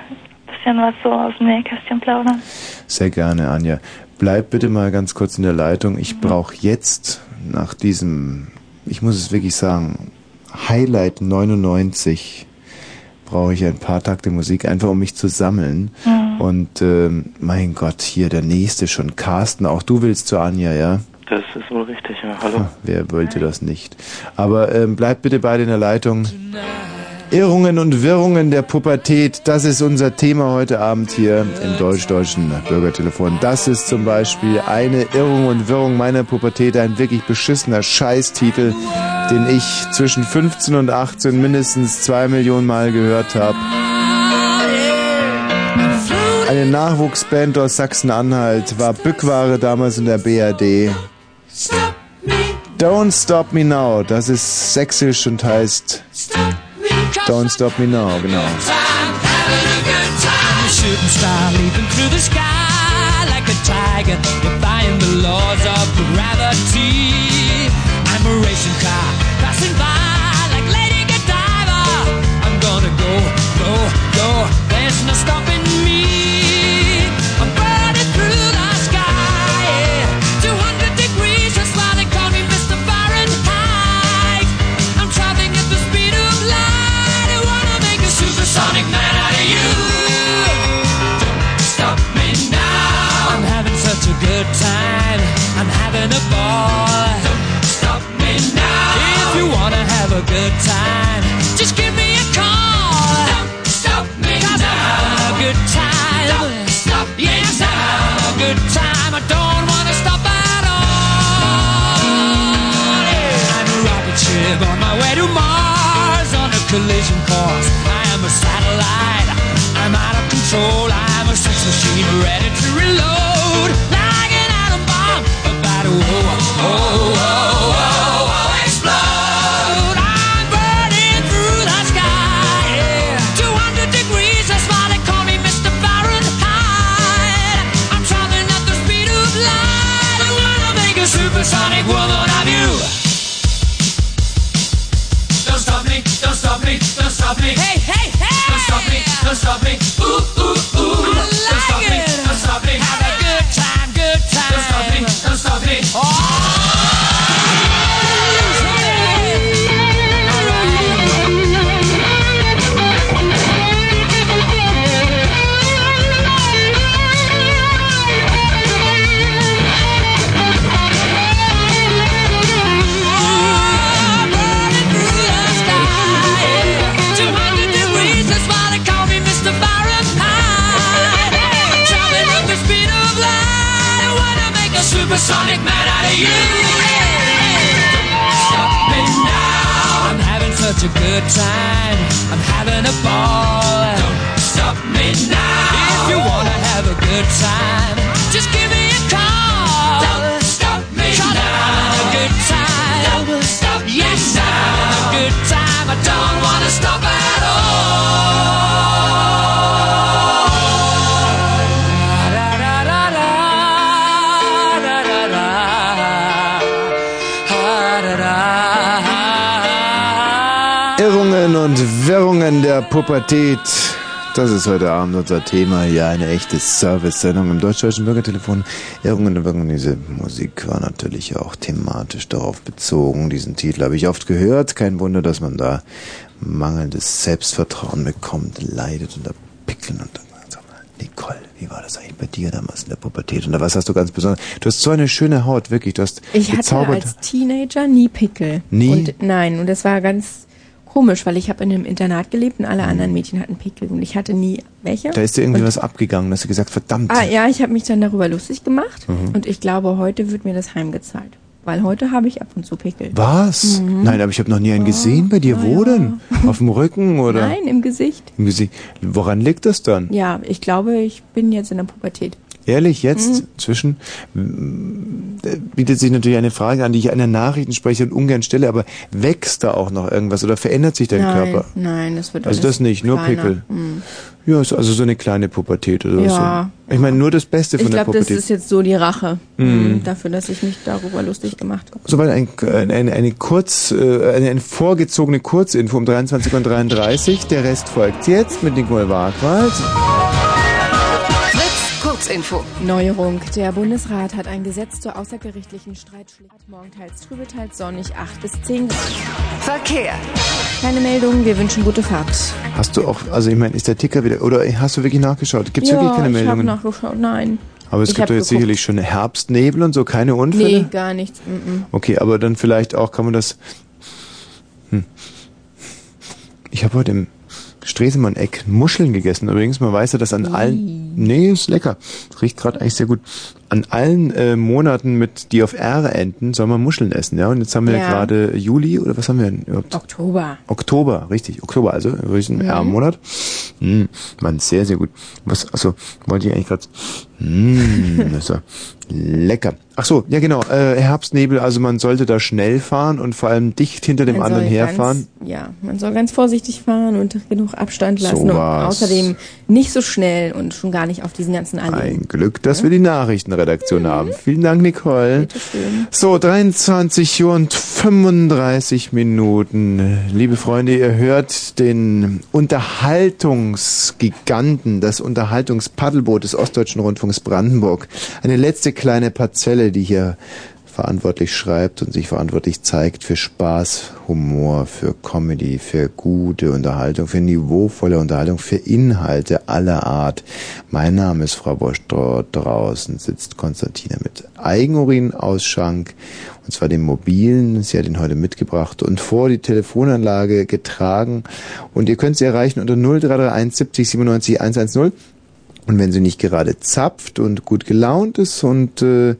bisschen was so aus dem Nähkästchen plaudern?
Sehr gerne, Anja. Bleib bitte mal ganz kurz in der Leitung. Ich brauche jetzt nach diesem, ich muss es wirklich sagen, Highlight 99 brauche ich ein paar Takte Musik, einfach um mich zu sammeln.
Mhm.
Und ähm, mein Gott, hier der nächste schon. Carsten, auch du willst zu Anja, ja?
Das ist wohl richtig, ja. Hallo.
[LAUGHS] Wer wollte das nicht? Aber ähm, bleibt bitte beide in der Leitung. Irrungen und Wirrungen der Pubertät, das ist unser Thema heute Abend hier im deutsch-deutschen Bürgertelefon. Das ist zum Beispiel eine Irrung und Wirrung meiner Pubertät, ein wirklich beschissener Scheißtitel, den ich zwischen 15 und 18 mindestens zwei Millionen Mal gehört habe.
Oh,
Eine Nachwuchsband aus Sachsen-Anhalt war Bückware damals in der BRD. Don't Stop Me Now, das ist sächsisch und heißt Don't Stop Me Now, genau.
I'm a shooting star leaping through the sky like a tiger, defying the laws of gravity. I'm a racing car passing by like Lady Godiva. I'm gonna go, go, go. There's no stopping me. I'm burning through the sky, yeah. 200 degrees, just while they call me Mr. Fahrenheit. I'm traveling at the speed of light. I wanna make a supersonic man out of you. Don't stop me now. I'm having such a good time. I'm having a ball. Don't stop me now. If you wanna have a good time, just give me a call. Don't stop me Cause now. I'm having a good time. Don't stop me yes, now. I'm having a good time. I don't wanna stop at all. Yeah. I'm a rocket ship on my way to Mars on a collision course. I am a satellite. I'm out of control. I'm a sex machine ready to reload like an atom bomb. About to oh oh oh oh oh explode. I'm burning through the sky. Yeah. 200 degrees. That's why they call me Mr. Fahrenheit. I'm traveling at the speed of light. I wanna make a supersonic woman of you. Don't stop me, don't stop me, don't stop me. Hey, hey, hey! Don't stop me, don't stop me. Ooh, ooh, ooh. I like don't stop it. me, don't stop me. Have a good time, good time. Oh. Don't stop me, don't stop me. Sonic man out of you. Stop me now. I'm having such a good time. I'm having a ball. Don't stop me now. If you wanna have a good time, just give me a call. Don't stop me now. I'm having a good time. Don't stop yes, me now. I'm having a good time. I don't wanna stop at all. Irrungen
Wirren und Wirrungen der Pubertät. Das ist heute Abend unser Thema hier, eine echte Service-Sendung im deutsch-deutschen Bürgertelefon. Irrungen und Wirrungen, diese Musik war natürlich auch thematisch darauf bezogen. Diesen Titel habe ich oft gehört. Kein Wunder, dass man da mangelndes Selbstvertrauen bekommt, leidet unter Pickeln und Nicole, wie war das eigentlich bei dir damals in der Pubertät? Und da was hast du ganz besonders? Du hast so eine schöne Haut, wirklich. Du hast
Ich hatte
gezaubert.
als Teenager nie Pickel.
Nie?
Und nein, und das war ganz komisch, weil ich habe in einem Internat gelebt und alle anderen Mädchen hatten Pickel und ich hatte nie welche.
da ist dir irgendwie was abgegangen. Da hast du gesagt, verdammt.
Ah ja, ich habe mich dann darüber lustig gemacht
Mhm.
und ich glaube, heute wird mir das heimgezahlt, weil heute habe ich ab und zu Pickel.
Was?
Mhm. Oh,
Nein, aber ich habe noch nie einen gesehen bei dir. Wo denn? Auf dem Rücken oder?
Nein, im Gesicht.
Im Gesicht. Woran liegt das dann?
Ja, ich glaube, ich bin jetzt in der Pubertät.
Ehrlich, jetzt
Mhm.
zwischen m, da bietet sich natürlich eine Frage an, die ich in der Nachrichtensprecher und ungern stelle, aber wächst da auch noch irgendwas oder verändert sich dein
nein,
Körper?
Nein, das wird
Also
alles
das nicht, nur
kleiner.
Pickel.
Mhm.
Ja, ist also so eine kleine Pubertät oder
Ja.
so. Ich meine, nur das Beste von
Ich
der
glaube, das
Pubertät.
ist jetzt so die Rache
Mhm.
mhm. dafür, dass ich mich darüber lustig gemacht habe.
Soweit ein, ein, ein, eine kurz, äh, eine, eine vorgezogene Kurzinfo um 23.33 Uhr. Der Rest folgt jetzt mit Nicole Wagwald.
Fritz, Kurzinfo. Neuerung. Der Bundesrat hat ein Gesetz zur außergerichtlichen Streitschläge. Morgen teils trübe, teils sonnig, 8 bis 10 Grad. Verkehr. Keine Meldungen, wir wünschen gute Fahrt.
Hast du auch, also ich meine, ist der Ticker wieder, oder hast du wirklich nachgeschaut? Gibt es
ja,
wirklich keine
ich
Meldungen?
habe nachgeschaut, nein.
Aber es
ich
gibt
hab
doch jetzt
geguckt.
sicherlich schon Herbstnebel und so, keine Unfälle?
Nee, gar nichts. Mm
Okay, aber dann vielleicht auch kann man das. Hm. Ich habe heute im Stresemann-Eck Muscheln gegessen. Übrigens, man weiß ja, dass an allen. Nee, ist lecker. Riecht gerade eigentlich sehr gut. An allen äh, Monaten, mit die auf R enden, soll man Muscheln essen, ja? Und jetzt haben wir
Ja.
gerade Juli oder was haben wir denn überhaupt?
Oktober.
Oktober, richtig. Oktober, also wirklich ein
Mhm.
R-Monat. Mm, man, sehr, sehr gut. Was, also, wollte ich eigentlich gerade. Mm, das war lecker. Ach so, ja genau. Äh, Herbstnebel, also man sollte da schnell fahren und vor allem dicht hinter dem
Man
anderen
soll
herfahren.
Ganz, ja, man soll ganz vorsichtig fahren und genug Abstand
So
lassen. und
was.
außerdem nicht so schnell und schon gar nicht auf diesen ganzen Alleen.
Ein Glück, dass wir die Nachrichtenredaktion haben. Vielen Dank, Nicole. So, 23 Uhr und 35 Minuten. Liebe Freunde, ihr hört den Unterhaltungsgiganten, das Unterhaltungspaddelboot des Ostdeutschen Rundfunks Brandenburg. Eine letzte kleine Parzelle, die hier verantwortlich schreibt und sich verantwortlich zeigt für Spaß, Humor, für Comedy, für gute Unterhaltung, für niveauvolle Unterhaltung, für Inhalte aller Art. Mein Name ist Frau Bosch. Dort draußen sitzt Konstantina mit Eigenurinausschank und zwar dem mobilen. Sie hat ihn heute mitgebracht und vor die Telefonanlage getragen. Und ihr könnt sie erreichen unter 0331 70 97 110. Und wenn sie nicht gerade zapft und gut gelaunt ist und äh,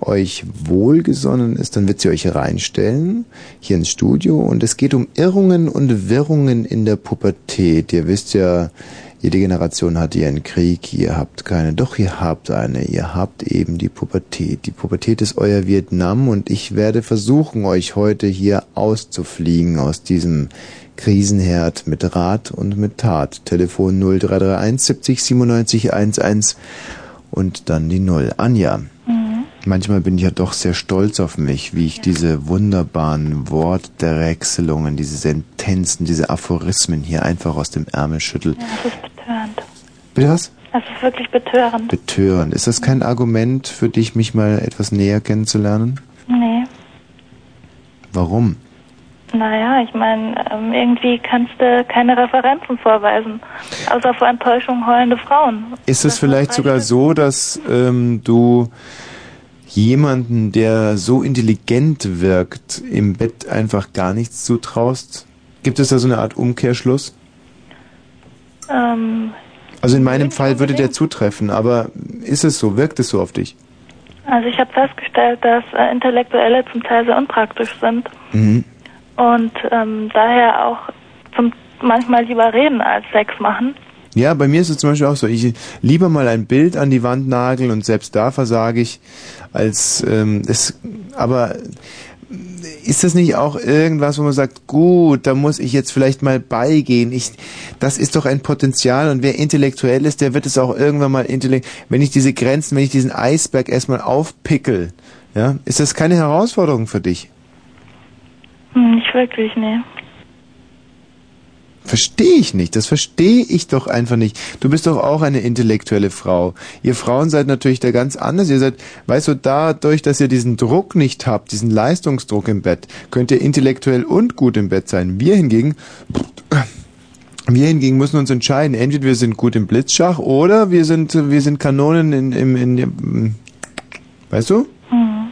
euch wohlgesonnen ist, dann wird sie euch reinstellen, hier ins Studio. Und es geht um Irrungen und Wirrungen in der Pubertät. Ihr wisst ja, jede Generation hat ihren Krieg, ihr habt keine, doch ihr habt eine, ihr habt eben die Pubertät. Die Pubertät ist euer Vietnam und ich werde versuchen, euch heute hier auszufliegen aus diesem Krisenherd mit Rat und mit Tat. Telefon 0331 70 97 11 und dann die Null. Anja.
Mhm.
Manchmal bin ich ja doch sehr stolz auf mich, wie ich diese wunderbaren Wortdrechselungen, diese Sentenzen, diese Aphorismen hier einfach aus dem Ärmel schüttel.
Betörend.
Bitte was?
Das ist wirklich betörend.
Betörend. Ist das kein Argument für dich, mich mal etwas näher kennenzulernen?
Nee.
Warum?
Naja, ich meine, ähm, irgendwie kannst du keine Referenzen vorweisen. Außer vor Enttäuschung heulende Frauen.
Ist es vielleicht sogar so, dass ähm, du jemanden, der so intelligent wirkt, im Bett einfach gar nichts zutraust? Gibt es da so eine Art Umkehrschluss?
Ähm,
Also in meinem Fall würde der zutreffen, aber ist es so? Wirkt es so auf dich?
also ich habe festgestellt, dass äh, Intellektuelle zum Teil sehr unpraktisch sind
Mhm.
und ähm, daher auch zum manchmal lieber reden als Sex machen.
Ja, bei mir ist es zum Beispiel auch so. Ich lieber mal ein Bild an die Wand nageln und selbst da versage ich, als ähm, es. Aber ist das nicht auch irgendwas, wo man sagt, gut, da muss ich jetzt vielleicht mal beigehen. Ich, das ist doch ein Potenzial und wer intellektuell ist, der wird es auch irgendwann mal intellektuell. Wenn ich diese Grenzen, wenn ich diesen Eisberg erstmal aufpickel, ja, ist das keine Herausforderung für dich?
Hm, nicht wirklich, nee.
Verstehe ich nicht. Das verstehe ich doch einfach nicht. Du bist doch auch eine intellektuelle Frau. Ihr Frauen seid natürlich da ganz anders. Ihr seid, weißt du, dadurch, dass ihr diesen Druck nicht habt, diesen Leistungsdruck im Bett, könnt ihr intellektuell und gut im Bett sein. Wir hingegen, wir hingegen müssen uns entscheiden. Entweder wir sind gut im Blitzschach oder wir sind, wir sind Kanonen in, in, in, in weißt du?
Mhm.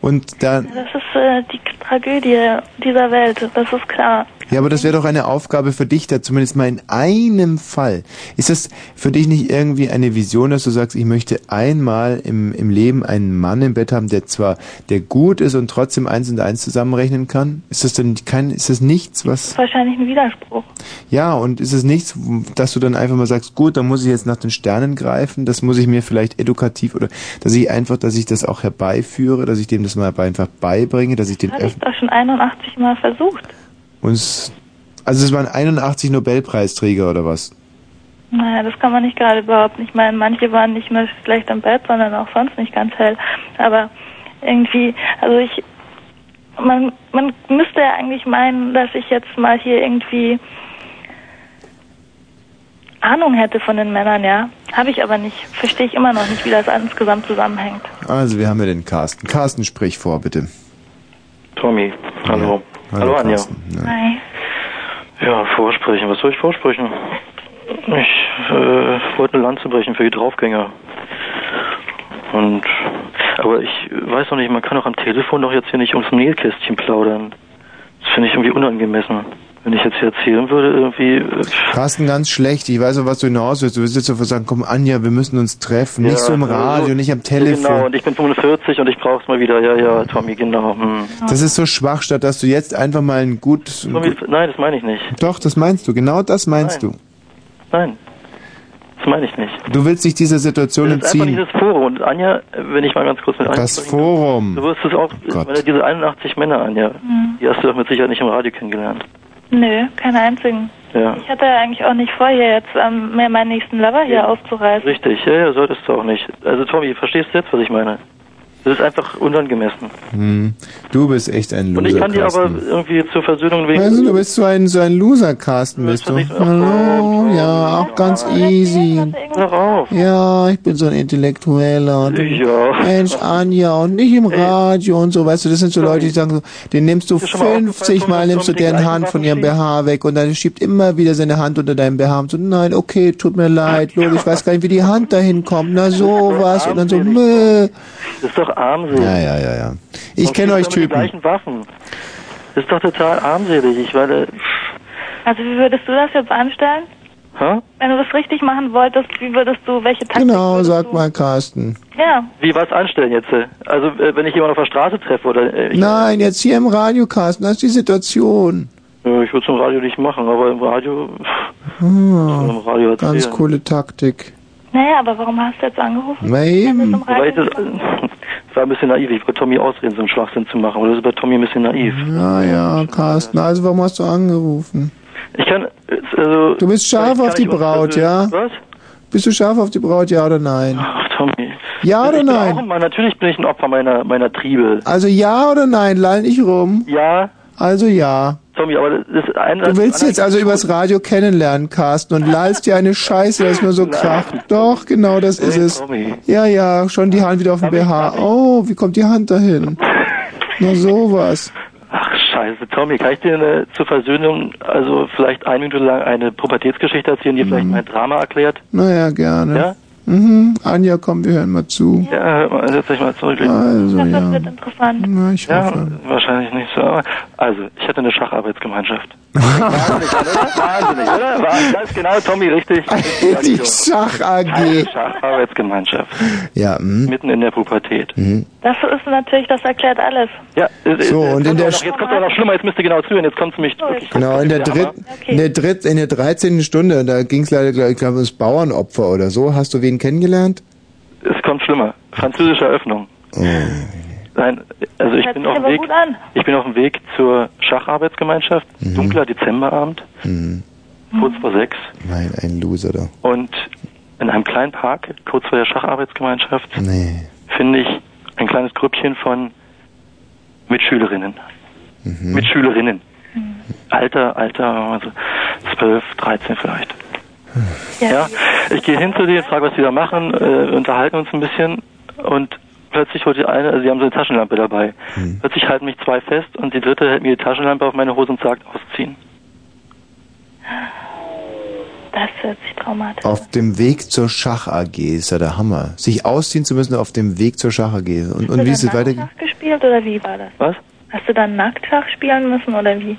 Und dann,
Das ist äh, die Tragödie dieser Welt, das ist klar.
Ja, aber das wäre doch eine Aufgabe für dich, da zumindest mal in einem Fall. Ist das für dich nicht irgendwie eine Vision, dass du sagst, ich möchte einmal im, im Leben einen Mann im Bett haben, der zwar, der gut ist und trotzdem eins und eins zusammenrechnen kann? Ist das denn kein, ist das nichts, was,
Wahrscheinlich ein Widerspruch.
ja, und ist es nichts, dass du dann einfach mal sagst, gut, dann muss ich jetzt nach den Sternen greifen, das muss ich mir vielleicht edukativ oder, dass ich einfach, dass ich das auch herbeiführe, dass ich dem das mal einfach beibringe, dass ich den
Habe ich doch schon 81 Mal versucht.
uns, also es waren 81 Nobelpreisträger oder was?
Naja, das kann man nicht gerade behaupten. Ich meine, manche waren nicht nur schlecht im Bett, sondern auch sonst nicht ganz hell. Aber irgendwie, also ich, man, man müsste ja eigentlich meinen, dass ich jetzt mal hier irgendwie Ahnung hätte von den Männern, ja. Habe ich aber nicht. Verstehe ich immer noch nicht, wie das insgesamt zusammenhängt.
Also, wir haben ja den Carsten. Carsten, sprich vor, bitte.
Tommy, hallo. Hallo, Anja.
Hi.
Ja, vorsprechen. Was soll ich vorsprechen? Ich äh, wollte eine Lanze brechen für die Draufgänger. Und aber ich weiß noch nicht, man kann auch am Telefon doch jetzt hier nicht ums Mehlkästchen plaudern. Das finde ich irgendwie unangemessen. Wenn ich jetzt hier erzählen würde, irgendwie. äh,
Carsten, ganz schlecht. Ich weiß auch, was du hinaus willst. Du willst jetzt einfach sagen, komm, Anja, wir müssen uns treffen.
ja,
nicht so im
also,
Radio, nicht am Telefon.
Genau, und ich bin 45 und ich brauch's mal wieder. Ja, ja, Tommy, genau. Hm.
Das ist so schwach, statt dass du jetzt einfach mal ein gutes...
Tommy, nein, das meine ich nicht.
Doch, das meinst du. Genau das meinst
Nein. Das meine ich nicht.
du. Du willst dich dieser Situation
Das ist einfach
entziehen.
dieses Forum. Und Anja, wenn ich mal ganz kurz mit Anja
Das
sprechen
Forum.
Du wirst es auch,
Gott.
meine, diese 81 Männer, Anja,
Mhm.
die hast du doch mit Sicherheit nicht im Radio kennengelernt.
Nö, keinen einzigen.
Ja.
Ich hatte ja eigentlich auch nicht vor, hier jetzt ähm, mir meinen nächsten Lover hier aufzureißen.
Richtig, ja, ja, solltest du auch nicht. Also, Tommy, verstehst du jetzt, was ich meine? Das ist einfach unangemessen.
Hm. Du bist echt ein
Und ich
Loser,
kann dir aber
Carsten.
irgendwie zur Versöhnung
Weißt du,
wegen.
du bist so ein, so ein Loser, Carsten, bist du. Hallo, ja, auch ganz easy. Ja, ich bin so ein Intellektueller. Und
Ja.
Mensch, Anja, und nicht im Radio und so, weißt du, das sind so Leute, die sagen so, den nimmst du
Ist dir schon mal
50
aufgefallen,
Mal, nimmst du
Tom, dass Tom
deren
um die
Hand
gleichen
von ihrem
Sachen
BH weg und dann schiebt immer wieder seine Hand unter deinem BH und so, nein, okay, tut mir leid, Lola, ich weiß gar nicht, wie die Hand dahin kommt, na sowas, und dann so, mö.
Das ist doch armselig.
Ja, ja, ja, ja. Ich
Und
kenne euch
schießt doch mit
Typen.
Den gleichen Waffen. Das ist doch total armselig. Ich meine,
Also wie würdest du das jetzt anstellen?
hä?
Wenn du das richtig machen wolltest, wie würdest du, welche Taktik?
Genau, sag mal, Carsten.
Ja,
Wie was anstellen jetzt? äh? Also, äh, wenn ich jemanden auf der Straße treffe oder. äh, Ich,
Nein, jetzt hier im Radio, Carsten, das ist die Situation.
äh, ich würde es im Radio nicht machen, aber im Radio. pff, im
Ah,
Radio
ganz
erzählen.
coole Taktik.
naja, aber warum hast du jetzt angerufen?
Na eben.
Wobei ich das, [LAUGHS] das war ein bisschen naiv. Ich wollte Tommy ausreden, so einen Schwachsinn zu machen. Oder das ist bei Tommy ein bisschen naiv.
Ja, ja, Carsten, also warum hast du angerufen?
Ich kann, äh, also...
Du bist
ich
scharf
kann
auf die
nicht was-
Braut,
also-
ja?
Was?
Bist du scharf auf die Braut, ja oder nein?
Ach, Tommy.
Ja
ich
oder
bin
nein?
Auch ein Mann. Natürlich bin ich ein Opfer meiner, meiner Triebe.
Also ja oder nein, leih nicht rum.
Ja.
Also ja.
Tommy, aber das ist ein...
Du willst jetzt also übers Radio kennenlernen, Carsten, und lallst dir eine Scheiße, das
[LAUGHS]
nur so kracht. Doch, genau das ist es. Ja, ja, schon die Hand wieder auf dem BH. Oh, wie kommt die Hand
[LAUGHS]
dahin? Na sowas.
Ach, scheiße, Tommy. Kann ich dir eine, zur Versöhnung, also vielleicht eine Minute lang eine Pubertätsgeschichte erzählen,
Mhm.
die vielleicht mein Drama erklärt?
Naja, gerne. Mhm. Anja, komm, wir hören mal zu.
Ja, äh, setz dich mal zurück.
Also ja.
Interessant.
Na, ich
Ja,
hoffe.
wahrscheinlich nicht so. aber- Also, ich hatte eine Schacharbeitsgemeinschaft. äh, Wahnsinnig, oder? War ganz genau, Tommy, richtig.
[LAUGHS] Die Schach AG.
Schacharbeitsgemeinschaft.
Ja, mh.
Mitten in der Pubertät.
Mhm.
Das ist natürlich, das erklärt alles.
Ja, es-
So,
es-
und
es
in
kommt
der
auch noch, jetzt kommt es auch noch schlimmer, jetzt müsst ihr genau zuhören, jetzt kommt es mich wirklich.
Genau, in der dritten, in der dritt, in der 13. Stunde, da ging es leider, glaub ich glaube, ums Bauernopfer oder so. Hast du wen kennengelernt? Oh,
Es kommt schlimmer. Französische Eröffnung. Nein, also ich
Hört
bin
sich
auf dem
aber
Weg.
gut an.
Ich bin auf dem Weg zur Schacharbeitsgemeinschaft.
Mhm.
Dunkler Dezemberabend, kurz vor sechs.
Nein, ein Loser da.
Und in einem kleinen Park, kurz vor der Schacharbeitsgemeinschaft,
Nee.
finde ich ein kleines Grüppchen von Mitschülerinnen. Mitschülerinnen. Alter, Alter, also 12, 13 vielleicht. Ja, ich gehe hin zu denen, frage, was sie da machen, äh, unterhalten uns ein bisschen und plötzlich holt die eine, also sie haben so eine Taschenlampe dabei, plötzlich halten mich zwei fest und die dritte hält mir die Taschenlampe auf meine Hose und sagt, ausziehen.
Das hört sich traumatisch an.
Auf dem Weg zur Schach AG ist ja der Hammer. Sich ausziehen zu müssen auf dem Weg zur Schach AG. Und, und wie ist es weitergeht?
Hast du gespielt oder wie war das?
Was?
Hast du dann Nacktschach spielen müssen oder wie?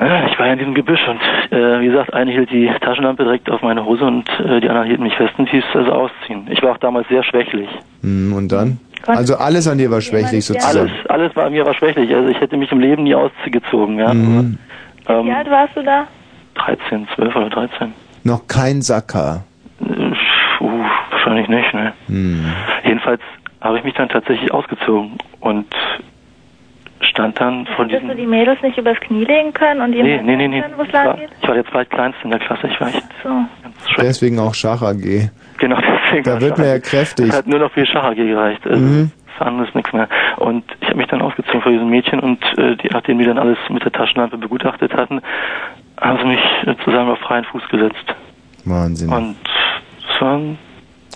Ja, Ich war ja in diesem Gebüsch und äh, wie gesagt, eine hielt die Taschenlampe direkt auf meine Hose und äh, die anderen hielten mich fest und hieß also ausziehen. Ich war auch damals sehr schwächlich.
Hm, und dann? Also alles an dir war schwächlich
Alles,
sozusagen.
alles bei mir war schwächlich. Also ich hätte mich im Leben nie ausgezogen.
Hm.
Ja.
Mhm.
Ähm,
Wie alt warst du da?
13, 12 oder 13.
Noch kein Sacker.
Uh, wahrscheinlich nicht, ne?
Hm.
Jedenfalls habe ich mich dann tatsächlich ausgezogen und stand dann von
Hättest du
diesem...
die Mädels nicht übers Knie legen können und
Nee,
jemanden
nee, nee, nee.
können, wo es
Ich war,
lang geht?
ich war der zweitkleinste in der Klasse. Ich war echt,
So.
Deswegen auch Schach AG.
genau deswegen.
Da wird man ja kräftig.
Es hat nur noch viel Schach gereicht. Also
Mhm.
Das andere ist nichts mehr. Und ich habe mich dann ausgezogen vor diesem Mädchen und äh, die, nachdem die dann alles mit der Taschenlampe begutachtet hatten, haben sie mich äh, zusammen auf freien Fuß gesetzt.
Wahnsinn.
Und es war ein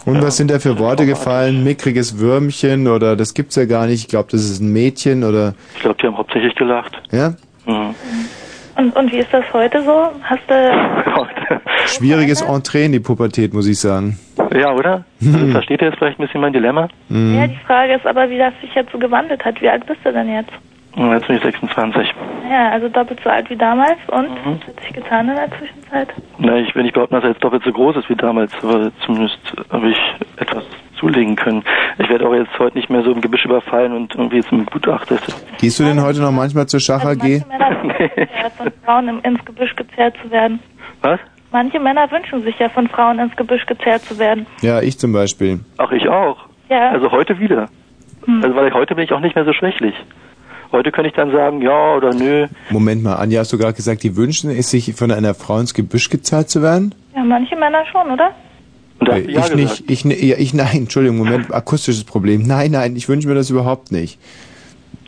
Und was sind da für Worte gefallen? Mickriges Würmchen oder das gibt's ja gar nicht. Ich glaube, das ist ein Mädchen oder.
Ich glaube, die haben hauptsächlich gelacht.
Ja?
Mhm.
Und, und wie ist das heute so? Hast du.
Schwieriges Entree in die Pubertät, muss ich sagen.
Ja, oder? Also, versteht ihr jetzt vielleicht ein bisschen mein Dilemma?
Mhm.
Hm.
Ja, die Frage ist aber, wie das sich jetzt so gewandelt hat. Wie alt bist du denn jetzt?
Und Jetzt bin ich 26.
Ja, also doppelt so alt wie damals und was hat sich getan in der Zwischenzeit?
Mhm. Na, ich will nicht behaupten, dass er jetzt doppelt so groß ist wie damals, aber zumindest habe ich etwas zulegen können. Ich werde auch jetzt heute nicht mehr so im Gebüsch überfallen und irgendwie jetzt im Gutachter.
Gehst du denn heute noch manchmal zur Schach
[LAUGHS]
AG?
Männer wünschen sich ja, von Frauen im, ins Gebüsch gezerrt zu werden.
Was?
Manche Männer wünschen sich ja, von Frauen ins Gebüsch gezerrt zu werden.
Ja, ich zum Beispiel.
Ach, ich auch.
Ja. Hm.
Also heute wieder. Also weil ich, heute bin ich auch nicht mehr so schwächlich. Heute könnte ich dann sagen, ja oder nö.
Moment mal, Anja, hast du gerade gesagt, die wünschen es sich, von einer Frau ins Gebüsch gezahlt zu werden?
Ja, manche Männer schon, oder?
Äh, ich
ja gesagt.
nicht, ich, ne- ja, ich nein, Entschuldigung,
[LAUGHS]
Moment, akustisches Problem. Nein, nein, ich wünsche mir das überhaupt nicht.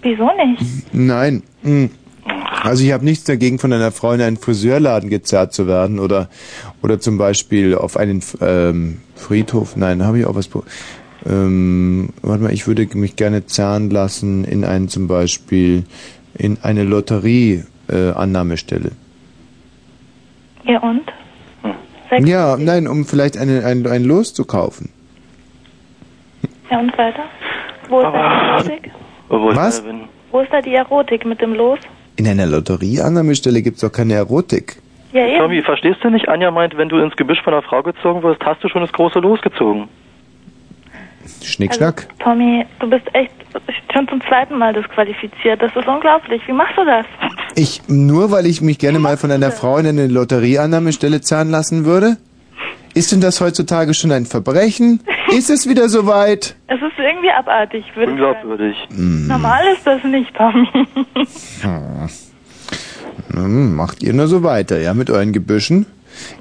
Wieso nicht?
Nein. mm. Also ich habe nichts dagegen, von einer Frau in einen Friseurladen gezerrt zu werden oder oder zum Beispiel auf einen ähm, Friedhof. Nein, habe ich auch was. pro- Ähm, warte mal, ich würde mich gerne zerren lassen in einen zum Beispiel in eine Lotterie äh, Annahmestelle.
Ja und?
Hm.
Ja, nein, um vielleicht eine, ein, ein Los zu kaufen.
Ja und weiter? Wo ist da die Erotik?
Was?
Wo ist da die Erotik mit dem Los?
In einer Lotterie-Annahmestelle gibt's doch keine Erotik.
Ja, eben.
Tommy, verstehst du nicht? Anja meint, wenn du ins Gebüsch von einer Frau gezogen wirst, hast du schon das große Los gezogen.
Schnickschnack.
Tommy, du bist echt schon zum zweiten Mal disqualifiziert. Das ist unglaublich. Wie machst du das?
Ich, nur weil ich mich gerne mal von einer Frau in eine Lotterieannahmestelle zahlen lassen würde? Ist denn das heutzutage schon ein Verbrechen? Ist es wieder soweit?
Es ist irgendwie abartig, würde ich sagen.
Unglaubwürdig.
Mhm.
Normal ist das nicht, Tommy. [LAUGHS]
Hm. Hm, Macht ihr nur so weiter, ja, mit euren Gebüschen?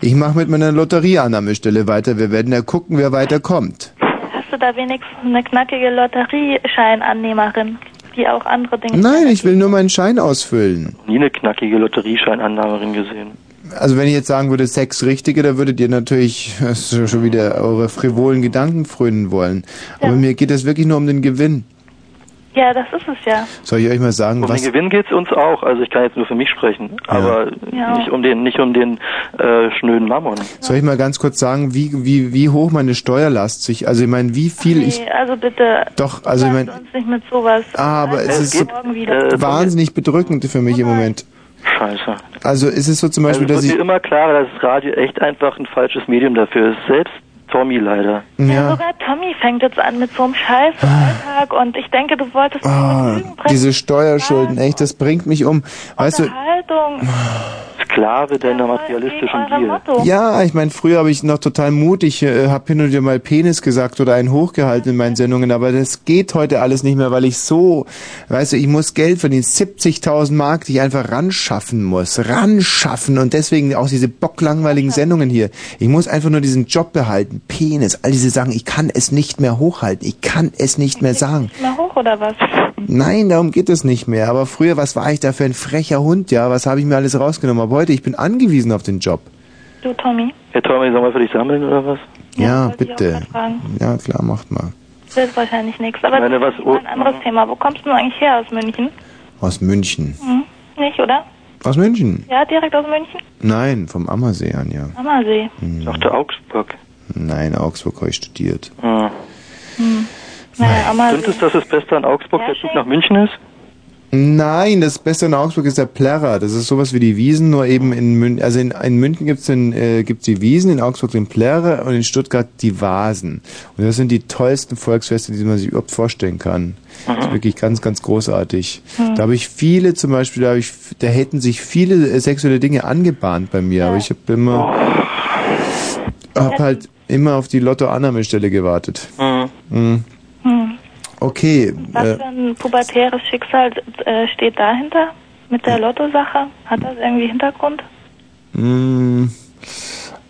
Ich mache mit meiner Lotterieannahmestelle weiter. Wir werden ja gucken, wer weiterkommt.
Hast du da wenigstens eine knackige Lotteriescheinannehmerin, die auch andere Dinge...
Nein, ich will nur meinen Schein ausfüllen.
Nie eine knackige Lotteriescheinannahmerin gesehen.
Also wenn ich jetzt sagen würde, Sex richtige, da würdet ihr natürlich äh, schon wieder eure frivolen Gedanken frönen wollen. Aber mir geht es wirklich nur um den Gewinn.
Ja, das ist es ja.
Soll ich euch mal sagen,
Um
was...
den Gewinn geht's uns auch. Also ich kann jetzt nur für mich sprechen, aber
Ja.
nicht um den, nicht um den äh, schnöden Mammon.
Soll ich mal ganz kurz sagen, wie, wie, wie hoch meine Steuerlast sich... Also ich meine, wie viel ich...
Nee, also bitte,
Doch, also ich meine...
uns nicht mit sowas... Äh,
Ah, aber es ist so
äh,
morgen wieder.
wahnsinnig bedrückend für mich im Moment.
Scheiße.
Also ist es so zum
Also
Beispiel,
es wird
dass ich...
mir immer klarer, dass das Radio echt einfach ein falsches Medium dafür ist. Selbst Tommy leider.
Ja. Sogar Tommy fängt jetzt an mit so einem Scheiß im Alltag und ich denke, du wolltest
Ah, diese Steuerschulden, echt, das bringt mich um. Weißt du,
Haltung...
Ah.
Sklave deiner materialistischen Gier.
Ja, ich meine, früher habe ich noch total mutig, äh, habe hin und wieder mal Penis gesagt oder einen hochgehalten in meinen Sendungen, aber das geht heute alles nicht mehr, weil ich so, weißt du, ich muss Geld verdienen, 70.000 Mark, die ich einfach ran schaffen muss, ran schaffen und deswegen auch diese bocklangweiligen Sendungen hier. Ich muss einfach nur diesen Job behalten, Penis, all diese Sachen, ich kann es nicht mehr hochhalten, ich kann es nicht mehr sagen.
Mal hoch oder was?
Nein, darum geht es nicht mehr. Aber früher, was war ich da für ein frecher Hund, ja? Was habe ich mir alles rausgenommen? Aber Halte, ich bin angewiesen auf den Job.
Du, Tommy,
Herr Tommy, soll man für dich sammeln oder was?
Ja,
wollte ich auch
bitte.
mal fragen.
Ja, klar, macht mal.
das wird wahrscheinlich nichts. Aber
Meine, was- oh. Ah.
ein anderes Thema. Wo kommst du eigentlich her aus München?
Aus München.
Hm? Nicht, oder?
Aus München?
Ja, direkt aus München?
Nein, vom Ammersee an, ja.
Ammersee.
Ich dachte
Augsburg.
Nein, Augsburg habe ich studiert.
Hm.
Hm. Naja,
Stimmt
Ammersee.
es, dass das Beste an Augsburg der Zug nach München ist?
Nein, das Beste in Augsburg ist der Plärrer. Das ist sowas wie die Wiesen, nur eben in München. Also in, in München gibt's den, äh, gibt's die Wiesen, in Augsburg den Plärrer und in Stuttgart die Vasen. Und das sind die tollsten Volksfeste, die man sich überhaupt vorstellen kann. Das ist wirklich ganz, ganz großartig. Da habe ich viele zum Beispiel, da, hab ich, da hätten sich viele äh, sexuelle Dinge angebahnt bei mir, aber ich habe immer, hab halt immer auf die Lottoannahmestelle gewartet. Mhm.
Hm.
Okay.
Was
äh,
für ein pubertäres Schicksal äh, steht dahinter? Mit
Hm.
der Lotto-Sache? Hat das irgendwie Hintergrund?
Mm,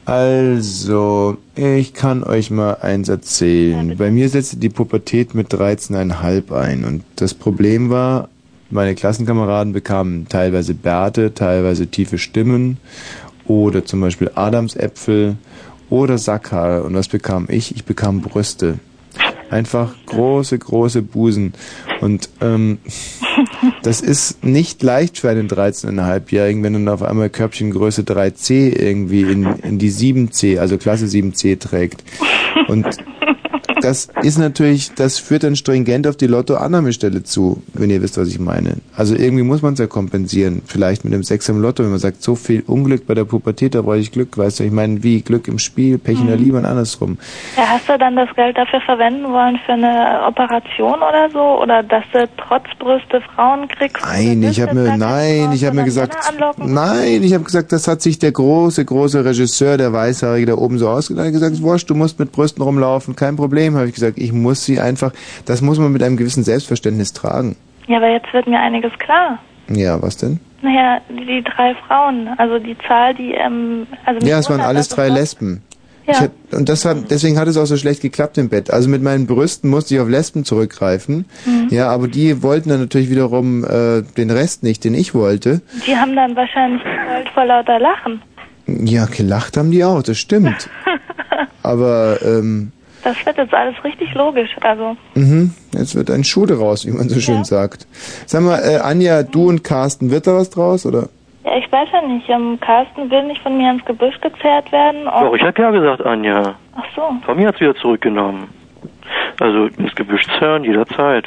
Also, ich kann euch mal eins erzählen. Bei mir setzte die Pubertät mit 13,5 ein und das Problem war, meine Klassenkameraden bekamen teilweise Bärte, teilweise tiefe Stimmen oder zum Beispiel Adamsäpfel oder Sackhaare und was bekam ich? Ich bekam Brüste. Einfach große, große Busen. Und ähm, das ist nicht leicht für einen 13,5-Jährigen, wenn du dann auf einmal Körbchengröße 3C irgendwie in, in die 7C, also Klasse 7C trägt. Und das ist natürlich, das führt dann stringent auf die Lotto-Annahmestelle zu, wenn ihr wisst, was ich meine. Also irgendwie muss man es ja kompensieren. Vielleicht mit dem Sex im Lotto, wenn man sagt, so viel Unglück bei der Pubertät, da brauche ich Glück, weißt du, ich meine, wie Glück im Spiel, Pech in der
Mhm.
Liebe und andersrum.
Ja, hast du dann das Geld dafür verwenden wollen für eine Operation oder so? Oder dass du trotz Brüste Frauen kriegst?
Nein, ich habe mir, nein, ich habe mir gesagt, nein, ich habe gesagt, das hat sich der große, große Regisseur, der Weißhaarige, da oben so ausgedacht, Er hat gesagt, wurscht, du musst mit Brüsten rumlaufen, kein Problem, habe ich gesagt, ich muss sie einfach, das muss man mit einem gewissen Selbstverständnis tragen.
Ja, aber jetzt wird mir einiges klar.
Ja, was denn?
Naja, die, die drei Frauen, also die Zahl, die, ähm, also mich
Ja, es waren
wundert
alles
das
drei
noch.
Lesben.
Ja.
Ich hab, und das hat, deswegen hat es auch so schlecht geklappt im Bett. Also mit meinen Brüsten musste ich auf Lesben zurückgreifen.
Mhm.
Ja, aber die wollten dann natürlich wiederum äh, den Rest nicht, den ich wollte.
Die haben dann wahrscheinlich geheult vor lauter Lachen.
Ja, gelacht haben die auch, das stimmt. Aber ähm,
Das wird jetzt alles richtig logisch. Also,
mhm, jetzt wird ein Schuh draus, wie man so schön sagt. Sag mal, äh, Anja, du und Carsten, wird da was draus? Oder?
ja, ich weiß ja nicht. Ähm, Carsten will nicht von mir ins Gebüsch gezerrt werden. Und,
Doch, ich habe ja gesagt, Anja.
ach so.
Tommy hat's wieder zurückgenommen. Also ins Gebüsch zerren, jederzeit.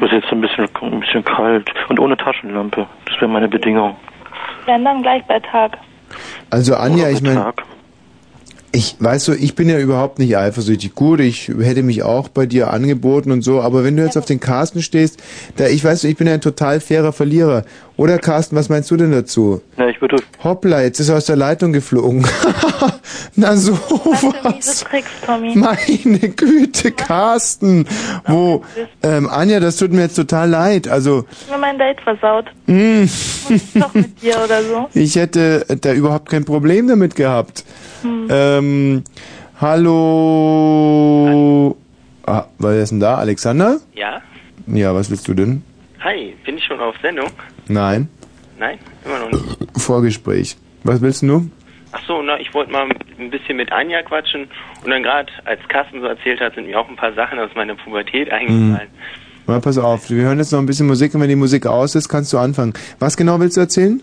Das ist jetzt ein bisschen, ein bisschen kalt und ohne Taschenlampe. Das wäre meine Bedingung.
Wenn dann gleich bei Tag.
Also Anja, ich meine, ich weißt du, ich bin ja überhaupt nicht eifersüchtig. Gut, ich hätte mich auch bei dir angeboten und so, aber wenn du jetzt auf den Carsten stehst, da ich weiß, ich bin ja ein total fairer Verlierer. Oder Carsten, was meinst du denn dazu?
Na, ich würde.
Hoppla, jetzt ist er aus der Leitung geflogen. [LAUGHS] Na so
was. Tricks, Tommy.
Meine [LAUGHS] Güte, Carsten. Wo, ähm, Anja, das tut mir jetzt total leid. Also,
Ich hab mir mein Date versaut.
mh,
Doch mit dir oder so. [LAUGHS]
ich hätte da überhaupt kein Problem damit gehabt.
Hm.
Ähm, hallo. Ah, wer ist denn da? Alexander?
Ja?
Ja, was willst du denn?
Hi, bin ich schon auf Sendung?
Nein.
Nein, immer noch nicht.
Vorgespräch. Was willst denn du?
Ach so, na, ich wollte mal ein bisschen mit Anja quatschen und dann gerade, als Carsten so erzählt hat, sind mir auch ein paar Sachen aus meiner
Mhm.
Pubertät eingefallen.
Na, pass auf, wir hören jetzt noch ein bisschen Musik und wenn die Musik aus ist, kannst du anfangen. Was genau willst du erzählen?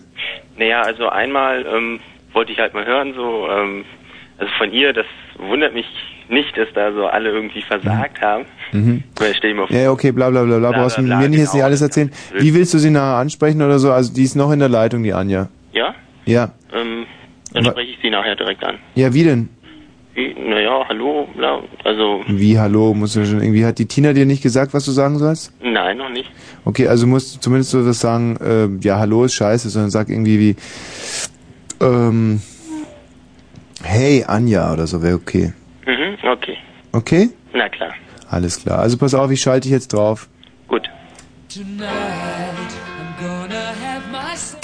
Naja, also einmal ähm, wollte ich halt mal hören, so, ähm, also von ihr, das wundert mich nicht, dass da so alle irgendwie versagt haben.
Mhm.
Weil stell dir mal vor,
Ja, ja, okay, bla bla bla bla,
Bla,
brauchst du
bla, bla,
mir nicht jetzt nicht
genau.
alles erzählen. Wie willst du sie nachher ansprechen oder so? Also die ist noch in der Leitung, die Anja.
ja,
Ja.
ähm, dann
Wa-
spreche ich sie nachher direkt an.
Ja, wie denn?
Naja, hallo, bla, also,
Wie, hallo, musst du schon irgendwie, hat die Tina dir nicht gesagt, was du sagen sollst?
nein, noch nicht.
Okay, also musst du zumindest so was sagen, äh, ja, hallo ist scheiße, sondern sag irgendwie wie, ähm, hey, Anja oder so, wäre okay.
Mhm,
[LAUGHS]
okay,
Okay?
na klar.
Alles klar. Also pass auf, ich schalte dich jetzt drauf.
Gut.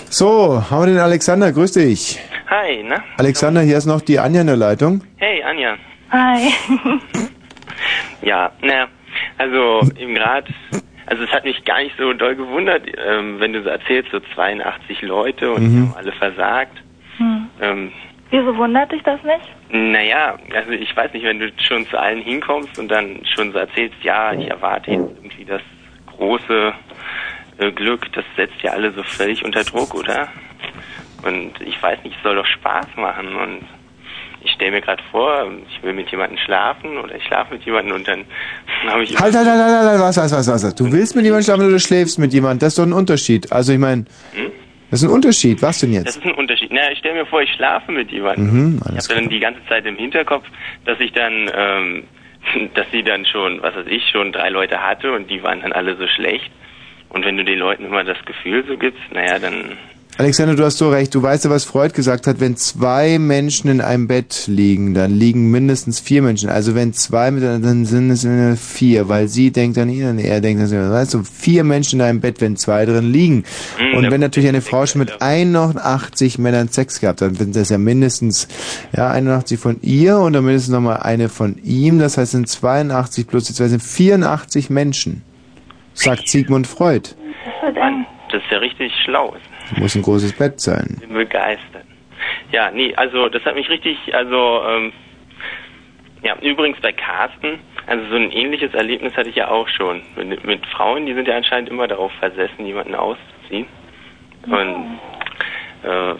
So, haben wir den Alexander, grüß dich.
Hi, na?
Alexander, hier ist noch die Anja in der Leitung.
Hey, Anja.
Hi.
Ja, naja, also eben gerade, also es hat mich gar nicht so doll gewundert, ähm, wenn du so erzählst, so 82 Leute und die
Mhm.
haben alle versagt.
Hm.
Ähm,
Wieso wundert dich das nicht?
naja, also ich weiß nicht, wenn du schon zu allen hinkommst und dann schon so erzählst, ja, ich erwarte jetzt irgendwie das große äh, Glück, das setzt ja alle so völlig unter Druck, oder? Und ich weiß nicht, es soll doch Spaß machen und ich stelle mir gerade vor, ich will mit jemandem schlafen oder ich schlafe mit jemandem und dann [LAUGHS] habe ich...
Halt, halt, halt, halt, halt, was, was, was, was, was. Du willst mit jemandem schlafen oder du schläfst mit jemandem. Das ist doch ein Unterschied. Also ich meine,
Hm?
das ist ein Unterschied. Was denn
Das
jetzt?
ist ein Unterschied. Naja, ich stelle mir vor, ich schlafe mit jemandem.
Mhm,
ich
alles
habe dann die ganze Zeit im Hinterkopf, dass ich dann, ähm, [LAUGHS] dass sie dann schon, was weiß ich, schon drei Leute hatte und die waren dann alle so schlecht. Und wenn du den Leuten immer das Gefühl so gibst, naja, dann
Alexander, du hast so recht. Du weißt ja, was Freud gesagt hat. Wenn zwei Menschen in einem Bett liegen, dann liegen mindestens vier Menschen. Also wenn zwei miteinander, dann sind es immer vier, weil sie denkt an ihn und er denkt an sie. Weißt du, vier Menschen in einem Bett, wenn zwei drin liegen.
Mhm,
Und
der
wenn natürlich eine Frau schon mit 81 Männern Sex gehabt hat, dann sind das ja mindestens, ja, 81 von ihr und dann mindestens nochmal eine von ihm. Das heißt, sind 82 plus die zwei sind 84 Menschen. Sagt Sigmund Freud.
Mann, das ist ja richtig schlau.
Muss ein großes Bett sein.
Ich bin begeistert. Ja, nee, also das hat mich richtig, also ähm, ja, übrigens bei Carsten, also so ein ähnliches Erlebnis hatte ich ja auch schon. Mit, mit Frauen, die sind ja anscheinend immer darauf versessen, jemanden auszuziehen. Und äh,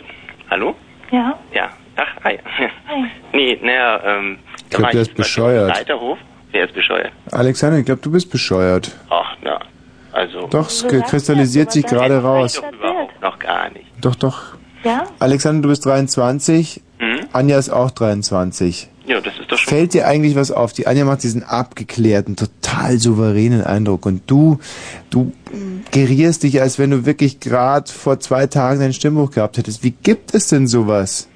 hallo?
Ja.
Ja. Ach, hi.
Hi.
[LAUGHS] nee, naja, ähm,
Ich glaube, der ist bescheuert.
Leiterhof? Wer ist bescheuert?
Alexander, ich glaube, du bist bescheuert.
Ach, na. Also.
Doch, es ge- kristallisiert sich gerade raus.
Überhaupt noch gar nicht.
Doch, doch.
Ja?
Alexander, du bist 23.
Mhm.
Anja ist auch 23.
Ja, das ist doch schon.
Fällt dir eigentlich was auf? Die Anja macht diesen abgeklärten, total souveränen Eindruck. Und du, du gerierst dich, als wenn du wirklich gerade vor zwei Tagen dein Stimmbuch gehabt hättest. Wie gibt es denn sowas?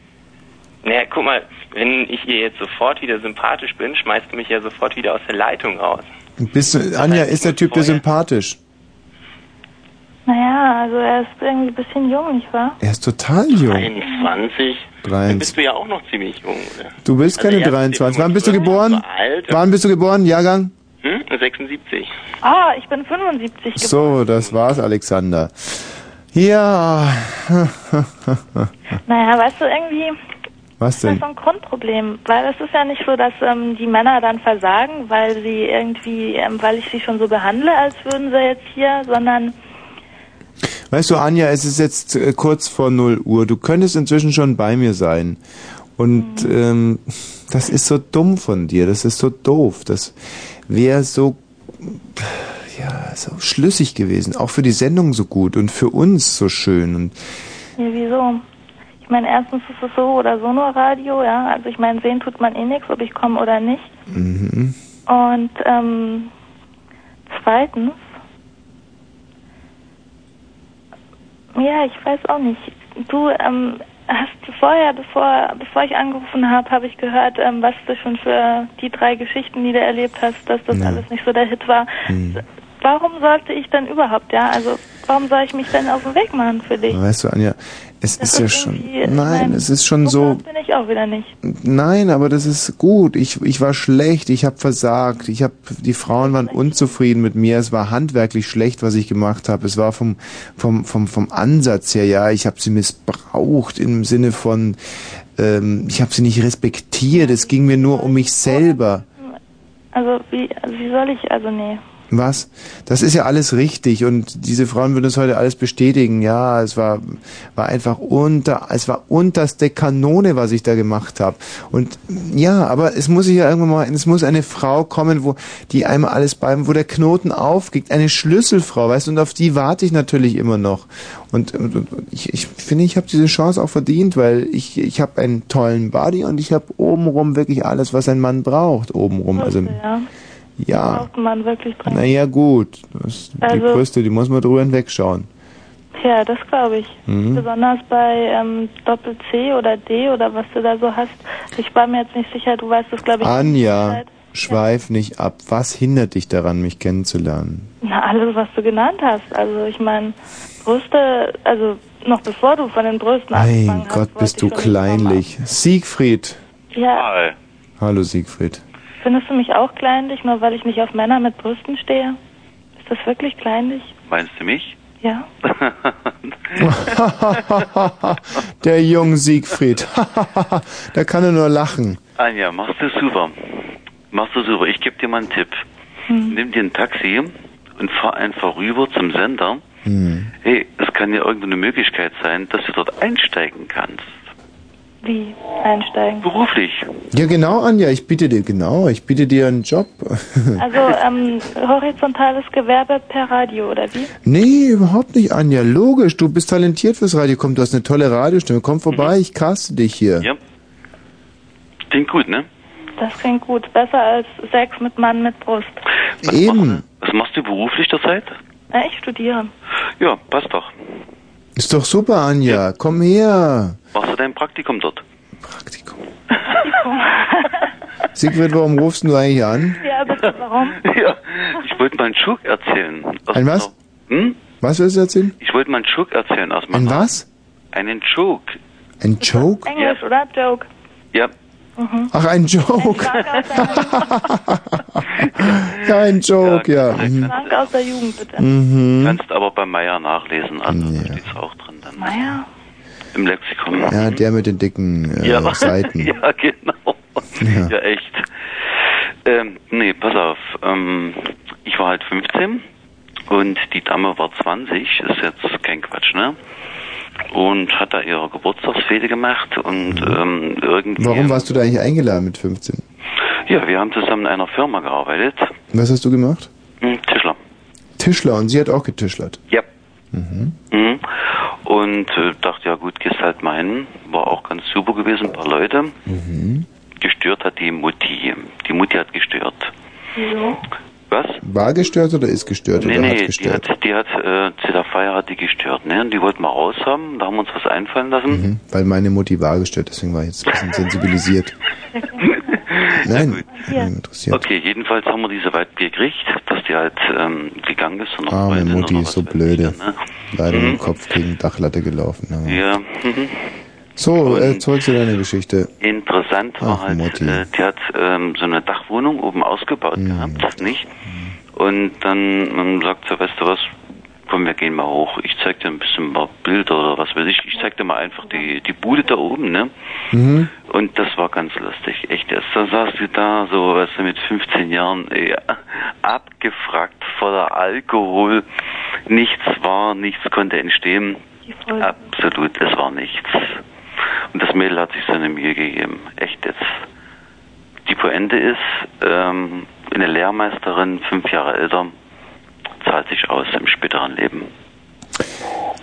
Naja, guck mal, wenn ich ihr jetzt sofort wieder sympathisch bin, schmeißt du mich ja sofort wieder aus der Leitung raus.
Bist du, Anja, ist der Typ dir sympathisch?
Naja, also er ist irgendwie ein bisschen jung, nicht wahr?
Er ist total jung.
21? Dann
23.
bist du ja auch noch ziemlich jung, oder?
Du bist
Also
keine
erst
23. Wann bist du geboren?
alt.
Wann bist du geboren? Jahrgang?
Hm?
[LAUGHS]
76.
Ah, ich bin 75 geboren.
So, das war's, Alexander. Ja. [LAUGHS]
Naja, weißt du, irgendwie
Was
Das ist
denn?
so ein Grundproblem, weil es ist ja nicht so, dass ähm, die Männer dann versagen, weil sie irgendwie, ähm, weil ich sie schon so behandle, als würden sie jetzt hier, sondern
Weißt du, Anja, es ist jetzt äh, kurz vor 0 Uhr. Du könntest inzwischen schon bei mir sein. Und ähm, das ist so dumm von dir. Das ist so doof. Das wäre so ja so schlüssig gewesen. Auch für die Sendung so gut und für uns so schön. Und
nee, wieso? Ich meine, erstens ist es so oder so nur Radio, ja. Also ich meine, sehen tut man eh nichts, ob ich komme oder nicht.
mhm.
Und ähm, zweitens, ja, ich weiß auch nicht. Du ähm, hast vorher, bevor, bevor ich angerufen habe, habe ich gehört, ähm, was du schon für die drei Geschichten, die du erlebt hast, dass das
Ja. Hm.
alles nicht so der Hit war. Warum sollte ich denn überhaupt, ja? Also warum soll ich mich denn auf den Weg machen für dich?
weißt du, Anja, es ist ja schon.
irgendwie-
Nein, es ist schon so.
Bin ich auch wieder nicht.
Nein, aber das ist gut. Ich, ich war schlecht, ich habe versagt. Ich habe die Frauen waren unzufrieden mit mir. Es war handwerklich schlecht, was ich gemacht habe. Es war vom vom vom vom Ansatz her ja. Ich habe sie missbraucht im Sinne von ähm, ich habe sie nicht respektiert. Es ging mir nur um mich selber.
Also wie, also wie soll ich, also nee.
Was? Das ist ja alles richtig und diese Frauen würden es heute alles bestätigen. Ja, es war, war einfach unter, es war unterste Kanone, was ich da gemacht habe. Und ja, aber es muss sich ja irgendwann mal, es muss eine Frau kommen, wo die einmal alles beim, wo der Knoten aufgeht, eine Schlüsselfrau, weißt du, und auf die warte ich natürlich immer noch. Und, und, und ich, ich finde, ich habe diese Chance auch verdient, weil ich, ich habe einen tollen Body und ich habe obenrum wirklich alles, was ein Mann braucht, obenrum. Also
Ja.
ja.
Braucht man wirklich dran.
Naja, gut. Das, die
Also-
Brüste, die muss man drüber hinwegschauen.
Ja, das glaube ich.
Mhm.
Besonders bei ähm, Doppel-C oder D oder was du da so hast. Ich war mir jetzt nicht sicher, du weißt das, glaube ich.
Anja,
nicht.
schweif nicht ab. Was hindert dich daran, mich kennenzulernen?
Na, alles, was du genannt hast. Also, ich meine, Brüste, also noch bevor du von den Brüsten
Mein Gott, bist du kleinlich. Siegfried.
Ja,
Hallo, Siegfried. [LAUGHS]
findest du mich auch kleinlich, nur weil ich nicht auf Männer mit Brüsten stehe? Ist das wirklich kleinlich?
Meinst du mich? [LAUGHS]
Ja.
Der junge Siegfried. [LAUGHS] da kann er nur lachen.
Anja, machst du super. Machst du super. Ich gebe dir mal einen Tipp.
Hm.
Nimm dir ein Taxi und fahr einfach rüber zum Sender.
Hm.
Hey, es kann ja irgendeine Möglichkeit sein, dass du dort einsteigen kannst.
Wie? Einsteigen.
Beruflich.
Ja, genau, Anja, ich biete dir, genau, ich biete dir einen Job. [LAUGHS]
Also ähm, horizontales Gewerbe per Radio, oder wie?
nee, überhaupt nicht, Anja. Logisch, du bist talentiert fürs Radio. Komm, du hast eine tolle Radiostimme. Komm vorbei, ich caste dich hier.
Mhm. Ja. Klingt gut, ne?
Das klingt gut. Besser als Sex mit Mann mit Brust.
Eben.
Was machst du beruflich derzeit?
Na, ich
[LAUGHS]
studiere.
Ja, passt doch.
Ist doch super, Anja. Komm her.
Machst du dein Praktikum dort?
Siegfried, warum rufst du eigentlich an?
Ja, bitte, warum?
[LAUGHS] ja, ich wollte mal einen Schuck erzählen. Aus-
Ein was?
Hm?
Was willst du erzählen?
Ich wollte mal einen Schuck erzählen aus
Ein was?
Einen Joke.
Ein Joke?
Englisch, oder? Joke.
Ja.
Mhm.
Ach, ein Joke. [LAUGHS] ja, ein Joke, ja. Mhm.
Frank aus der Jugend, bitte.
Mhm.
Kannst aber bei Meyer nachlesen, also da steht's auch drin dann.
Meyer?
Im Lexikon.
Ja, der mit den dicken äh,
ja.
Seiten.
[LAUGHS] ja, genau. Ja, echt. Ähm, nee, pass auf. Ähm, ich war halt 15 und die Dame war 20, ist jetzt kein Quatsch, ne? Und hat da ihre Geburtstagsfete gemacht und ähm, irgendwie.
Warum warst du da eigentlich eingeladen mit 15?
Ja, wir haben zusammen in einer Firma gearbeitet.
Was hast du gemacht?
Hm, Tischler.
Tischler und sie hat auch getischlert.
Ja.
Mhm.
Mhm. Und äh, dachte, ja gut, gehst halt mal hin. War auch ganz super gewesen, ein paar Leute.
Mhm.
Gestört hat die Mutti. Die Mutti hat gestört.
Wieso?
Was?
War gestört oder ist gestört
Nee,
oder
nee,
Also hat
die
gestört?
hat, die hat, äh, zu der Feier hat die gestört, ne? Und die wollten wir raus haben, da haben wir uns was einfallen lassen.
Mhm. Weil meine Mutti war gestört, deswegen war ich jetzt ein
[LAUGHS]
bisschen sensibilisiert. Nein,
Okay, jedenfalls haben wir diese weit gekriegt, dass die halt ähm, gegangen ist und noch
ah, meine
Freundin
Mutti
oder
ist so blöde.
ne?
Leider mit
Mhm.
dem Kopf gegen Dachlatte gelaufen. Ja.
Ja, mhm.
So, äh, zurück zu deiner Geschichte.
Interessant war halt, äh, die hat ähm, so eine Dachwohnung oben ausgebaut gehabt, nicht? Und dann ähm, sagt sie, weißt du was, komm, wir gehen mal hoch. Ich zeig dir ein bisschen mal Bilder oder was weiß ich. Ich zeig dir mal einfach die, die Bude da oben, ne?
Mhm.
Und das war ganz lustig, echt. Erst Da saß sie da, so, weißt du, mit 15 Jahren, ey, abgefragt, voller Alkohol. Nichts war, nichts konnte entstehen. Absolut, es war nichts. Und das Mädel hat sich so eine Mühe gegeben, echt jetzt. Die Pointe ist, ähm, eine Lehrmeisterin, fünf Jahre älter, zahlt sich aus im späteren Leben.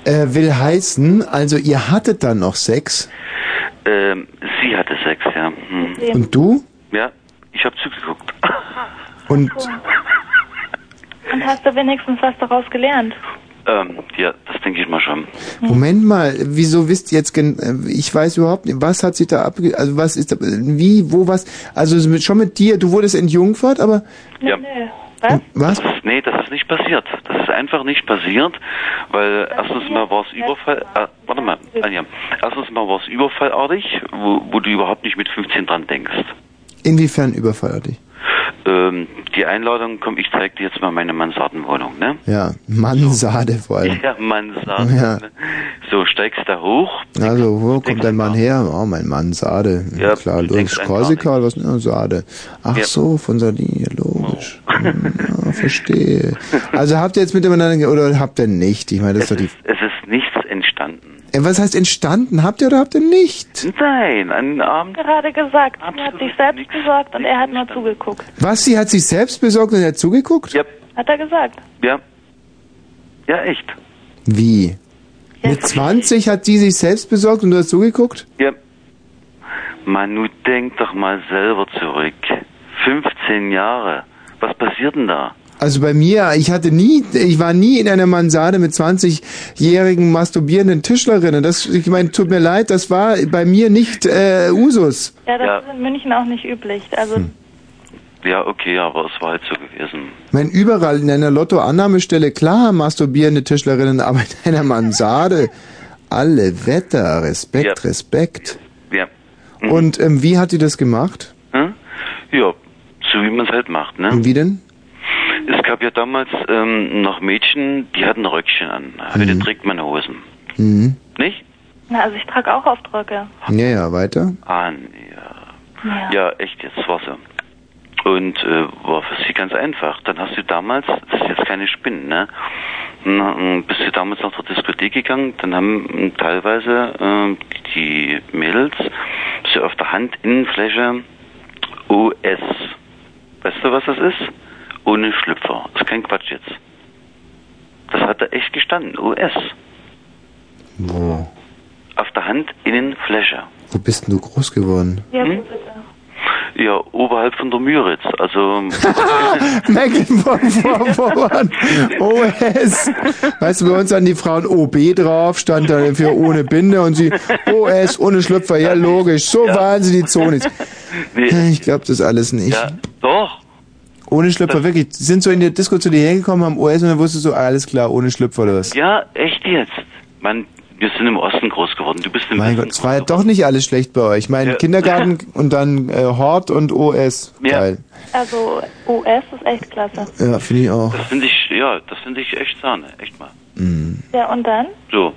Äh, will heißen, also ihr hattet dann noch Sex
Ähm, sie hatte Sex, ja. Hm.
und du?
Ja, ich habe zugeguckt. [LAUGHS]
Und
Und hast du wenigstens was daraus gelernt?
Ähm, ja, das denke ich mal schon.
Moment mal, wieso wisst ihr jetzt, gen äh, ich weiß überhaupt nicht, was hat sich da abge, also was ist da, wie, wo, was, also es mit, schon mit dir, du wurdest entjungfert, aber
Ja.
was?
Das ist, nee, das ist nicht passiert. Das ist einfach nicht passiert, weil erstens mal war es Überfall. Äh, warte mal, Anja. Erstens mal war es überfallartig, wo, wo du überhaupt nicht mit 15 dran denkst.
Inwiefern überfeiert dich?
Ähm, die Einladung, komm, ich zeig dir jetzt mal meine Mansardenwohnung, ne?
Ja, Mannsade vor allem.
[LAUGHS] Ja, Mansarden.
Ja.
ne? So, steigst da hoch.
Also, wo kommt dein Mann her? Oh, mein Mann, Sade. Ja, klar, logisch.
an
Korsika oder was? Ja, Sade. Ach
Ja. Oh.
so, von Sardinie, logisch. Hm, Ja, verstehe. Also habt ihr jetzt miteinander, ge- oder habt ihr nicht? Ich meine, das ist doch
[LAUGHS]
die,
Es ist nichts entstanden.
Äh, was heißt entstanden? Habt ihr oder habt ihr nicht?
Nein, einen Abend.
Gerade gesagt. Sie hat sich selbst besorgt und er hat nur zugeguckt.
Was, sie hat sich selbst besorgt und hat zugeguckt?
Ja.
Hat er gesagt.
Ja. Ja, echt.
Wie? Mit 20 hat sie sich selbst besorgt und du hast zugeguckt?
Ja. Manu, denk doch mal selber zurück. 15 Jahre. Was passiert denn da?
Also bei mir, ich hatte nie, ich war nie in einer Mansarde mit 20-jährigen masturbierenden Tischlerinnen. Das, ich meine, tut mir leid, das war bei mir nicht äh, Usus.
Ja, das
Ja.
ist in München auch nicht üblich. Also,
Ja, okay, aber es war halt so gewesen.
Ich meine, überall in einer Lotto-Annahmestelle, klar, masturbierende Tischlerinnen, aber in einer Mansarde, alle Wetter, Respekt, Respekt.
Ja.
Und ähm, wie hat die das gemacht?
Hm? Ja, so wie man es halt macht, ne?
Und wie denn?
Es gab ja damals ähm, noch Mädchen, die hatten Röckchen an. Heute trägt man Hosen.
Mhm.
Nicht?
Na, also ich trage auch Aufdrücke.
Ja, ja, weiter.
Ah, nee, ja. Ja, echt, jetzt war's ja. Und äh, war für sie ganz einfach. Dann hast du damals, das ist jetzt keine Spinnen, ne? Na, ähm, bist du damals noch zur Diskothek gegangen, dann haben ähm, teilweise ähm, die Mädels so auf der Handinnenfläche OS. Weißt du, was das ist? Ohne Schlüpfer. Das ist kein Quatsch jetzt. Das hat da echt gestanden, OS.
Wo?
Auf der Handinnenfläche.
Wo bist denn du groß geworden?
Ja,
hm? ja oberhalb von der Müritz. Also
[LAUGHS] Mecklenburg-Vorpommern. OS. Weißt du, bei uns an die Frauen OB drauf, stand dann für ohne Binde und sie OS ohne Schlüpfer. Ja, logisch. So wahnsinnig Zonis. Äh, Ich glaube das alles nicht.
Ja, doch.
Ohne Schlüpfer, wirklich. Sie sind so in der Disco zu dir hergekommen, haben OS und dann wusstest du, alles klar, ohne Schlüpfer oder was?
Ja, echt jetzt. Man, wir sind im Osten groß geworden. Du bist im
Mein Gott, es war ja doch nicht alles schlecht bei euch. Mein
Ja. [LAUGHS]
Kindergarten und dann äh, Hort und OS. Geil.
Also US ist echt klasse.
Ja, finde ich auch.
Das finde ich, ja, das finde ich echt Sahne, echt mal.
Ja, und dann?
So.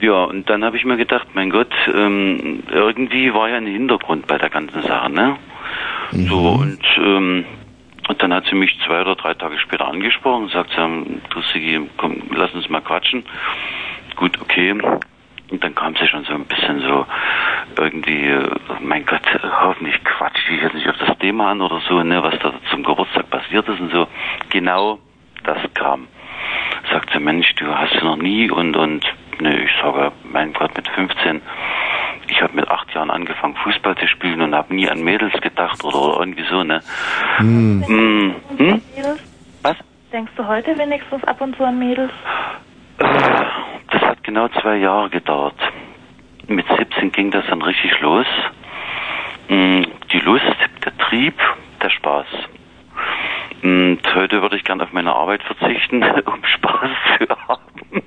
Ja, und dann habe ich mir gedacht, mein Gott, ähm, irgendwie war ja ein Hintergrund bei der ganzen Sache, ne? So, und, ähm, und dann hat sie mich zwei oder drei Tage später angesprochen und sagt, ähm, du Sigi, komm, lass uns mal quatschen. Gut, okay. Und dann kam sie schon so ein bisschen so irgendwie, äh, mein Gott, hoffentlich quatsch ich jetzt nicht auf das Thema an oder so, ne, was da zum Geburtstag passiert ist und so. Genau das kam sagt sie, Mensch, du hast ja noch nie und und ne, ich sage, mein Gott, mit 15, ich habe mit acht Jahren angefangen Fußball zu spielen und habe nie an Mädels gedacht oder irgendwie so, ne?
Hm.
Mm, hm? Was?
Denkst du heute wenigstens ab und zu an Mädels?
Das hat genau zwei Jahre gedauert. Mit 17 ging das dann richtig los. Mm, Die Lust, der Trieb, der Spaß. Und heute würde ich gern auf meine Arbeit verzichten, [LAUGHS] um Spaß zu haben.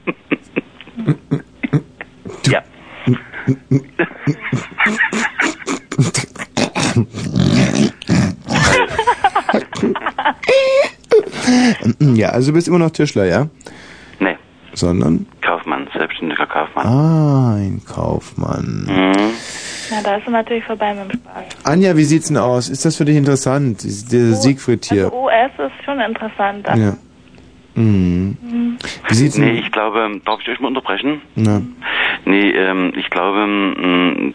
[LAUGHS]
[LAUGHS]
ja.
ja, also du bist immer noch Tischler, ja?
Nee.
Sondern?
Kaufmann, selbstständiger Kaufmann.
Ah, ein Kaufmann.
Na, da ist er natürlich vorbei mit dem Spaß.
Anja, wie sieht's denn aus? Ist das für dich interessant, dieses- dieser Siegfried hier?
US ist schon interessant. aber-
Ja. Mhm.
Hm.
Wie sieht's denn-
nee, ich glaube, ähm, darf ich euch mal unterbrechen?
Na.
Nee, ähm, ich glaube, mh,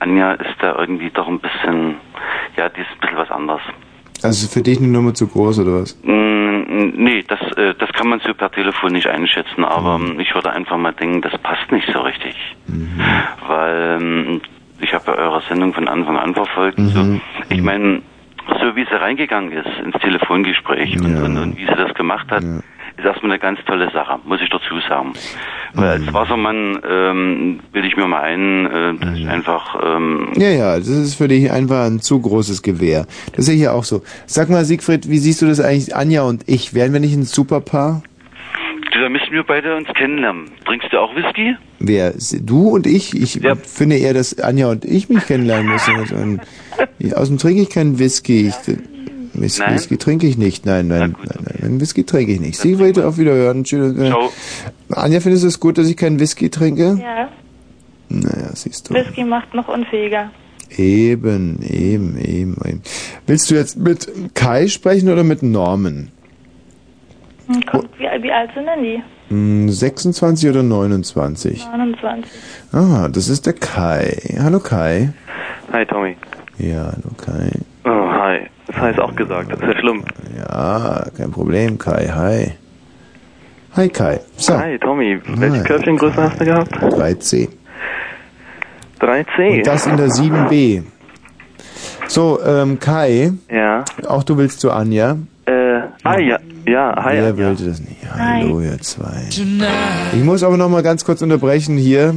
Anja ist da irgendwie doch ein bisschen, ja, die ist ein bisschen was anders.
Also für dich eine Nummer zu groß oder was?
Mm, Nee, das, äh, das kann man so per Telefon nicht einschätzen, aber ähm, ich würde einfach mal denken, das passt nicht so richtig. Weil ähm, ich habe ja eure Sendung von Anfang an verfolgt. So. Ich meine, so wie sie reingegangen ist ins Telefongespräch und, und, und wie sie das gemacht hat, ist erstmal eine ganz tolle Sache, muss ich dazu sagen. Weil als Wassermann ähm, will ich mir mal ein, äh, dass ich einfach ähm,
Ja, ja, das ist für dich einfach ein zu großes Gewehr. Das sehe ich ja auch so. Sag mal, Siegfried, wie siehst du das eigentlich, Anja und ich? Wären wir nicht ein Superpaar?
du, da müssen wir beide uns kennenlernen. Trinkst du auch Whisky?
Wer? Du und ich? Ich finde eher, dass Anja und ich mich kennenlernen müssen. Also, ähm, Außerdem trinke ich keinen Whisky. Ich, äh, Whisky,
Nein?
Whisky trinke ich nicht. Nein, nein, nein, nein, nein, Whisky trinke ich nicht. Siegfried, auf Wiederhören. Tschüss. Äh, Anja, findest du es gut, dass ich keinen Whisky trinke?
Ja,
Naja, siehst du.
Whisky macht noch unfähiger.
Eben, eben, eben, eben. Willst du jetzt mit Kai sprechen oder mit Norman?
Hm, Kommt, wie, wie alt sind denn die?
Hm, 26 oder 29?
29.
Ah, das ist der Kai. Hallo Kai.
Hi Tommy.
Ja, hallo Kai.
Oh, hi. Das heißt auch gesagt, das ist ja schlimm.
Ja, kein Problem, Kai. Hi. Hi Kai. So,
Hi Tommy, welche Körbchengröße hast du gehabt?
3C.
3C.
Und das in der 7B. So, ähm, Kai.
Ja.
Auch du willst zu Anja?
Äh, ah ja, ja, hi.
Wer wollte das nicht? Hallo, ihr zwei. Ich muss aber noch mal ganz kurz unterbrechen hier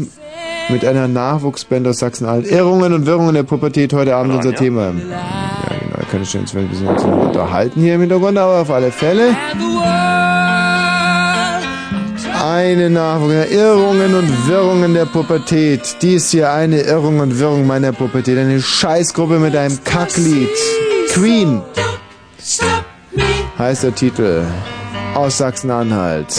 mit einer Nachwuchsband aus Sachsen-Anhalt. Irrungen und Wirrungen der Pubertät heute Abend unser Thema. Ja, genau. Ich könnte schon ein bisschen unterhalten hier im Hintergrund, aber auf alle Fälle. Eine Nachwuchs, Irrungen und Wirrungen der Pubertät. Dies hier eine Irrung und Wirrung meiner Pubertät. Eine Scheißgruppe mit einem Kacklied. Queen. heißt der Titel. Aus Sachsen-Anhalt.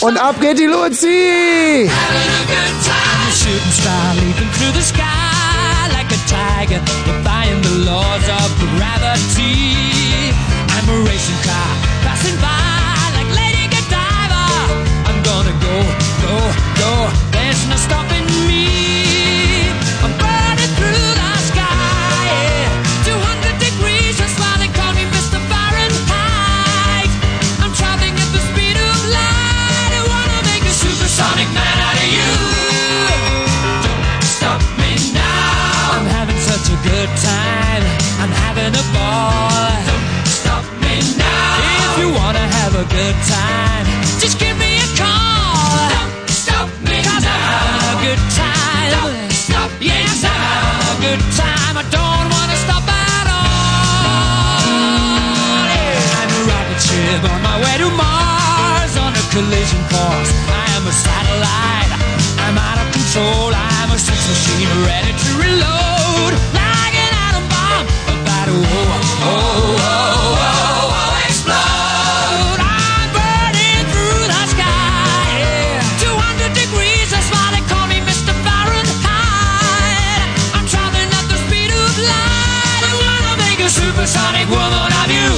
Und
ab geht die Luzi!
I'm a shooting star leaping through the sky like a tiger, defying the laws of gravity. I'm a racing car passing by like Lady Godiva. I'm gonna go, go, go. There's no stopping me. I'm burning through the sky, yeah. 200 degrees. That's why they call me Mr. Fahrenheit. I'm traveling at the speed of light. I wanna make a supersonic man out of you. Don't stop me now. I'm having such a good time. I'm having a ball. Don't stop me now. If you wanna have a good time, just give me a call. Don't stop me now. I'm having a good time. Don't stop me yes, now. I'm having a good time. I don't wanna stop at all. Yeah, I'm a rocket ship on my way to Mars on a collision course. I am a satellite. I'm out of control. I'm a sex machine ready to reload like an atom bomb. About to oh oh oh oh oh explode. I'm burning through the sky. Yeah. 200 degrees. That's why they call me Mr. Fahrenheit. I'm traveling at the speed of light. I wanna make a supersonic woman of you.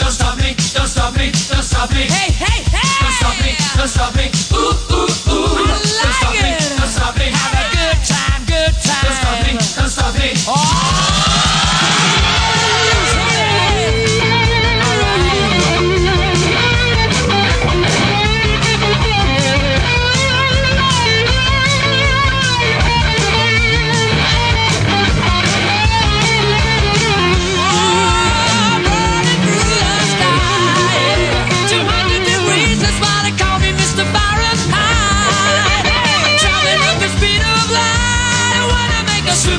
Don't stop me, don't stop me, don't stop me. Hey, hey, hey! Don't stop me, don't stop me. Ooh, ooh, ooh. I like don't stop it. me, don't stop me. Have a good time, good time. Don't stop me, don't stop me. Oh!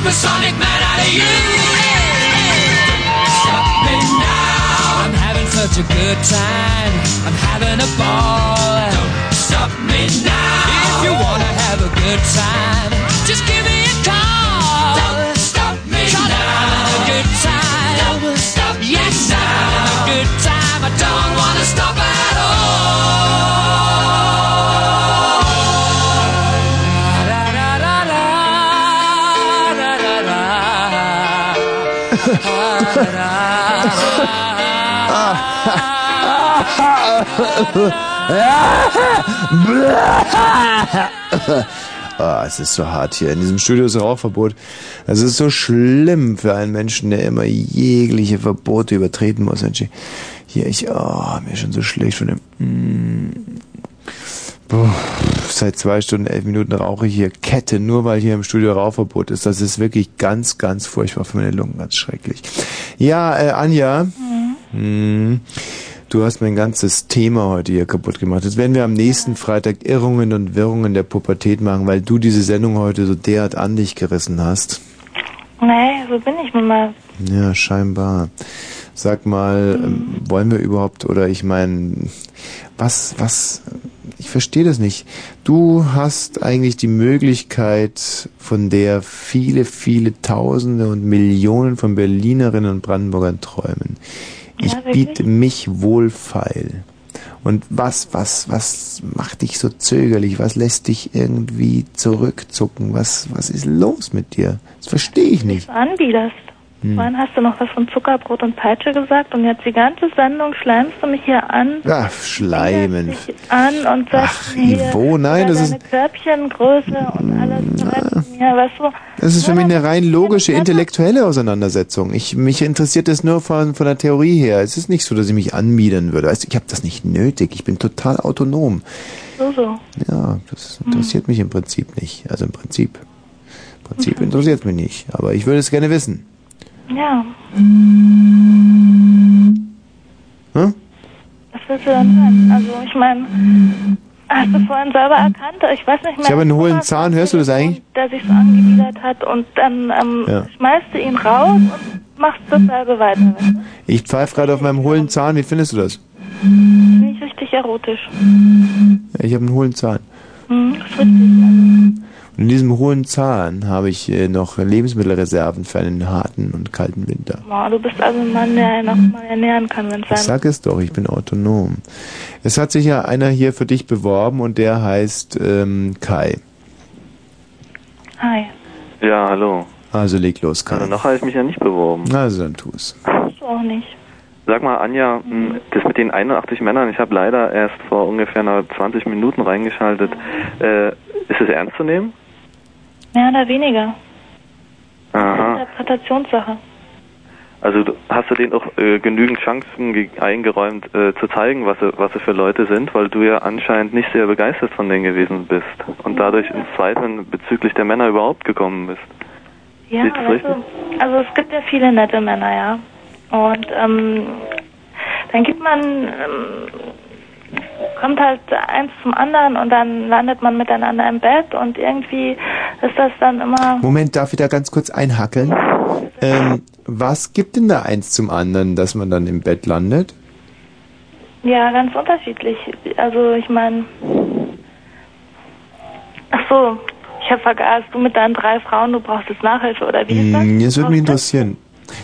Sonic man out of you. Stop me now. I'm having such a good time. I'm having a ball. Don't stop me now. If you wanna have a good time, just give me a call. Don't stop me now. I'm having a good time. Don't stop yes, now. I'm having a good time. I don't wanna stop at all. [LAUGHS]
[LAUGHS] Ah, es ist so hart hier. In diesem Studio ist Rauchverbot. Es ist so schlimm für einen Menschen, der immer jegliche Verbote übertreten muss. Mensch, hier, ich, oh, mir ist schon so schlecht von dem. Mm. Puh, Seit zwei Stunden, elf Minuten rauche ich hier Kette, nur weil hier im Studio Rauchverbot ist. Das ist wirklich ganz, ganz furchtbar für meine Lungen, ganz schrecklich. Ja, äh, Anja, mm, du hast mein ganzes Thema heute hier kaputt gemacht. Jetzt werden wir am nächsten Freitag Irrungen und Wirrungen der Pubertät machen, weil du diese Sendung heute so derart an dich gerissen hast.
Nee, so bin ich nun mal.
Ja, scheinbar. Sag mal, ähm, wollen wir überhaupt, oder ich meine, was, was, ich verstehe das nicht. Du hast eigentlich die Möglichkeit, von der viele, viele Tausende und Millionen von Berlinerinnen und Brandenburgern träumen. Ich biete mich wohlfeil. Und was, was, was macht dich so zögerlich? Was lässt dich irgendwie zurückzucken? Was, was ist los mit dir? Das verstehe ich nicht.
Anbiederst.
Hm.
Vorhin hast du noch was von Zuckerbrot und Peitsche gesagt und jetzt die ganze Sendung schleimst du mich hier an,
Ach, Schleimen.
an und sagst mir hier
Ivo, nein,
über
das Mm,
deine Körbchengröße und alles verrätst du mir, weißt du?
Das ist für mich eine rein logische, intellektuelle Auseinandersetzung. Ich, mich interessiert das nur von, von der Theorie her. Es ist nicht so, dass ich mich anmiedern würde. Weißt du, ich habe das nicht nötig. Ich bin total autonom.
So, so.
Ja, das interessiert mich im Prinzip nicht. Also im Prinzip. Im Prinzip
Mhm.
interessiert mich nicht. Aber ich würde es gerne wissen.
Ja.
Hm?
Was willst du denn hören? Also ich meine, hast du vorhin selber erkannt? Ich weiß nicht mehr,
Ich habe einen hohlen Zahn. Hörst du das eigentlich?
der sich so angewidert hat und dann ähm,
Ja.
schmeißt du ihn raus und machst dasselbe weiter. weißt du?
Ich pfeife gerade auf meinem hohlen Zahn. Wie findest du das?
Nicht richtig erotisch.
Ja, ich habe einen hohlen Zahn.
Hm, ist richtig.
Und in diesem hohen Zahn habe ich äh, noch Lebensmittelreserven für einen harten und kalten Winter.
Boah, du bist also ein Mann, der noch mal ernähren kann, wenn
Ich
es sein
sag es doch, ich bin autonom. Es hat sich ja einer hier für dich beworben und der heißt ähm, Kai.
Hi.
Ja, hallo.
Also leg los, Kai.
Also noch habe ich mich ja nicht beworben.
Also dann tu's.
Hast du auch nicht.
Sag mal, Anja, mh, das mit den 81 Männern, ich habe leider erst vor ungefähr einer 20 Minuten reingeschaltet. Äh, ist es ernst zu nehmen?
Mehr oder weniger.
Aha.
Interpretationssache.
Also du- hast du denen auch äh, genügend Chancen ge- eingeräumt, äh, zu zeigen, was sie, was sie für Leute sind, weil du ja anscheinend nicht sehr begeistert von denen gewesen bist und dadurch ins Zweifeln bezüglich der Männer überhaupt gekommen bist.
Ja,
Sieht das
weißt du, also es gibt ja viele nette Männer, ja. Und ähm, dann gibt man, ähm, kommt halt eins zum anderen und dann landet man miteinander im Bett und irgendwie ist das dann immer,
Moment, darf ich da ganz kurz einhackeln? Ähm, was gibt denn da eins zum anderen, dass man dann im Bett landet?
ja, ganz unterschiedlich. Also ich meine, ach so, ich hab vergaßt, du mit deinen drei Frauen, du brauchst jetzt Nachhilfe oder wie?
Hm, das würde mich interessieren.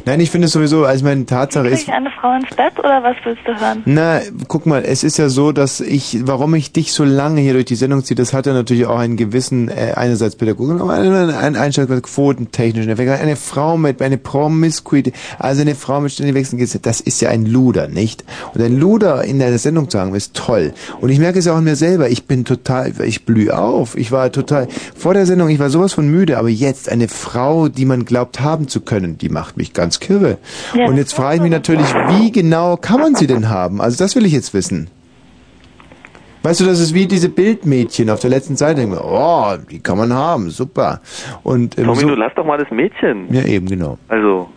Nein, ich finde es sowieso, also meine Tatsache
Krieg
ist,
ich eine Frau ins Bett oder was willst du hören?
Na, guck mal, es ist ja so, dass ich, warum ich dich so lange hier durch die Sendung ziehe, das hat ja natürlich auch einen gewissen, äh, einerseits pädagogischen, aber einen, einen einschaltenden quotentechnischen Effekt. Eine Frau mit, eine Promiskuität, also eine Frau mit ständig wechselnden Gesicht, das ist ja ein Luder, nicht? Und ein Luder in der Sendung zu haben, ist toll. Und ich merke es ja auch an mir selber, ich bin total, ich blühe auf. Ich war total, vor der Sendung, ich war sowas von müde, aber jetzt eine Frau, die man glaubt haben zu können, die macht mich ganz kirre.
Ja.
Und jetzt frage ich mich natürlich, wie genau kann man sie denn haben? Also das will ich jetzt wissen. Weißt du, das ist wie diese Bildmädchen auf der letzten Seite. Denken wir, Oh, die kann man haben, super. Und ähm,
Tommy,
so,
du lass doch mal das Mädchen.
ja eben genau.
Also,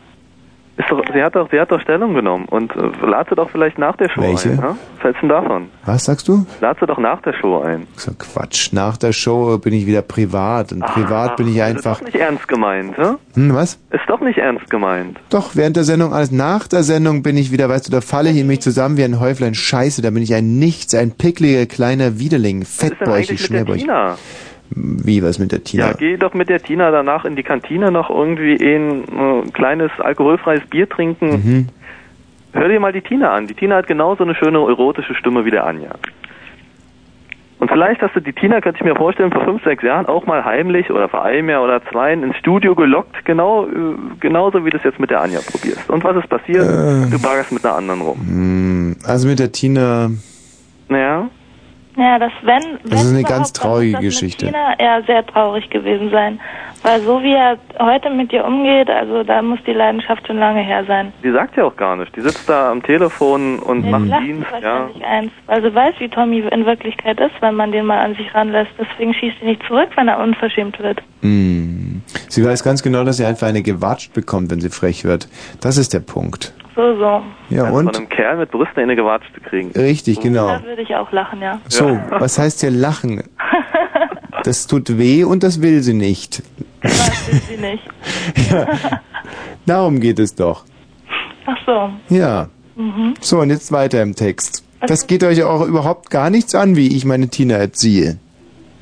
ist doch, sie, hat doch, sie hat doch Stellung genommen und äh, lad sie doch vielleicht nach der Show
Welche?
ein. Ja? Was hältst du denn davon?
Was sagst du?
Lad sie doch nach der Show ein.
So Quatsch. Nach der Show bin ich wieder privat und privat bin ich einfach.
Ah, Ist nicht ernst gemeint, ja?
Hm, was?
Ist doch nicht ernst gemeint.
Doch, während der Sendung, alles nach der Sendung bin ich wieder, weißt du, da falle ich in mich zusammen wie ein Häuflein Scheiße, da bin ich ein Nichts, ein pickliger kleiner Widerling,
Was ist denn
fettbäuchig,
eigentlich mit der
schnellbäuchig.
Tina?
Wie, was mit der Tina?
Ja, geh doch mit der Tina danach in die Kantine noch irgendwie ein äh, kleines alkoholfreies Bier trinken.
Mhm.
Hör dir mal die Tina an. Die Tina hat genauso eine schöne erotische Stimme wie der Anja. Und vielleicht hast du die Tina, könnte ich mir vorstellen, vor fünf, sechs Jahren auch mal heimlich oder vor einem Jahr oder zwei ins Studio gelockt, genau, äh, genauso wie du es jetzt mit der Anja probierst. Und was ist passiert?
Ähm.
Du baggerst mit einer anderen rum.
Hm, Also mit der Tina,
Naja.
Ja, das wenn, wenn
das ist eine
überhaupt,
ganz traurige Geschichte.
Tina eher sehr traurig gewesen sein. Weil so wie er heute mit dir umgeht, also da muss die Leidenschaft schon lange her sein.
Die sagt ja auch gar nicht. Die sitzt da am Telefon
Mhm.
und macht
lacht
Dienst, ja.
wahrscheinlich eins. Weil sie weiß, wie Tommy in Wirklichkeit ist, wenn man den mal an sich ranlässt. Deswegen schießt sie nicht zurück, wenn er unverschämt wird.
Hm. Sie weiß ganz genau, dass sie einfach eine gewatscht bekommt, wenn sie frech wird. Das ist der Punkt.
So, so.
Ja,
also
und?
Von einem Kerl mit Brüsten in eine gewatscht zu kriegen.
Richtig, genau.
Da würde ich auch lachen, ja.
So,
[LAUGHS]
was heißt hier
[LAUGHS]
lachen? Das tut weh und das will sie nicht.
Das will sie
[LAUGHS]
nicht.
Ja. Darum geht es doch.
Ach so.
Ja.
Mhm.
So, und jetzt weiter im Text. Das geht euch auch überhaupt gar nichts an, wie ich meine Tina erziehe.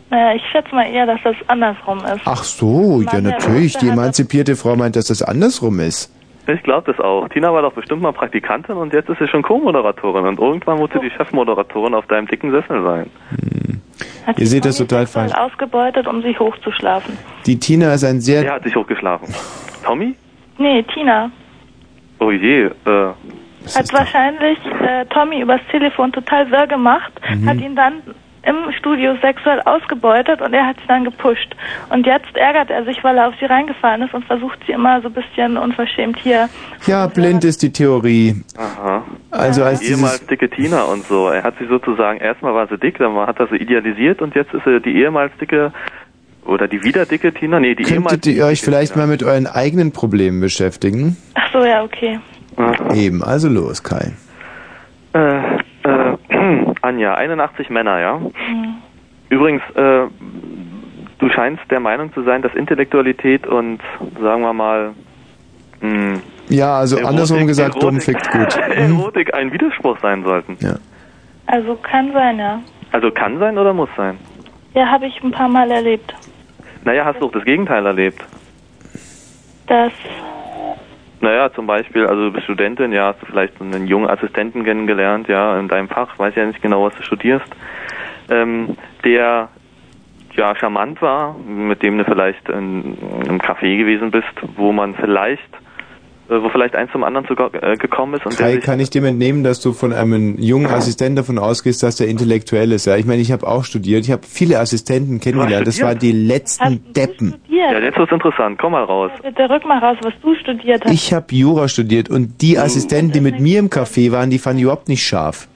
Naja, ich schätze mal eher, dass das andersrum ist.
Ach so, ja
Mann, der
natürlich.
Wüste
Die
hat
emanzipierte Frau meint, dass das andersrum ist.
Ich glaube das auch. Tina war doch bestimmt mal Praktikantin und jetzt ist sie schon Co-Moderatorin und irgendwann muss sie die Chefmoderatorin auf deinem dicken Sessel sein.
Ihr seht das total falsch.
Voll ausgebeutet, um sich hochzuschlafen.
Die Tina ist ein sehr...
Der hat sich hochgeschlafen. Tommy?
Nee, Tina
Oh je, äh,
hat wahrscheinlich äh, Tommy übers Telefon total wirr gemacht,
Mhm.
hat ihn dann im Studio sexuell ausgebeutet und er hat sie dann gepusht. Und jetzt ärgert er sich, weil er auf sie reingefallen ist und versucht sie immer so ein bisschen unverschämt hier.
Ja, blind ist die Theorie.
aha.
Also als dieses...
ehemals dicke Tina und so. Er hat sie sozusagen, erstmal war sie dick, dann hat er sie idealisiert und jetzt ist sie die ehemals dicke, oder die wieder dicke Tina, nee, die ehemals
Könntet ihr euch vielleicht mal mit euren eigenen Problemen beschäftigen?
Ach so, ja, okay.
Eben, also los, Kai.
Äh, äh, [CLEARS THROAT] Anja, 81 Männer, ja?
Hm.
Übrigens, äh, du scheinst der Meinung zu sein, dass Intellektualität und, sagen wir mal, hm, mh,
Ja, also
Erotik,
andersrum gesagt, dumm
Erotik.
fickt gut.
Erotik ein Widerspruch sein sollten.
Ja.
Also kann sein, ja.
Also kann sein oder muss sein?
Ja, habe ich ein paar Mal erlebt.
Naja, hast du auch das Gegenteil erlebt.
Das,
Naja, zum Beispiel, also du bist Studentin, ja, hast du vielleicht einen jungen Assistenten kennengelernt, ja, in deinem Fach, weiß ja nicht genau, was du studierst, ähm, der ja charmant war, mit dem du vielleicht in, in einem Café gewesen bist, wo man vielleicht, äh, wo vielleicht eins zum anderen zu, äh, gekommen ist und der
Kai,
sich,
kann ich dem entnehmen, dass du von einem jungen Assistenten davon ausgehst, dass der intellektuell ist? Ja, ich meine, ich habe auch studiert, ich habe viele Assistenten kennengelernt. Das
studiert?
waren die letzten Deppen.
ja, jetzt wird's interessant, komm mal raus.
bitte rück mal raus, was du studiert hast.
Ich habe Jura studiert und
Oh.
die Assistenten, die mit mir im Café waren, die fanden ich überhaupt nicht scharf.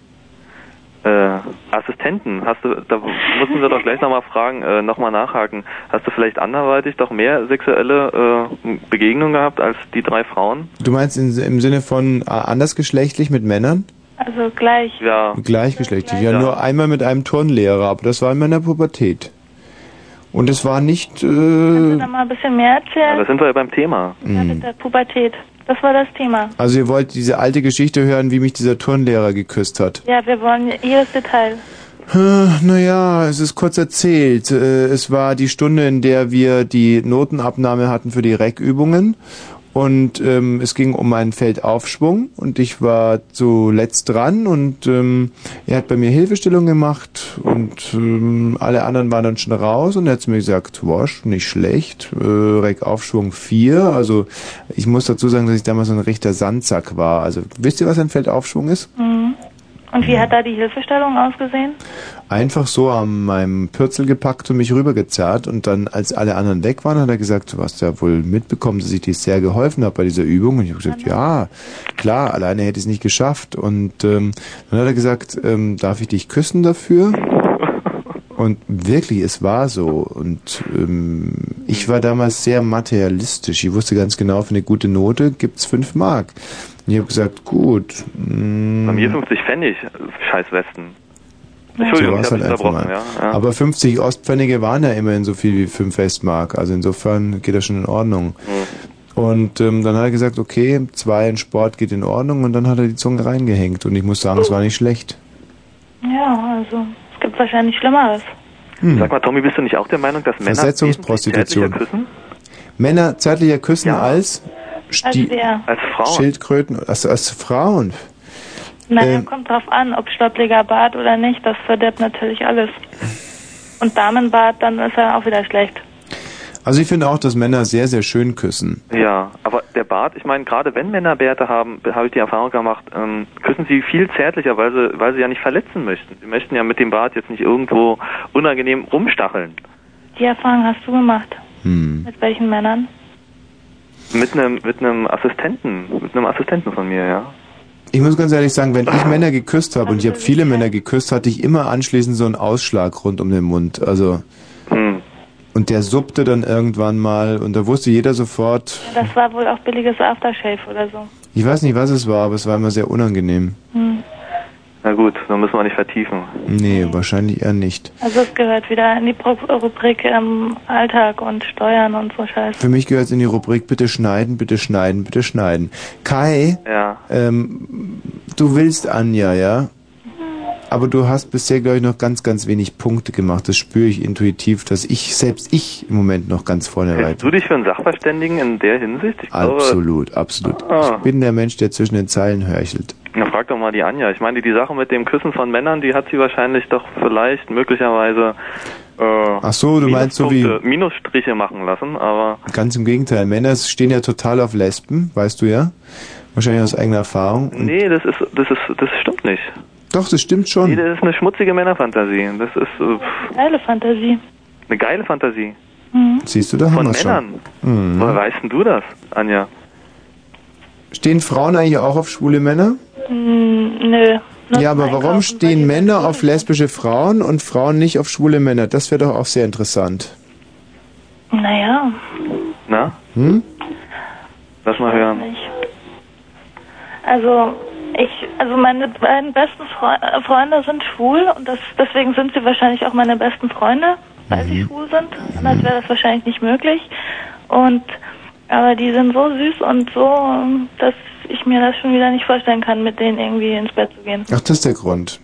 Äh, Assistenten, hast du, da mussten wir doch gleich nochmal fragen, äh, nochmal nachhaken. Hast du vielleicht anderweitig doch mehr sexuelle äh, Begegnungen gehabt als die drei Frauen?
Du meinst in, im Sinne von äh, andersgeschlechtlich mit Männern?
Also gleich.
Ja.
Gleichgeschlechtlich. Ja, nur einmal mit einem Turnlehrer, aber das war in meiner Pubertät. Und es war nicht. Äh,
Noch mal ein bisschen mehr erzählen.
Da sind wir ja beim Thema.
mh.
Der Pubertät. Das war das Thema.
also ihr wollt diese alte Geschichte hören, wie mich dieser Turnlehrer geküsst hat.
Ja, wir wollen jedes Detail.
Naja, es ist kurz erzählt. Äh, Es war die Stunde, in der wir die Notenabnahme hatten für die Reckübungen. Und ähm, es ging um einen Feldaufschwung und ich war zuletzt dran und ähm, er hat bei mir Hilfestellung gemacht und ähm, alle anderen waren dann schon raus und er hat zu mir gesagt, wasch, nicht schlecht, äh, Reckaufschwung 4. Also ich muss dazu sagen, dass ich damals so ein rechter Sandsack war. Also wisst ihr, was ein Feldaufschwung ist?
Mhm. Und wie hat da die Hilfestellung ausgesehen?
einfach so an meinem Pürzel gepackt und mich rübergezerrt und dann, als alle anderen weg waren, hat er gesagt, du hast ja wohl mitbekommen, dass ich dir sehr geholfen habe bei dieser Übung. Und ich habe gesagt, ja, klar, alleine hätte ich es nicht geschafft. Und ähm, dann hat er gesagt, ähm, darf ich dich
[LAUGHS]
küssen dafür? Und wirklich, es war so. Und ähm, ich war damals sehr materialistisch. Ich wusste ganz genau, für eine gute Note gibt's fünf Mark. Und ich habe gesagt, gut. mm,
Bei
Bei
mir 50 Pfennig, äh, scheiß Westen.
so
Entschuldigung,
war's
ich habe
halt
dich unterbrochen, ja.
einfach mal.
ja.
Aber 50 Ostpfennige waren ja immerhin so viel wie 5 Westmark. Also insofern geht das schon in Ordnung.
Mhm.
Und ähm, dann hat er gesagt, okay, zwei in Sport geht in Ordnung und dann hat er die Zunge reingehängt. Und ich muss sagen,
Oh.
es war nicht schlecht.
Ja, also es gibt wahrscheinlich Schlimmeres.
Sag mal, Tommy, bist du nicht auch der Meinung, dass Männer
Versetzungsprostitution.
wesentlich zärtlicher küssen?
Männer zärtlicher küssen als, Sti-
wer?
Als
Schildkröten, als, als Frauen.
Naja,
Ähm.
kommt drauf an, ob stoppliger Bart oder nicht, das verdirbt natürlich alles. Und Damenbart, dann ist er auch wieder schlecht.
Also ich finde auch, dass Männer sehr, sehr schön küssen.
Ja, aber der Bart, ich meine, gerade wenn Männer Bärte haben, habe ich die Erfahrung gemacht, ähm, küssen sie viel zärtlicher, weil sie, weil sie ja nicht verletzen möchten. Sie möchten ja mit dem Bart jetzt nicht irgendwo unangenehm rumstacheln.
Die Erfahrung hast du gemacht.
Hm.
Mit welchen Männern?
Mit einem mit einem Assistenten, mit einem Assistenten von mir, ja.
Ich muss ganz ehrlich sagen, wenn ich Männer geküsst habe und ich habe viele Männer geküsst, hatte ich immer anschließend so einen Ausschlag rund um den Mund. Also und der suppte dann irgendwann mal und da wusste jeder sofort,
Das war wohl auch billiges Aftershave oder so.
ich weiß nicht, was es war, aber es war immer sehr unangenehm.
Hm.
Na gut, dann müssen wir nicht vertiefen.
Nee, wahrscheinlich eher nicht.
Also es gehört wieder in die Pro Rubrik ähm, Alltag und Steuern und so Scheiß.
Für mich gehört es in die Rubrik bitte schneiden, bitte schneiden, bitte schneiden. Kai,
Ja.
ähm, du willst Anja, ja? Aber du hast bisher, glaube ich, noch ganz, ganz wenig Punkte gemacht. Das spüre ich intuitiv, dass ich, selbst ich im Moment noch
[LAUGHS]
ganz vorne reite.
Hältst du dich für einen Sachverständigen in der Hinsicht? Ich glaube-
Absolut, absolut.
Ah.
Ich bin der Mensch, der zwischen den Zeilen hörchelt.
Na, frag doch mal die Anja. Ich meine, die Sache mit dem Küssen von Männern, die hat sie wahrscheinlich doch vielleicht möglicherweise äh,
Ach so, du meinst so wie-
Minuspunkte- Minusstriche machen lassen, aber
Ganz im Gegenteil, Männer stehen ja total auf Lesben, weißt du ja? Wahrscheinlich aus eigener Erfahrung. Und
nee, das ist das ist das stimmt nicht.
doch, das stimmt schon.
Nee, das ist eine schmutzige Männerfantasie. Das ist äh, pff,
Geile Fantasie.
eine geile Fantasie.
Mhm.
Siehst du, da haben
Von
wir schon.
Männern.
Mhm.
Woher weißt denn du das, Anja?
Stehen Frauen eigentlich auch auf schwule Männer?
Hm, nö.
ja, aber warum stehen Männer auf lesbische Frauen und Frauen nicht auf schwule Männer? Das wäre doch auch sehr interessant.
Naja,
Na?
Hm?
Lass mal hören.
also ich, also meine beiden besten Freu äh, Freunde sind schwul und das, deswegen sind sie wahrscheinlich auch meine besten Freunde, weil sie schwul sind. Anders wäre das wahrscheinlich nicht möglich. Und aber die sind so süß und so, dass ich mir das schon wieder nicht vorstellen kann, mit denen irgendwie ins Bett zu gehen.
Ach, das ist der Grund.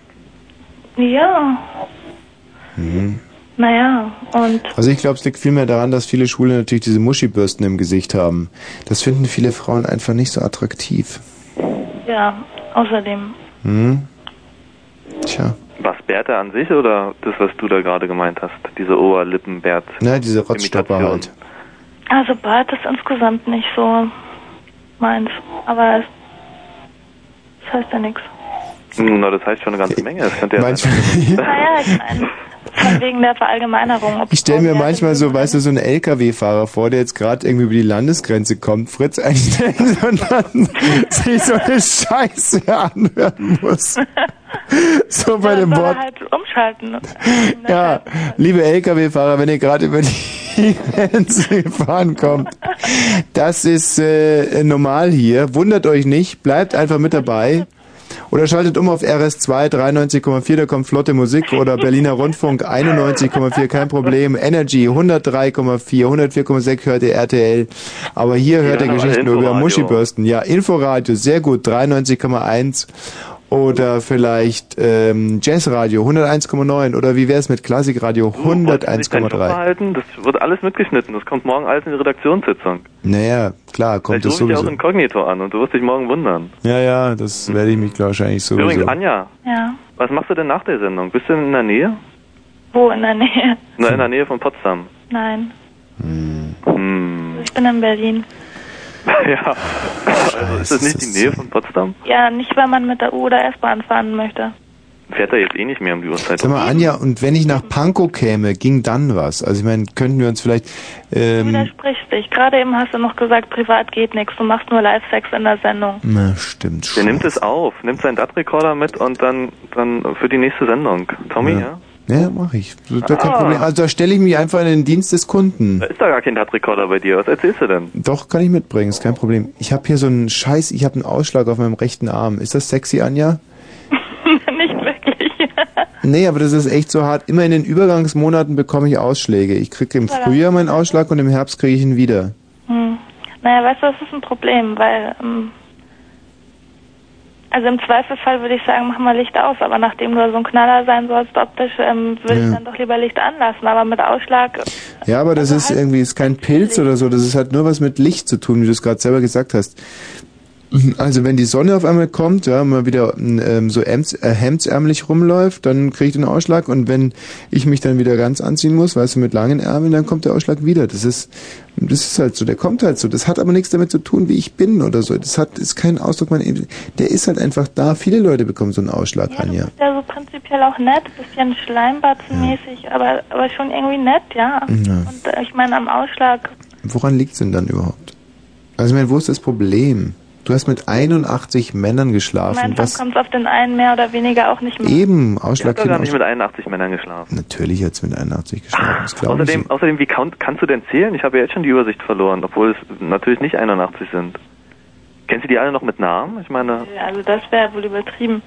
Ja.
Mhm.
Naja, und
Also ich glaube, es liegt vielmehr daran, dass viele Schwule natürlich diese Muschibürsten im Gesicht haben. Das finden viele Frauen einfach nicht so attraktiv.
ja, außerdem.
Hm? Tja.
Was Berthe an sich oder das, was du da gerade gemeint hast? Diese Oberlippenbert.
Na, diese Rotzstopper halt.
Also Bart ist insgesamt nicht so meins. Aber es das heißt ja nichts.
Na, das heißt schon eine ganze Menge. Das könnte ja
[LAUGHS]
Naja, Ah ich meine, von wegen der Verallgemeinerung. Ob
Ich stelle mir manchmal so, weißt du, so einen LKW-Fahrer vor, der jetzt gerade irgendwie über die Landesgrenze kommt, Fritz einstellen [LAUGHS] und dann sich so eine Scheiße anhören
[LAUGHS]
muss. So bei dem
soll er
Wort.
halt umschalten.
Ja, liebe LKW-Fahrer, wenn ihr gerade über die Grenze gefahren kommt, das ist äh, normal hier. Wundert euch nicht, bleibt einfach mit dabei. Oder schaltet um auf RS2 93,4, da kommt flotte Musik oder Berliner Rundfunk 91,4, kein Problem. Energy 103,4, 104,6 hört ihr RTL. Aber hier hört ihr
aber
Geschichten über
Inforadio.
Muschibürsten. Ja, Inforadio, sehr gut, 93,1. Oder vielleicht ähm, Jazzradio 101,9 oder wie wäre es mit
Oh,
Klassikradio
Kopf
101,3?
verhalten, das wird alles mitgeschnitten. Das kommt morgen alles in die Redaktionssitzung.
Naja, klar, kommt
Vielleicht
es
rufe ich dich
sowieso.
auch inkognito an und du wirst dich morgen wundern.
Ja, ja, das werde ich mich wahrscheinlich sowieso.
Übrigens, Anja,
Ja,
was machst du denn nach der Sendung? Bist du in der Nähe?
wo in der Nähe?
Na, in der Nähe von Potsdam.
Nein,
Hm. [LAUGHS]
ich bin in Berlin.
Ja. Also ist das nicht die Nähe von Potsdam?
Ja, nicht, weil man mit der U- oder S-Bahn fahren möchte.
Fährt er jetzt eh nicht mehr um die Uhrzeit.
Sag mal, Anja, und wenn ich nach Pankow käme, ging dann was? Also ich meine, könnten wir uns vielleicht... Ähm,
Widersprichst dich. Gerade eben hast du noch gesagt, privat geht nichts. Du machst nur Live-Sex in der Sendung.
na, stimmt
Der nimmt es auf, nimmt seinen DAT-Recorder mit und dann, dann für die nächste Sendung. Tommy, ja?
Ja, mache ich. Da, da kein
Ah.
Problem. Also da stelle ich mich einfach in den Dienst des Kunden.
Da ist da gar kein DAT-Recorder bei dir. Was erzählst du denn?
Doch, kann ich mitbringen, ist kein Problem. Ich habe hier so einen Scheiß, ich habe einen Ausschlag auf meinem rechten Arm. Ist das sexy, Anja?
[LAUGHS] Nicht wirklich. [LAUGHS]
Nee, aber das ist echt so hart. Immer in den Übergangsmonaten bekomme ich Ausschläge. Ich kriege im Frühjahr meinen Ausschlag und im Herbst kriege ich ihn wieder.
Hm. Naja, weißt du, das ist ein Problem, weil. Ähm, also im Zweifelsfall würde ich sagen, mach mal Licht aus, aber nachdem du so ein Knaller sein sollst optisch, ähm, würde
Ja.
ich dann doch lieber Licht anlassen, aber mit Ausschlag. äh,
Ja, aber das ist irgendwie, ist kein Pilz oder so, das ist halt nur was mit Licht zu tun, wie du es gerade selber gesagt hast. Also wenn die Sonne auf einmal kommt, ja, mal wieder ähm, so ems, äh, hemdsärmlich rumläuft, dann kriege ich den Ausschlag und wenn ich mich dann wieder ganz anziehen muss, weißt du, mit langen Ärmeln, dann kommt der Ausschlag wieder. Das ist, das ist halt so, der kommt halt so. Das hat aber nichts damit zu tun, wie ich bin oder so. Das hat, ist kein Ausdruck meiner, der ist halt einfach da. Viele Leute bekommen so einen Ausschlag, Anja.
Ja, so prinzipiell auch nett, bisschen schleimbatzenmäßig, aber, aber schon irgendwie nett, ja.
Ja.
Und äh, ich meine, am Ausschlag,
Woran liegt's denn dann überhaupt? Also ich meine, wo ist das Problem? Du hast mit 81 Männern
am
geschlafen.
Anfang
Was
kommt es auf den einen mehr oder weniger auch nicht mehr.
eben
Ich habe
Ausschlag
da gar nicht
Ausschlag-
mit 81 Männern geschlafen.
Natürlich hat's mit
[LAUGHS]
81 geschlafen. Das glaube ich.
Außerdem, außerdem wie count, kannst du denn zählen? Ich habe ja jetzt schon die Übersicht verloren, obwohl es natürlich nicht 81 sind. Kennst du die alle noch mit Namen? Ich meine,
Also das wäre wohl übertrieben.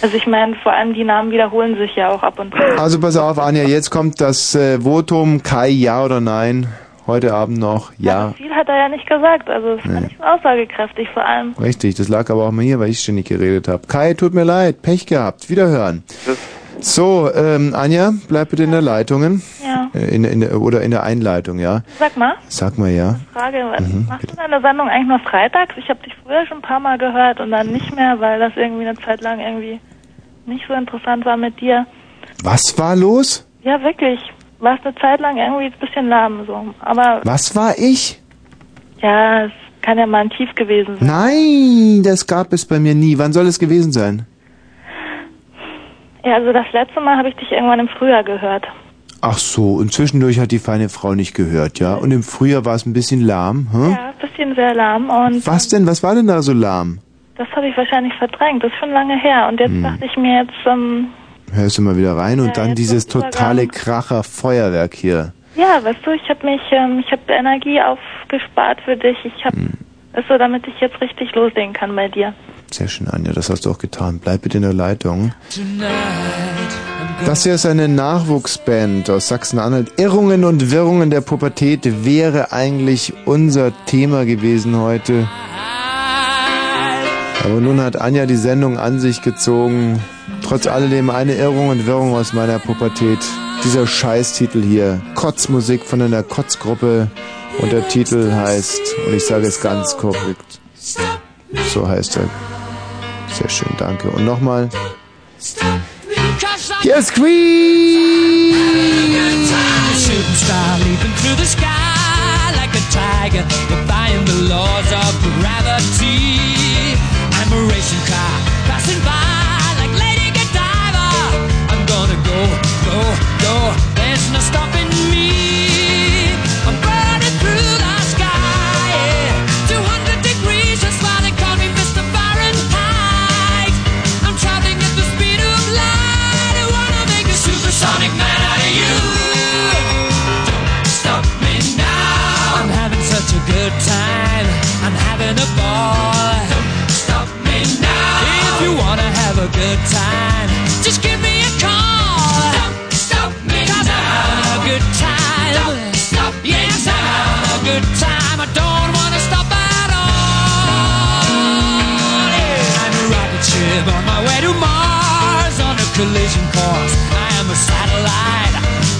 Also ich meine, vor allem die Namen wiederholen sich ja auch ab und zu.
Also pass auf, Anja, jetzt kommt das äh, Votum Kai, ja oder nein? Heute Abend noch, ja.
Viel hat er ja nicht gesagt, also es war
Nee.
nicht so aussagekräftig vor allem.
Richtig, das lag aber auch mal hier, weil ich ständig geredet habe. Kai, tut mir leid, Pech gehabt. Wiederhören. So, ähm, Anja, bleib bitte in der Leitungen.
Ja.
Äh, In, in, der- oder in der Einleitung, ja.
Sag mal,
Sag mal ja.
Frage, was
Mhm,
machst du deine Sendung eigentlich nur freitags? Ich habe dich früher schon ein paar Mal gehört und dann nicht mehr, weil das irgendwie eine Zeit lang irgendwie nicht so interessant war mit dir.
Was war los?
Ja, wirklich. Warst eine Zeit lang irgendwie ein bisschen lahm so. Aber
Was war ich?
ja, es kann ja mal ein Tief gewesen sein.
Nein, das gab es bei mir nie. Wann soll es gewesen sein?
Ja, also das letzte Mal habe ich dich irgendwann im Frühjahr gehört.
Ach so, und zwischendurch hat die feine Frau nicht gehört, ja? Und im Frühjahr war es ein bisschen lahm, hm?
Ja, ein bisschen sehr lahm und
Was denn? Was war denn da so lahm?
das habe ich wahrscheinlich verdrängt. Das ist schon lange her. Und jetzt
Hm.
dachte ich mir jetzt, ähm,
Hörst du mal wieder rein und
Ja,
dann
jetzt
dieses
kommt Übergang.
totale Kracher-Feuerwerk hier.
Ja, weißt du, ich habe mich, ähm, ich habe Energie aufgespart für dich. Ich habe,
Hm.
weißt du, damit ich jetzt richtig loslegen kann bei dir.
Sehr schön, Anja, das hast du auch getan. Bleib bitte in der Leitung.
Tonight.
Das hier ist eine Nachwuchsband aus Sachsen-Anhalt. Irrungen und Wirrungen der Pubertät wäre eigentlich unser Thema gewesen heute. Aber nun hat Anja die Sendung an sich gezogen. Trotz alledem eine Irrung und Wirrung aus meiner Pubertät. Dieser Scheißtitel hier, Kotzmusik von einer Kotzgruppe und der Titel heißt, und ich sage es ganz korrekt, so heißt er. Sehr schön, danke. Und nochmal.
Yes, Queen! Shooting star leaping through the sky like a tiger, defying the laws of gravity. I'm a racing car passing by like Lady Godiva. I'm gonna go, go, go. There's no stopping me. I'm burning through the sky, yeah. 200 degrees, that's why they call me Mr. Fahrenheit. I'm traveling at the speed of light. I wanna make a supersonic man out of you. Don't stop me now. I'm having such a good time. I'm having a ball. Don't stop me now. If you wanna have a good time, just give me a call. Don't stop me now. I'm having a good time. Don't stop me yes, now. I'm having a good time. I don't wanna stop at all. Yeah, I'm a rocket ship on my way to Mars on a collision course. I am a satellite.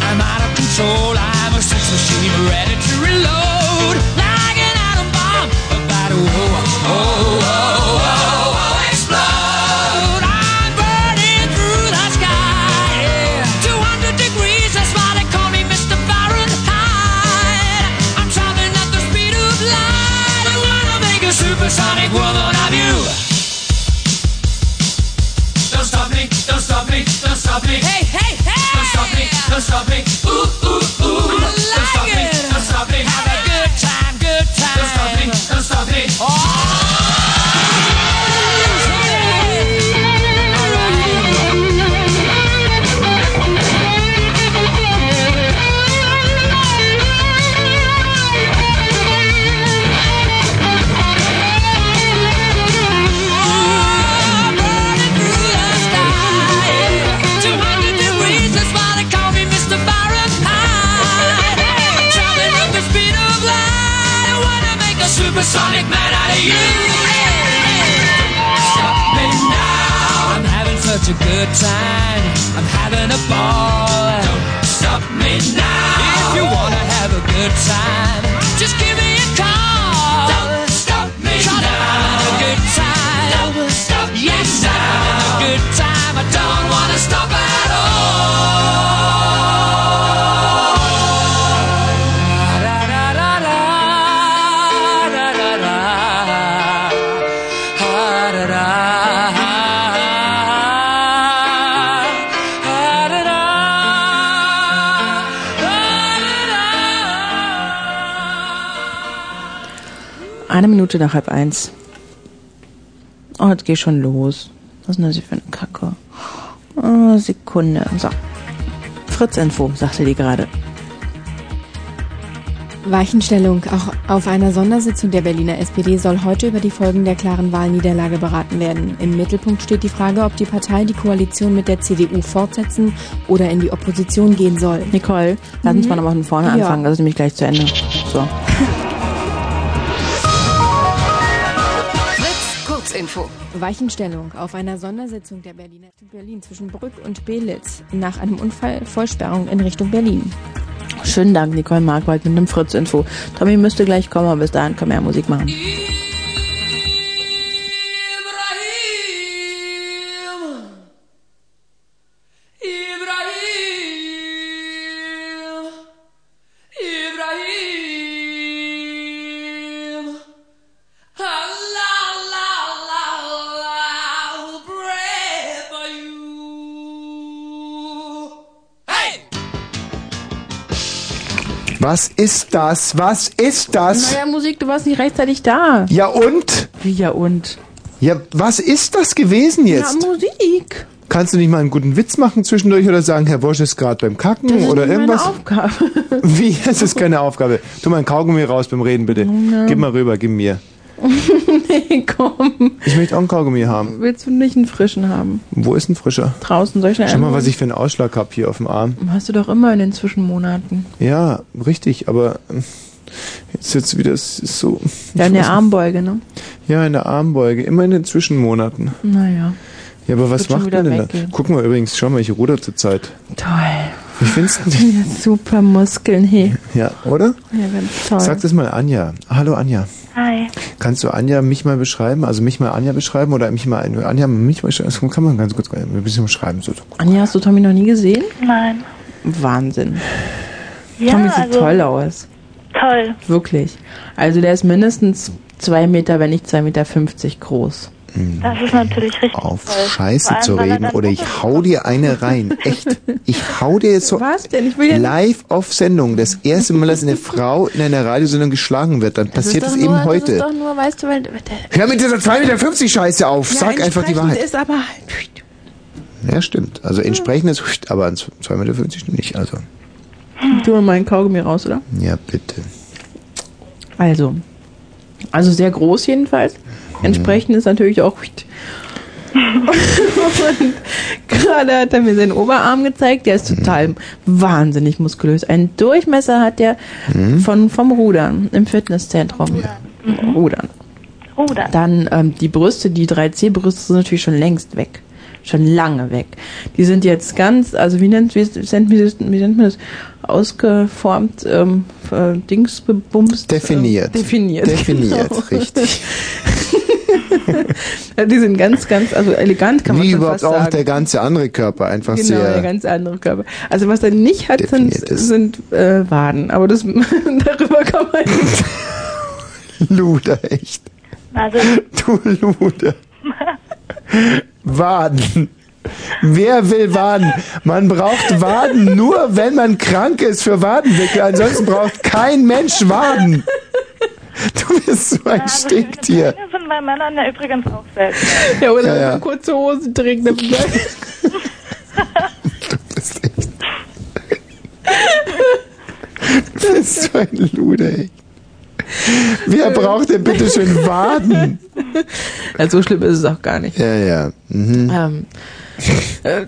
I'm out of control. I'm a sex machine ready to reload like an atom bomb. About to oh oh oh oh, oh, oh explode. I'm burning through the sky. Yeah. 200 degrees. That's why they call me Mr. Fahrenheit. I'm traveling at the speed of light. I wanna make a supersonic woman of you. Don't stop me, don't stop me, don't stop me. Hey, hey, hey! Don't stop me, don't stop me. Ooh, ooh, ooh. I like don't stop it. me, don't stop me. Have a good time, good time. Don't stop me, don't stop me. Oh! Sonic man out of you. Stop me now. I'm having such a good time. I'm having a ball. Don't stop me now. If you wanna have a good time, just give me a call. Don't stop me now. I'm having a good time. Don't stop yes, now. I'm having a good time. I don't wanna stop at all.
Eine Minute nach halb eins. Oh, jetzt geh schon los. Was ist denn das hier für eine Kacke? Oh, Sekunde. So. Fritz-Info, sagte die gerade.
Weichenstellung. Auch auf einer Sondersitzung der Berliner SPD soll heute über die Folgen der klaren Wahlniederlage beraten werden. Im Mittelpunkt steht die Frage, ob die Partei die Koalition mit der CDU fortsetzen oder in die Opposition gehen soll. Mhm.
Nicole, Lass uns mal nochmal von vorne
Ja.
anfangen. Das ist nämlich gleich zu Ende. So.
Fritz, Kurzinfo. Weichenstellung auf einer Sondersitzung der Berliner Berlin zwischen Brück und Belitz nach einem Unfall Vollsperrung in Richtung Berlin.
Schönen Dank, Nicole Markwald mit dem Fritz-Info. Tommy müsste gleich kommen, aber bis dahin können wir ja Musik machen.
Ibrahim, Ibrahim, Allah, Allah, Allah, Allah, I will pray for you. Hey!
Was ist das? Was ist das?
Naja, Musik, du warst nicht rechtzeitig da.
Ja und?
Wie ja und?
Ja, was ist das gewesen jetzt?
Ja, um- Musik. [LAUGHS]
Kannst du nicht mal einen guten Witz machen zwischendurch oder sagen, Herr Wosch ist gerade beim Kacken
Das ist
oder
nicht
irgendwas?
Meine Aufgabe.
[LAUGHS] Wie? Es ist keine Aufgabe. Tu mal einen Kaugummi raus beim Reden, bitte.
Ja.
Gib mal rüber, gib mir.
nee, komm.
Ich möchte auch einen Kaugummi haben.
Willst du nicht einen frischen haben?
Wo ist ein frischer?
Draußen, soll ich schnell
Schau mal,
einholen?
was ich für einen Ausschlag habe hier auf dem Arm.
Hast du doch immer in den Zwischenmonaten.
Ja, richtig, aber ähm, jetzt jetzt wieder es ist so.
Ja,
[LAUGHS]
in der Armbeuge, ne?
Ja, in der Armbeuge, immer in den Zwischenmonaten.
Naja.
Ja, aber was
Wird schon
macht
wieder
man denn da?
weggehen.
Guck mal übrigens, schau mal, ich ruder zurzeit.
Toll.
Wie findest
[LAUGHS]
du
Ja, super Muskeln, hey.
Ja, oder?
Ja, ganz toll.
Sag das mal Anja. Hallo Anja.
Hi.
Kannst du Anja mich mal beschreiben? Also mich mal Anja beschreiben oder mich mal Anja mich mal Das kann man ganz gut ein bisschen beschreiben. So.
Anja, hast du Tommy noch nie gesehen?
Nein.
Wahnsinn.
Ja,
Tommy sieht
also-
toll aus.
Toll.
Wirklich. Also der ist mindestens zwei Meter, wenn nicht 2,50 Meter fünfzig groß.
Das ist natürlich richtig.
Auf
toll. Vor
Scheiße
allem,
zu
weil er
reden
dann-
oder ich hau dir eine rein.
[LAUGHS]
Echt. Ich hau dir jetzt so
Was denn? Ich will ja
live auf Sendung. Das erste Mal, dass eine Frau in einer Radiosendung geschlagen wird, dann passiert
das
es
ist doch
eben
nur, Das ist
heute.
doch nur, weißt du, weil der, der
Hör mit dieser 2,50 Meter Scheiße auf.
Ja,
Sag einfach die
entsprechend
Wahrheit.
ist aber halt.
Ja, stimmt. Also entsprechend ist, huscht, aber an 2,50 Meter nicht. Also,
halt- Tu mal meinen Kaugummi raus, oder?
ja, bitte.
Also. Also sehr groß jedenfalls. Entsprechend ist natürlich auch. Und gerade hat er mir seinen Oberarm gezeigt, der ist total wahnsinnig muskulös. Einen Durchmesser hat der
Mhm.
von, vom Rudern im Fitnesszentrum. Rudern.
Rudern.
Dann ähm, die Brüste, die 3C-Brüste sind natürlich schon längst weg. Schon lange weg. Die sind jetzt ganz, also wie nennt, wie, nennt, wie, wie nennt man das? Ausgeformt, ähm, äh, Dingsbebumst.
Definiert.
Äh, definiert. [LAUGHS] Genau.
Definiert, richtig.
Ja, die sind ganz, ganz, also elegant kann man
Wie
schon
überhaupt
fast
auch
sagen.
der ganze andere Körper einfach
genau, der
sehr.
ganz andere Körper. Also was er nicht hat, sind, sind äh, Waden. Aber das [LAUGHS] darüber kann man nicht.
[LAUGHS] Luder, echt.
Also,
[LAUGHS] Du Luder. Waden. Wer will Waden? Man braucht Waden nur, wenn man krank ist für Wadenwickel. Ansonsten braucht kein Mensch Waden. Du bist so ein Stinktier.
das sind bei Männern ja übrigens auch selbst.
Ja, oder
Ja,
wenn
ja.
man kurze Hosen trägt, dann
Du bist so ein Luder, echt. Wer braucht denn bitte schön Waden?
Ja, so schlimm ist es auch gar nicht.
Ja, ja. Mhm.
Ähm, äh,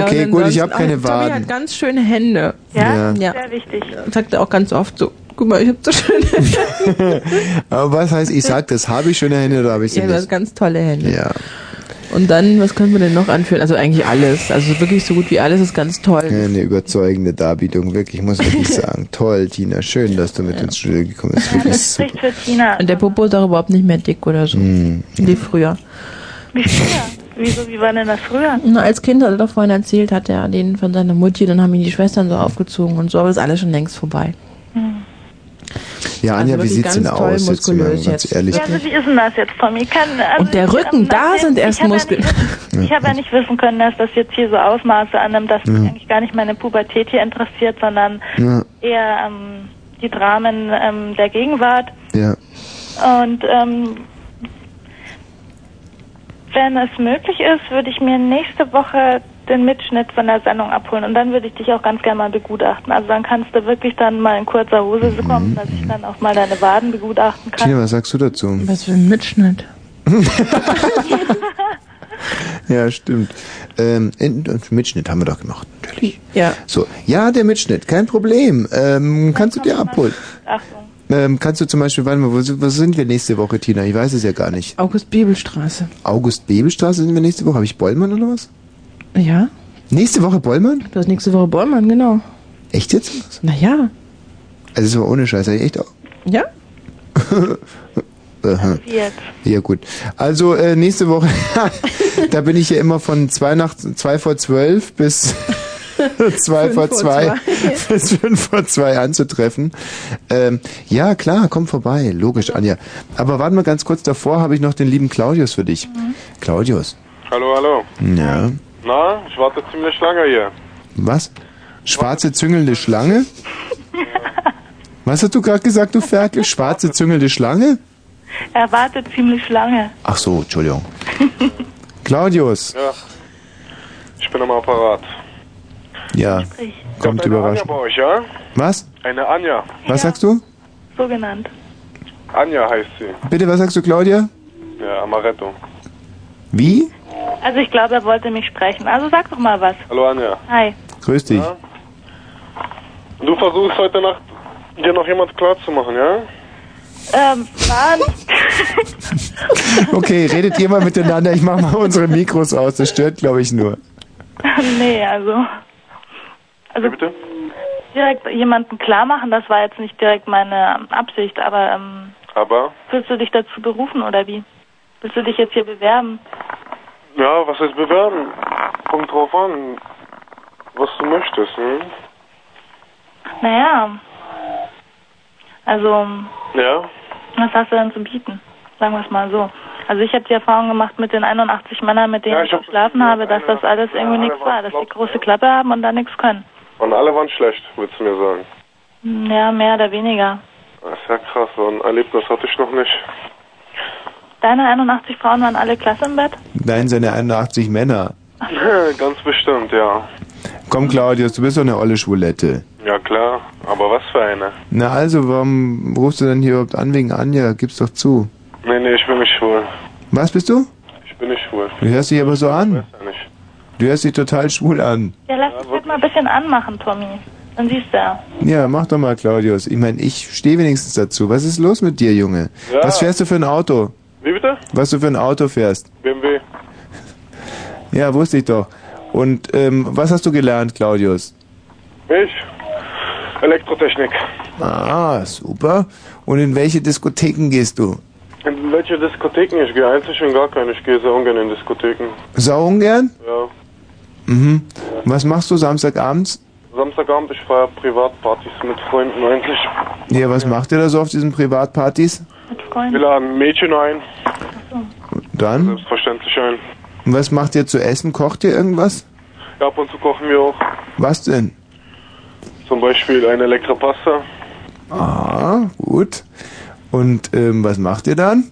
[LAUGHS]
Okay,
und
gut,
ansonsten-
ich hab keine
Ah, Tommy
Waden.
hat ganz schöne Hände.
Ja? Ja.
sehr wichtig.
Sagt er auch ganz oft so, guck mal, ich hab so
[LAUGHS]
schöne Hände.
Aber was heißt, ich sag das, habe ich schöne Hände oder habe ich sie
ja, du hast
nicht?
ganz tolle Hände.
Ja.
Und dann, was können wir denn noch anführen? Also eigentlich alles. Also wirklich so gut wie alles ist ganz toll.
Eine überzeugende Darbietung, wirklich, muss ich
[LAUGHS]
wirklich sagen. Toll, Tina, schön, dass du mit ins Studio gekommen bist. Wirklich super.
Spricht für Tina.
Und der Popo ist auch überhaupt nicht mehr dick oder so.
Mhm.
Wie früher.
Wie früher? Wieso, wie war denn das früher?
Na, als Kind hat er doch vorhin erzählt, hat er den von seiner Mutti, dann haben ihn die Schwestern so aufgezogen und so, aber ist alles schon längst vorbei.
Ja, Anja,
Also
wie
wirklich
sieht's denn
ganz toll
aus? Jetzt sind wir mal
muskulös
ganz
jetzt.
ehrlich.
Ja, also wie ist denn das jetzt, Tommy? Kann, also
Und der
ich-
Rücken, da
nachdem-
sind erst
ich hab
Muskeln.
Ja nicht, ich habe ja nicht wissen können, dass das jetzt hier so Ausmaße annimmt, dass mich
Ja.
eigentlich gar nicht meine Pubertät hier interessiert, sondern
Ja,
eher ähm, die Dramen ähm, der Gegenwart.
ja.
Und ähm, wenn es möglich ist, würde ich mir nächste Woche den Mitschnitt von der Sendung abholen und dann würde ich dich auch ganz gerne mal begutachten. Also dann kannst du wirklich dann mal in kurzer Hose
Mhm.
kommen, dass ich dann auch mal deine Waden begutachten kann.
Tina, was sagst du dazu?
Was für ein Mitschnitt.
[LAUGHS] Ja, stimmt. Ähm, in, Mitschnitt haben wir doch gemacht.
Ja.
So, ja, der Mitschnitt, kein Problem. Ähm, kannst du dir abholen?
Achtung.
Ähm, kannst du zum Beispiel, warte mal, wo, sind- wo sind wir nächste Woche, Tina? Ich weiß es ja gar nicht.
August Bibelstraße.
August-Bebelstraße sind wir nächste Woche. Habe ich Bollmann oder was?
Ja?
Nächste Woche Bollmann?
Du hast nächste Woche Bollmann, genau.
Echt jetzt?
Naja.
Also, es war ohne Scheiß, hab ich echt auch. [LAUGHS]
Ja?
Aha.
Jetzt.
Ja, gut. Also, äh, nächste Woche, [LAUGHS] da bin ich ja immer von zwei nach zwei vor zwölf
[LAUGHS]
bis zwei
Fünf
vor
vor
zwei
zwei.
[LAUGHS] bis fünf vor zwei anzutreffen. Ähm, ja, klar, komm vorbei. Logisch, Anja. Aber warte mal ganz kurz davor, habe ich noch den lieben Claudius für dich. Claudius.
Hallo, hallo.
Ja.
Na, ich warte ziemlich lange hier.
Was? Schwarze züngelnde Schlange? Was hast du gerade gesagt, du Ferkel? Schwarze züngelnde Schlange?
Er wartet ziemlich lange.
Ach so,
[LAUGHS]
Entschuldigung. Claudius.
Ja. Ich bin am Apparat.
Ja,
Ich hab
kommt
eine Anja
überraschend.
bei euch, ja?
Was?
Eine Anja.
Was sagst du?
So genannt.
Anja heißt sie.
Bitte, was sagst du, Claudia?
Ja, Amaretto.
Wie?
Also ich glaube, er wollte mich sprechen. Also sag doch mal was.
Hallo Anja.
Hi.
Grüß dich.
Du versuchst heute Nacht dir noch jemand klarzumachen, ja?
Ähm, Mann.
[LAUGHS]
[LAUGHS]
Okay, redet ihr mal miteinander. Ich
[LAUGHS]
mache mal unsere Mikros aus. Das stört, glaube ich, nur.
nee, also. Also direkt jemanden klar machen, das war jetzt nicht direkt meine Absicht, aber ähm,
Aber,
fühlst du dich dazu berufen oder wie? Willst du dich jetzt hier bewerben?
ja, was heißt bewerben? Kommt drauf an, was du möchtest, hm?
Naja. Also,
Ja?
was hast du denn zu bieten? Sagen wir es mal so. Also ich habe die Erfahrung gemacht mit den 81 Männern, mit denen
Ja, ich
ich
hab-
geschlafen habe, dass das alles irgendwie
ja,
nichts
aber
war, dass die große Klappe haben und da nichts können.
Und alle waren schlecht, willst du mir sagen.
Hm, Ja, mehr oder weniger.
Das ist ja krass, so ein Erlebnis hatte ich noch nicht.
Deine 81 Frauen waren alle klasse im Bett?
Nein, seine 81 Männer.
[LAUGHS] Ganz bestimmt, ja.
Komm, Claudius, du bist doch eine olle Schwulette.
Ja klar, aber was für eine?
Na also, warum rufst du denn hier überhaupt an wegen Anja? Gib's doch zu.
Nee, nee, ich bin nicht schwul.
Was bist du?
Ich bin nicht schwul.
Du hörst dich aber so an. Du hörst dich total schwul an.
Ja, lass dich halt mal ein bisschen anmachen, Tommy. Dann siehst du ja.
Ja, mach doch mal, Claudius. Ich meine, ich stehe wenigstens dazu. Was ist los mit dir, Junge?
Ja.
Was fährst du für ein Auto?
Wie bitte?
Was du für ein Auto fährst?
BMW.
Ja, wusste ich doch. Und ähm, was hast du gelernt, Claudius?
Ich? Elektrotechnik.
Ah, super. Und in welche Diskotheken gehst du?
In welche Diskotheken ich gehe? Einzig und gar keine. Ich gehe sehr ungern in Diskotheken.
Sau ungern?
Ja.
Mhm. Was machst du Samstagabends?
Samstagabend, ich feiere Privatpartys mit Freunden eigentlich.
Ja, was macht ihr da so auf diesen Privatpartys?
Wir laden Mädchen ein, Also-
Dann?
verständlich ein.
Und was macht ihr zu essen? Kocht ihr irgendwas?
Ja, ab und zu kochen wir auch.
Was denn?
Zum Beispiel eine leckere Pasta.
Ah, gut. Und ähm, was macht ihr dann?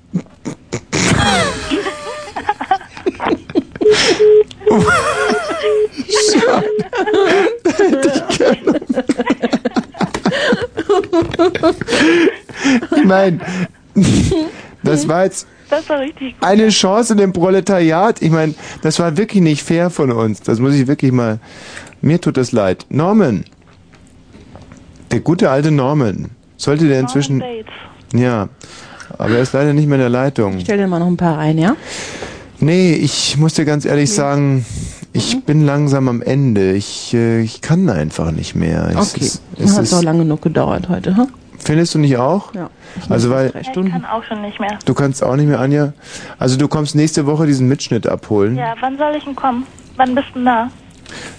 Schade.
Ich meine, das war jetzt
Das war richtig gut.
eine Chance dem Proletariat. Ich meine, das war wirklich nicht fair von uns. Das muss ich wirklich mal. Mir tut das leid. Norman. Der gute alte Norman. Sollte der inzwischen. Ja. Aber er ist leider nicht mehr in der Leitung.
Stell dir mal noch ein paar rein, ja?
Nee, ich muss dir ganz
Hm.
ehrlich sagen,
Mhm.
ich bin langsam am Ende. Ich, äh, ich kann einfach nicht mehr. Es
Okay.
ist- es
Das hat
ist-
doch lange genug gedauert heute, hm?
Findest du nicht auch?
Ja.
Also weil
Ich kann auch schon nicht mehr.
du kannst auch nicht mehr, Anja. Also du kommst nächste Woche diesen Mitschnitt abholen.
Ja, wann soll ich denn kommen? Wann bist du denn da?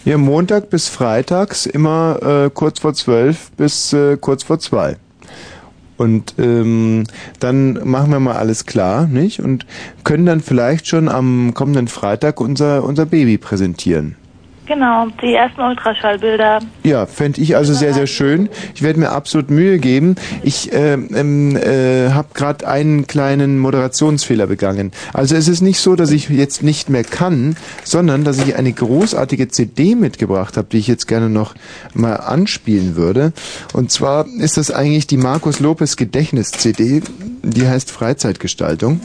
Ja, Montag bis Freitags immer äh, kurz vor zwölf bis äh, kurz vor zwei. Und ähm, dann machen wir mal alles klar, nicht? Und können dann vielleicht schon am kommenden Freitag unser unser Baby präsentieren.
Genau, die ersten Ultraschallbilder.
Ja, fände ich also sehr, sehr schön. Ich werde mir absolut Mühe geben. Ich ähm, ähm, äh, habe gerade einen kleinen Moderationsfehler begangen. Also es ist nicht so, dass ich jetzt nicht mehr kann, sondern dass ich eine großartige CD mitgebracht habe, die ich jetzt gerne noch mal anspielen würde. Und zwar ist das eigentlich die Markus Lopez Gedächtnis-CD. Die heißt Freizeitgestaltung.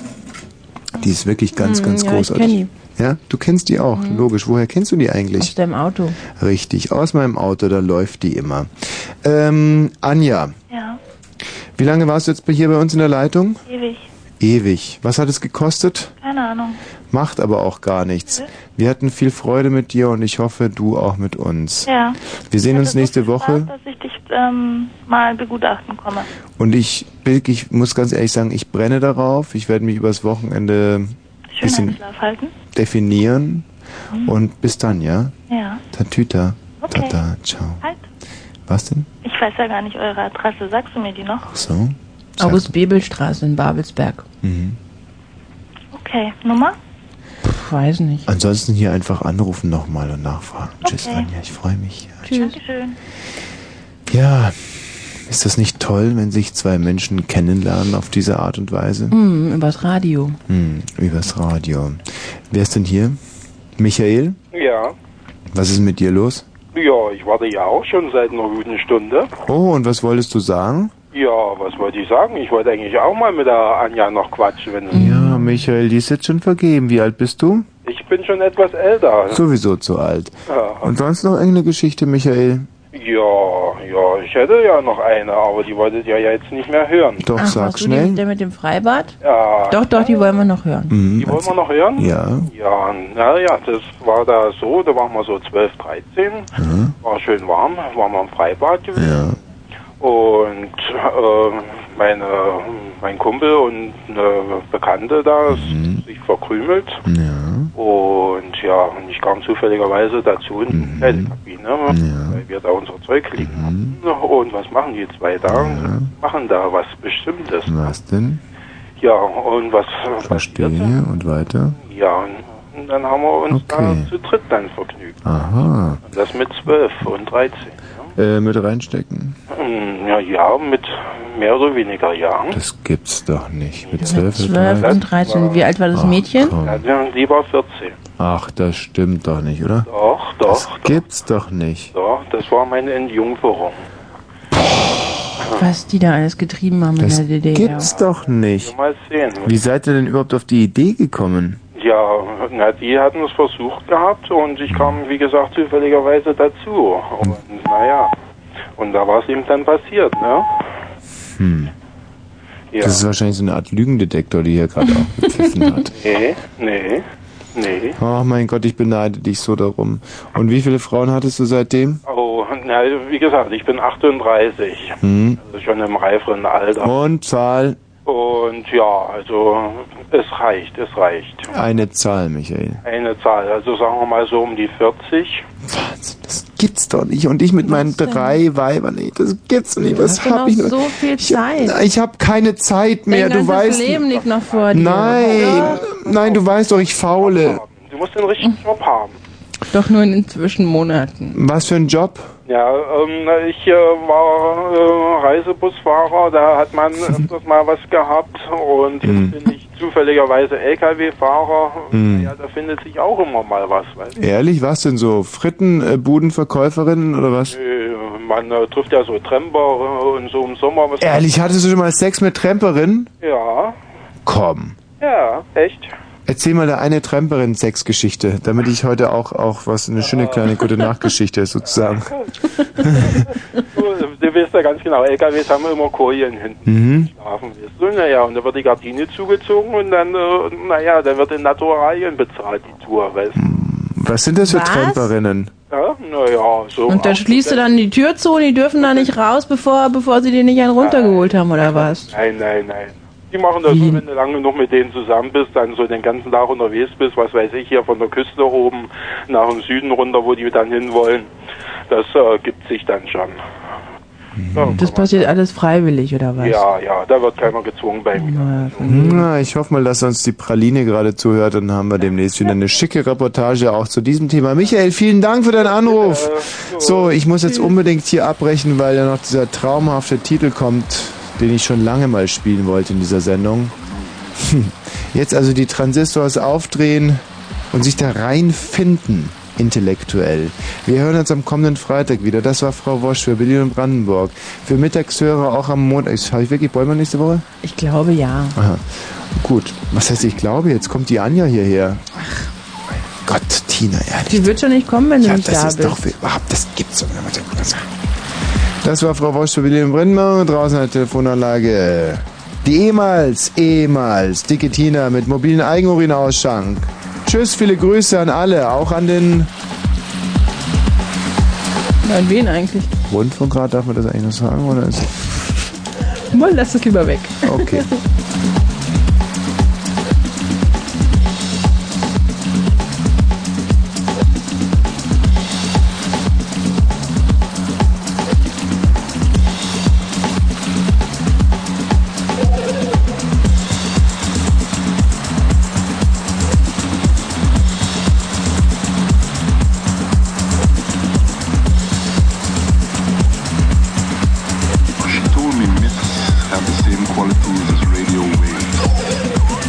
Die ist wirklich ganz,
Mhm,
ganz
ja, ich
großartig.
kenn Hm.
Ja, du kennst die auch, logisch. Woher kennst du die eigentlich?
Aus deinem Auto.
Richtig, aus meinem Auto, da läuft die immer. Ähm, Anja,
Ja,
wie lange warst du jetzt bei- hier bei uns in der Leitung?
ewig.
Ewig. Was hat es gekostet?
Keine Ahnung.
Macht aber auch gar nichts. Wir hatten viel Freude mit dir und ich hoffe, du auch mit uns.
Ja.
Wir sehen
Ich
uns
hatte so
nächste
viel Spaß,
Woche
dass ich dich ähm, mal begutachten komme.
und ich, ich muss ganz ehrlich sagen, ich brenne darauf. Ich werde mich übers Wochenende ein bisschen
Schlaf halten.
definieren und bis dann, ja?
Mhm. Ja.
Tatüta.
Okay.
Tata, ciao.
Halt.
Was denn?
Ich weiß ja gar nicht eure Adresse. Sagst du mir die noch?
Ach so.
August-Bebel-Straße in Babelsberg.
Mhm.
Okay. Nummer?
Pff, weiß nicht.
Ansonsten hier einfach anrufen nochmal und nachfragen. Tschüss,
Okay.
Anja, ich freue mich.
Tschüss. Dankeschön.
Ja, ist das nicht toll, wenn sich zwei Menschen kennenlernen auf diese Art und Weise?
Hm, übers Radio.
Hm, übers Radio. Wer ist denn hier? Michael?
Ja.
Was ist mit dir los?
Ja, ich warte ja auch schon seit einer guten Stunde.
Oh, und was wolltest du sagen?
Ja, was wollte ich sagen? Ich wollte eigentlich auch mal mit der Anja noch quatschen. Wenn
Ja, Michael, die ist jetzt schon vergeben. Wie alt bist du?
Ich bin schon etwas älter.
Also. Sowieso zu alt.
Ja.
Und sonst noch irgendeine Geschichte, Michael?
Ja, ja, ich ich hätte ja noch eine, aber die wolltet ihr ja jetzt nicht mehr hören.
Ach, warst du die mit der mit dem Freibad?
Ja.
Doch, doch, die wollen wir noch hören.
Mhm.
Die wollen wir noch hören?
Ja.
Ja, naja, das war da so, da waren wir so 12, 13, war schön warm, waren wir im Freibad gewesen. Und ähm, meine, mein Kumpel und eine Bekannte da ist sich verkrümelt. Und ja, und ich kam zufälligerweise dazu in die Kabine, weil wir da unser Zeug liegen hatten. Und was machen die zwei da? Machen da was Bestimmtes.
Was denn?
Ja, und was,
Verstehe und weiter.
ja, und dann haben wir uns
Okay.
da zu dritt dann vergnügt.
Aha.
Und das mit 12 und 13.
Äh, mit reinstecken?
Hm, Ja, ja, mit mehr oder weniger Jahren.
Das gibt's doch nicht. Mit
Mit
12,
12 und 13. Wie alt war das Mädchen?
Ja, die war 14.
Ach, das stimmt doch nicht, oder?
Doch,
Das
doch,
gibt's doch nicht.
doch. Das war meine Entjungferung.
Was die da alles getrieben haben
Das
in der DDR.
gibt's doch nicht.
Mal sehen.
Wie seid ihr denn überhaupt auf die Idee gekommen?
Ja, na, die hatten es versucht gehabt und ich kam, wie gesagt, zufälligerweise dazu. Und naja, und da war es eben dann passiert, ne?
Hm.
Ja.
Das ist wahrscheinlich so eine Art Lügendetektor, die hier
[LAUGHS]
gerade auch gepfiffen hat.
[LAUGHS] Nee, nee, nee.
Oh mein Gott, ich beneide dich so darum. Und wie viele Frauen hattest du seitdem?
Oh, na, wie gesagt, ich bin 38,
Hm.
also schon im reiferen Alter.
Und Zahl?
Und ja, also es reicht, es reicht.
Eine Zahl, Michael.
Eine Zahl, also sagen wir mal so um die 40.
Wahnsinn, das gibt's doch nicht. Und ich mit meinen drei Weibern, ey, das gibt's doch nicht. Was
Du hast
hab ich
noch
nur?
so viel Zeit.
Ich habe keine Zeit mehr,
Dein
du
ganzes
weißt.
Leben liegt noch vor dir.
Nein, nein, du weißt doch, ich faule.
Du musst den richtigen Job haben.
Doch nur in den Zwischenmonaten.
Was für ein Job?
Ja, ähm, ich äh, war äh, Reisebusfahrer, da hat man öfters mal was gehabt und
Hm.
jetzt bin ich zufälligerweise LKW-Fahrer.
Hm.
Ja, da findet sich auch immer mal was, weißt du?
Ehrlich, was denn so? Frittenbudenverkäuferinnen oder was?
Äh, Man äh, trifft ja so Tremper äh, und so im Sommer was.
Ehrlich, hattest du schon mal Sex mit Tremperin?
Ja,
Komm.
ja, echt.
Erzähl mal da eine Tremperin-Sexgeschichte, damit ich heute auch, auch was, eine schöne kleine gute Nachgeschichte sozusagen.
Du, du weißt ja ganz genau, LKWs haben immer Kojen hinten.
Mhm.
Hafen ist so, naja, und da wird die Gardine zugezogen und dann, äh, naja, dann wird in Naturalien bezahlt, die Tour, weißt du?
Was sind das für
Was?
Tremperinnen?
Ja, naja, so.
Und dann schließt du dann die Tür zu und die dürfen da nicht raus, bevor, bevor sie dir nicht einen runtergeholt haben, oder was?
Nein, nein, nein. Die machen das so, wenn du lange noch mit denen zusammen bist, dann so den ganzen Tag unterwegs bist, was weiß ich, hier von der Küste oben nach dem Süden runter, wo die dann hinwollen. Das äh, gibt sich dann schon.
Das passiert alles freiwillig, oder was?
Ja, ja, da wird keiner gezwungen bei mir.
Na, ich hoffe mal, dass uns die Praline gerade zuhört und dann haben wir demnächst wieder eine schicke Reportage auch zu diesem Thema. Michael, vielen Dank für deinen Anruf. So, ich muss jetzt unbedingt hier abbrechen, weil ja noch dieser traumhafte Titel kommt, den ich schon lange mal spielen wollte in dieser Sendung. Hm. Jetzt also die Transistors aufdrehen und sich da reinfinden, intellektuell. Wir hören uns am kommenden Freitag wieder. Das war Frau Wosch für Berlin und Brandenburg. Für Mittagshörer auch am Montag. Habe ich wirklich Bäume nächste Woche?
Ich glaube ja.
Aha. Gut. Was heißt, ich glaube, jetzt kommt die Anja hierher. Ach. Gott, Tina, ehrlich.
Die wird schon nicht kommen, wenn du
Ja,
nicht
das
da
ist
bist.
doch überhaupt, das gibt's doch nicht. Das- Das war Frau Wosch für William Brindmann. Draußen an der Telefonanlage. Die ehemals, ehemals dicke Tina mit mobilen Eigenurinausschank. Tschüss, viele Grüße an alle, auch an den
An wen eigentlich?
Rundfunkrat, darf man das eigentlich noch sagen? Oder ist
Mal, lass das lieber weg. [LAUGHS]
Okay.
She told me myths have the same quality as radio waves.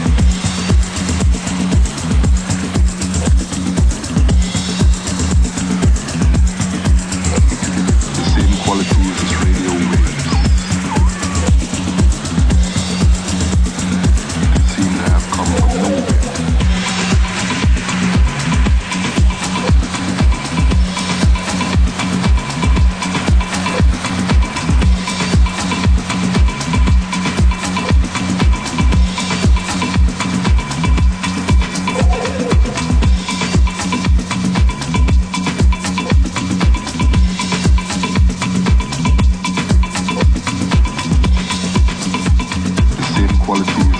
quality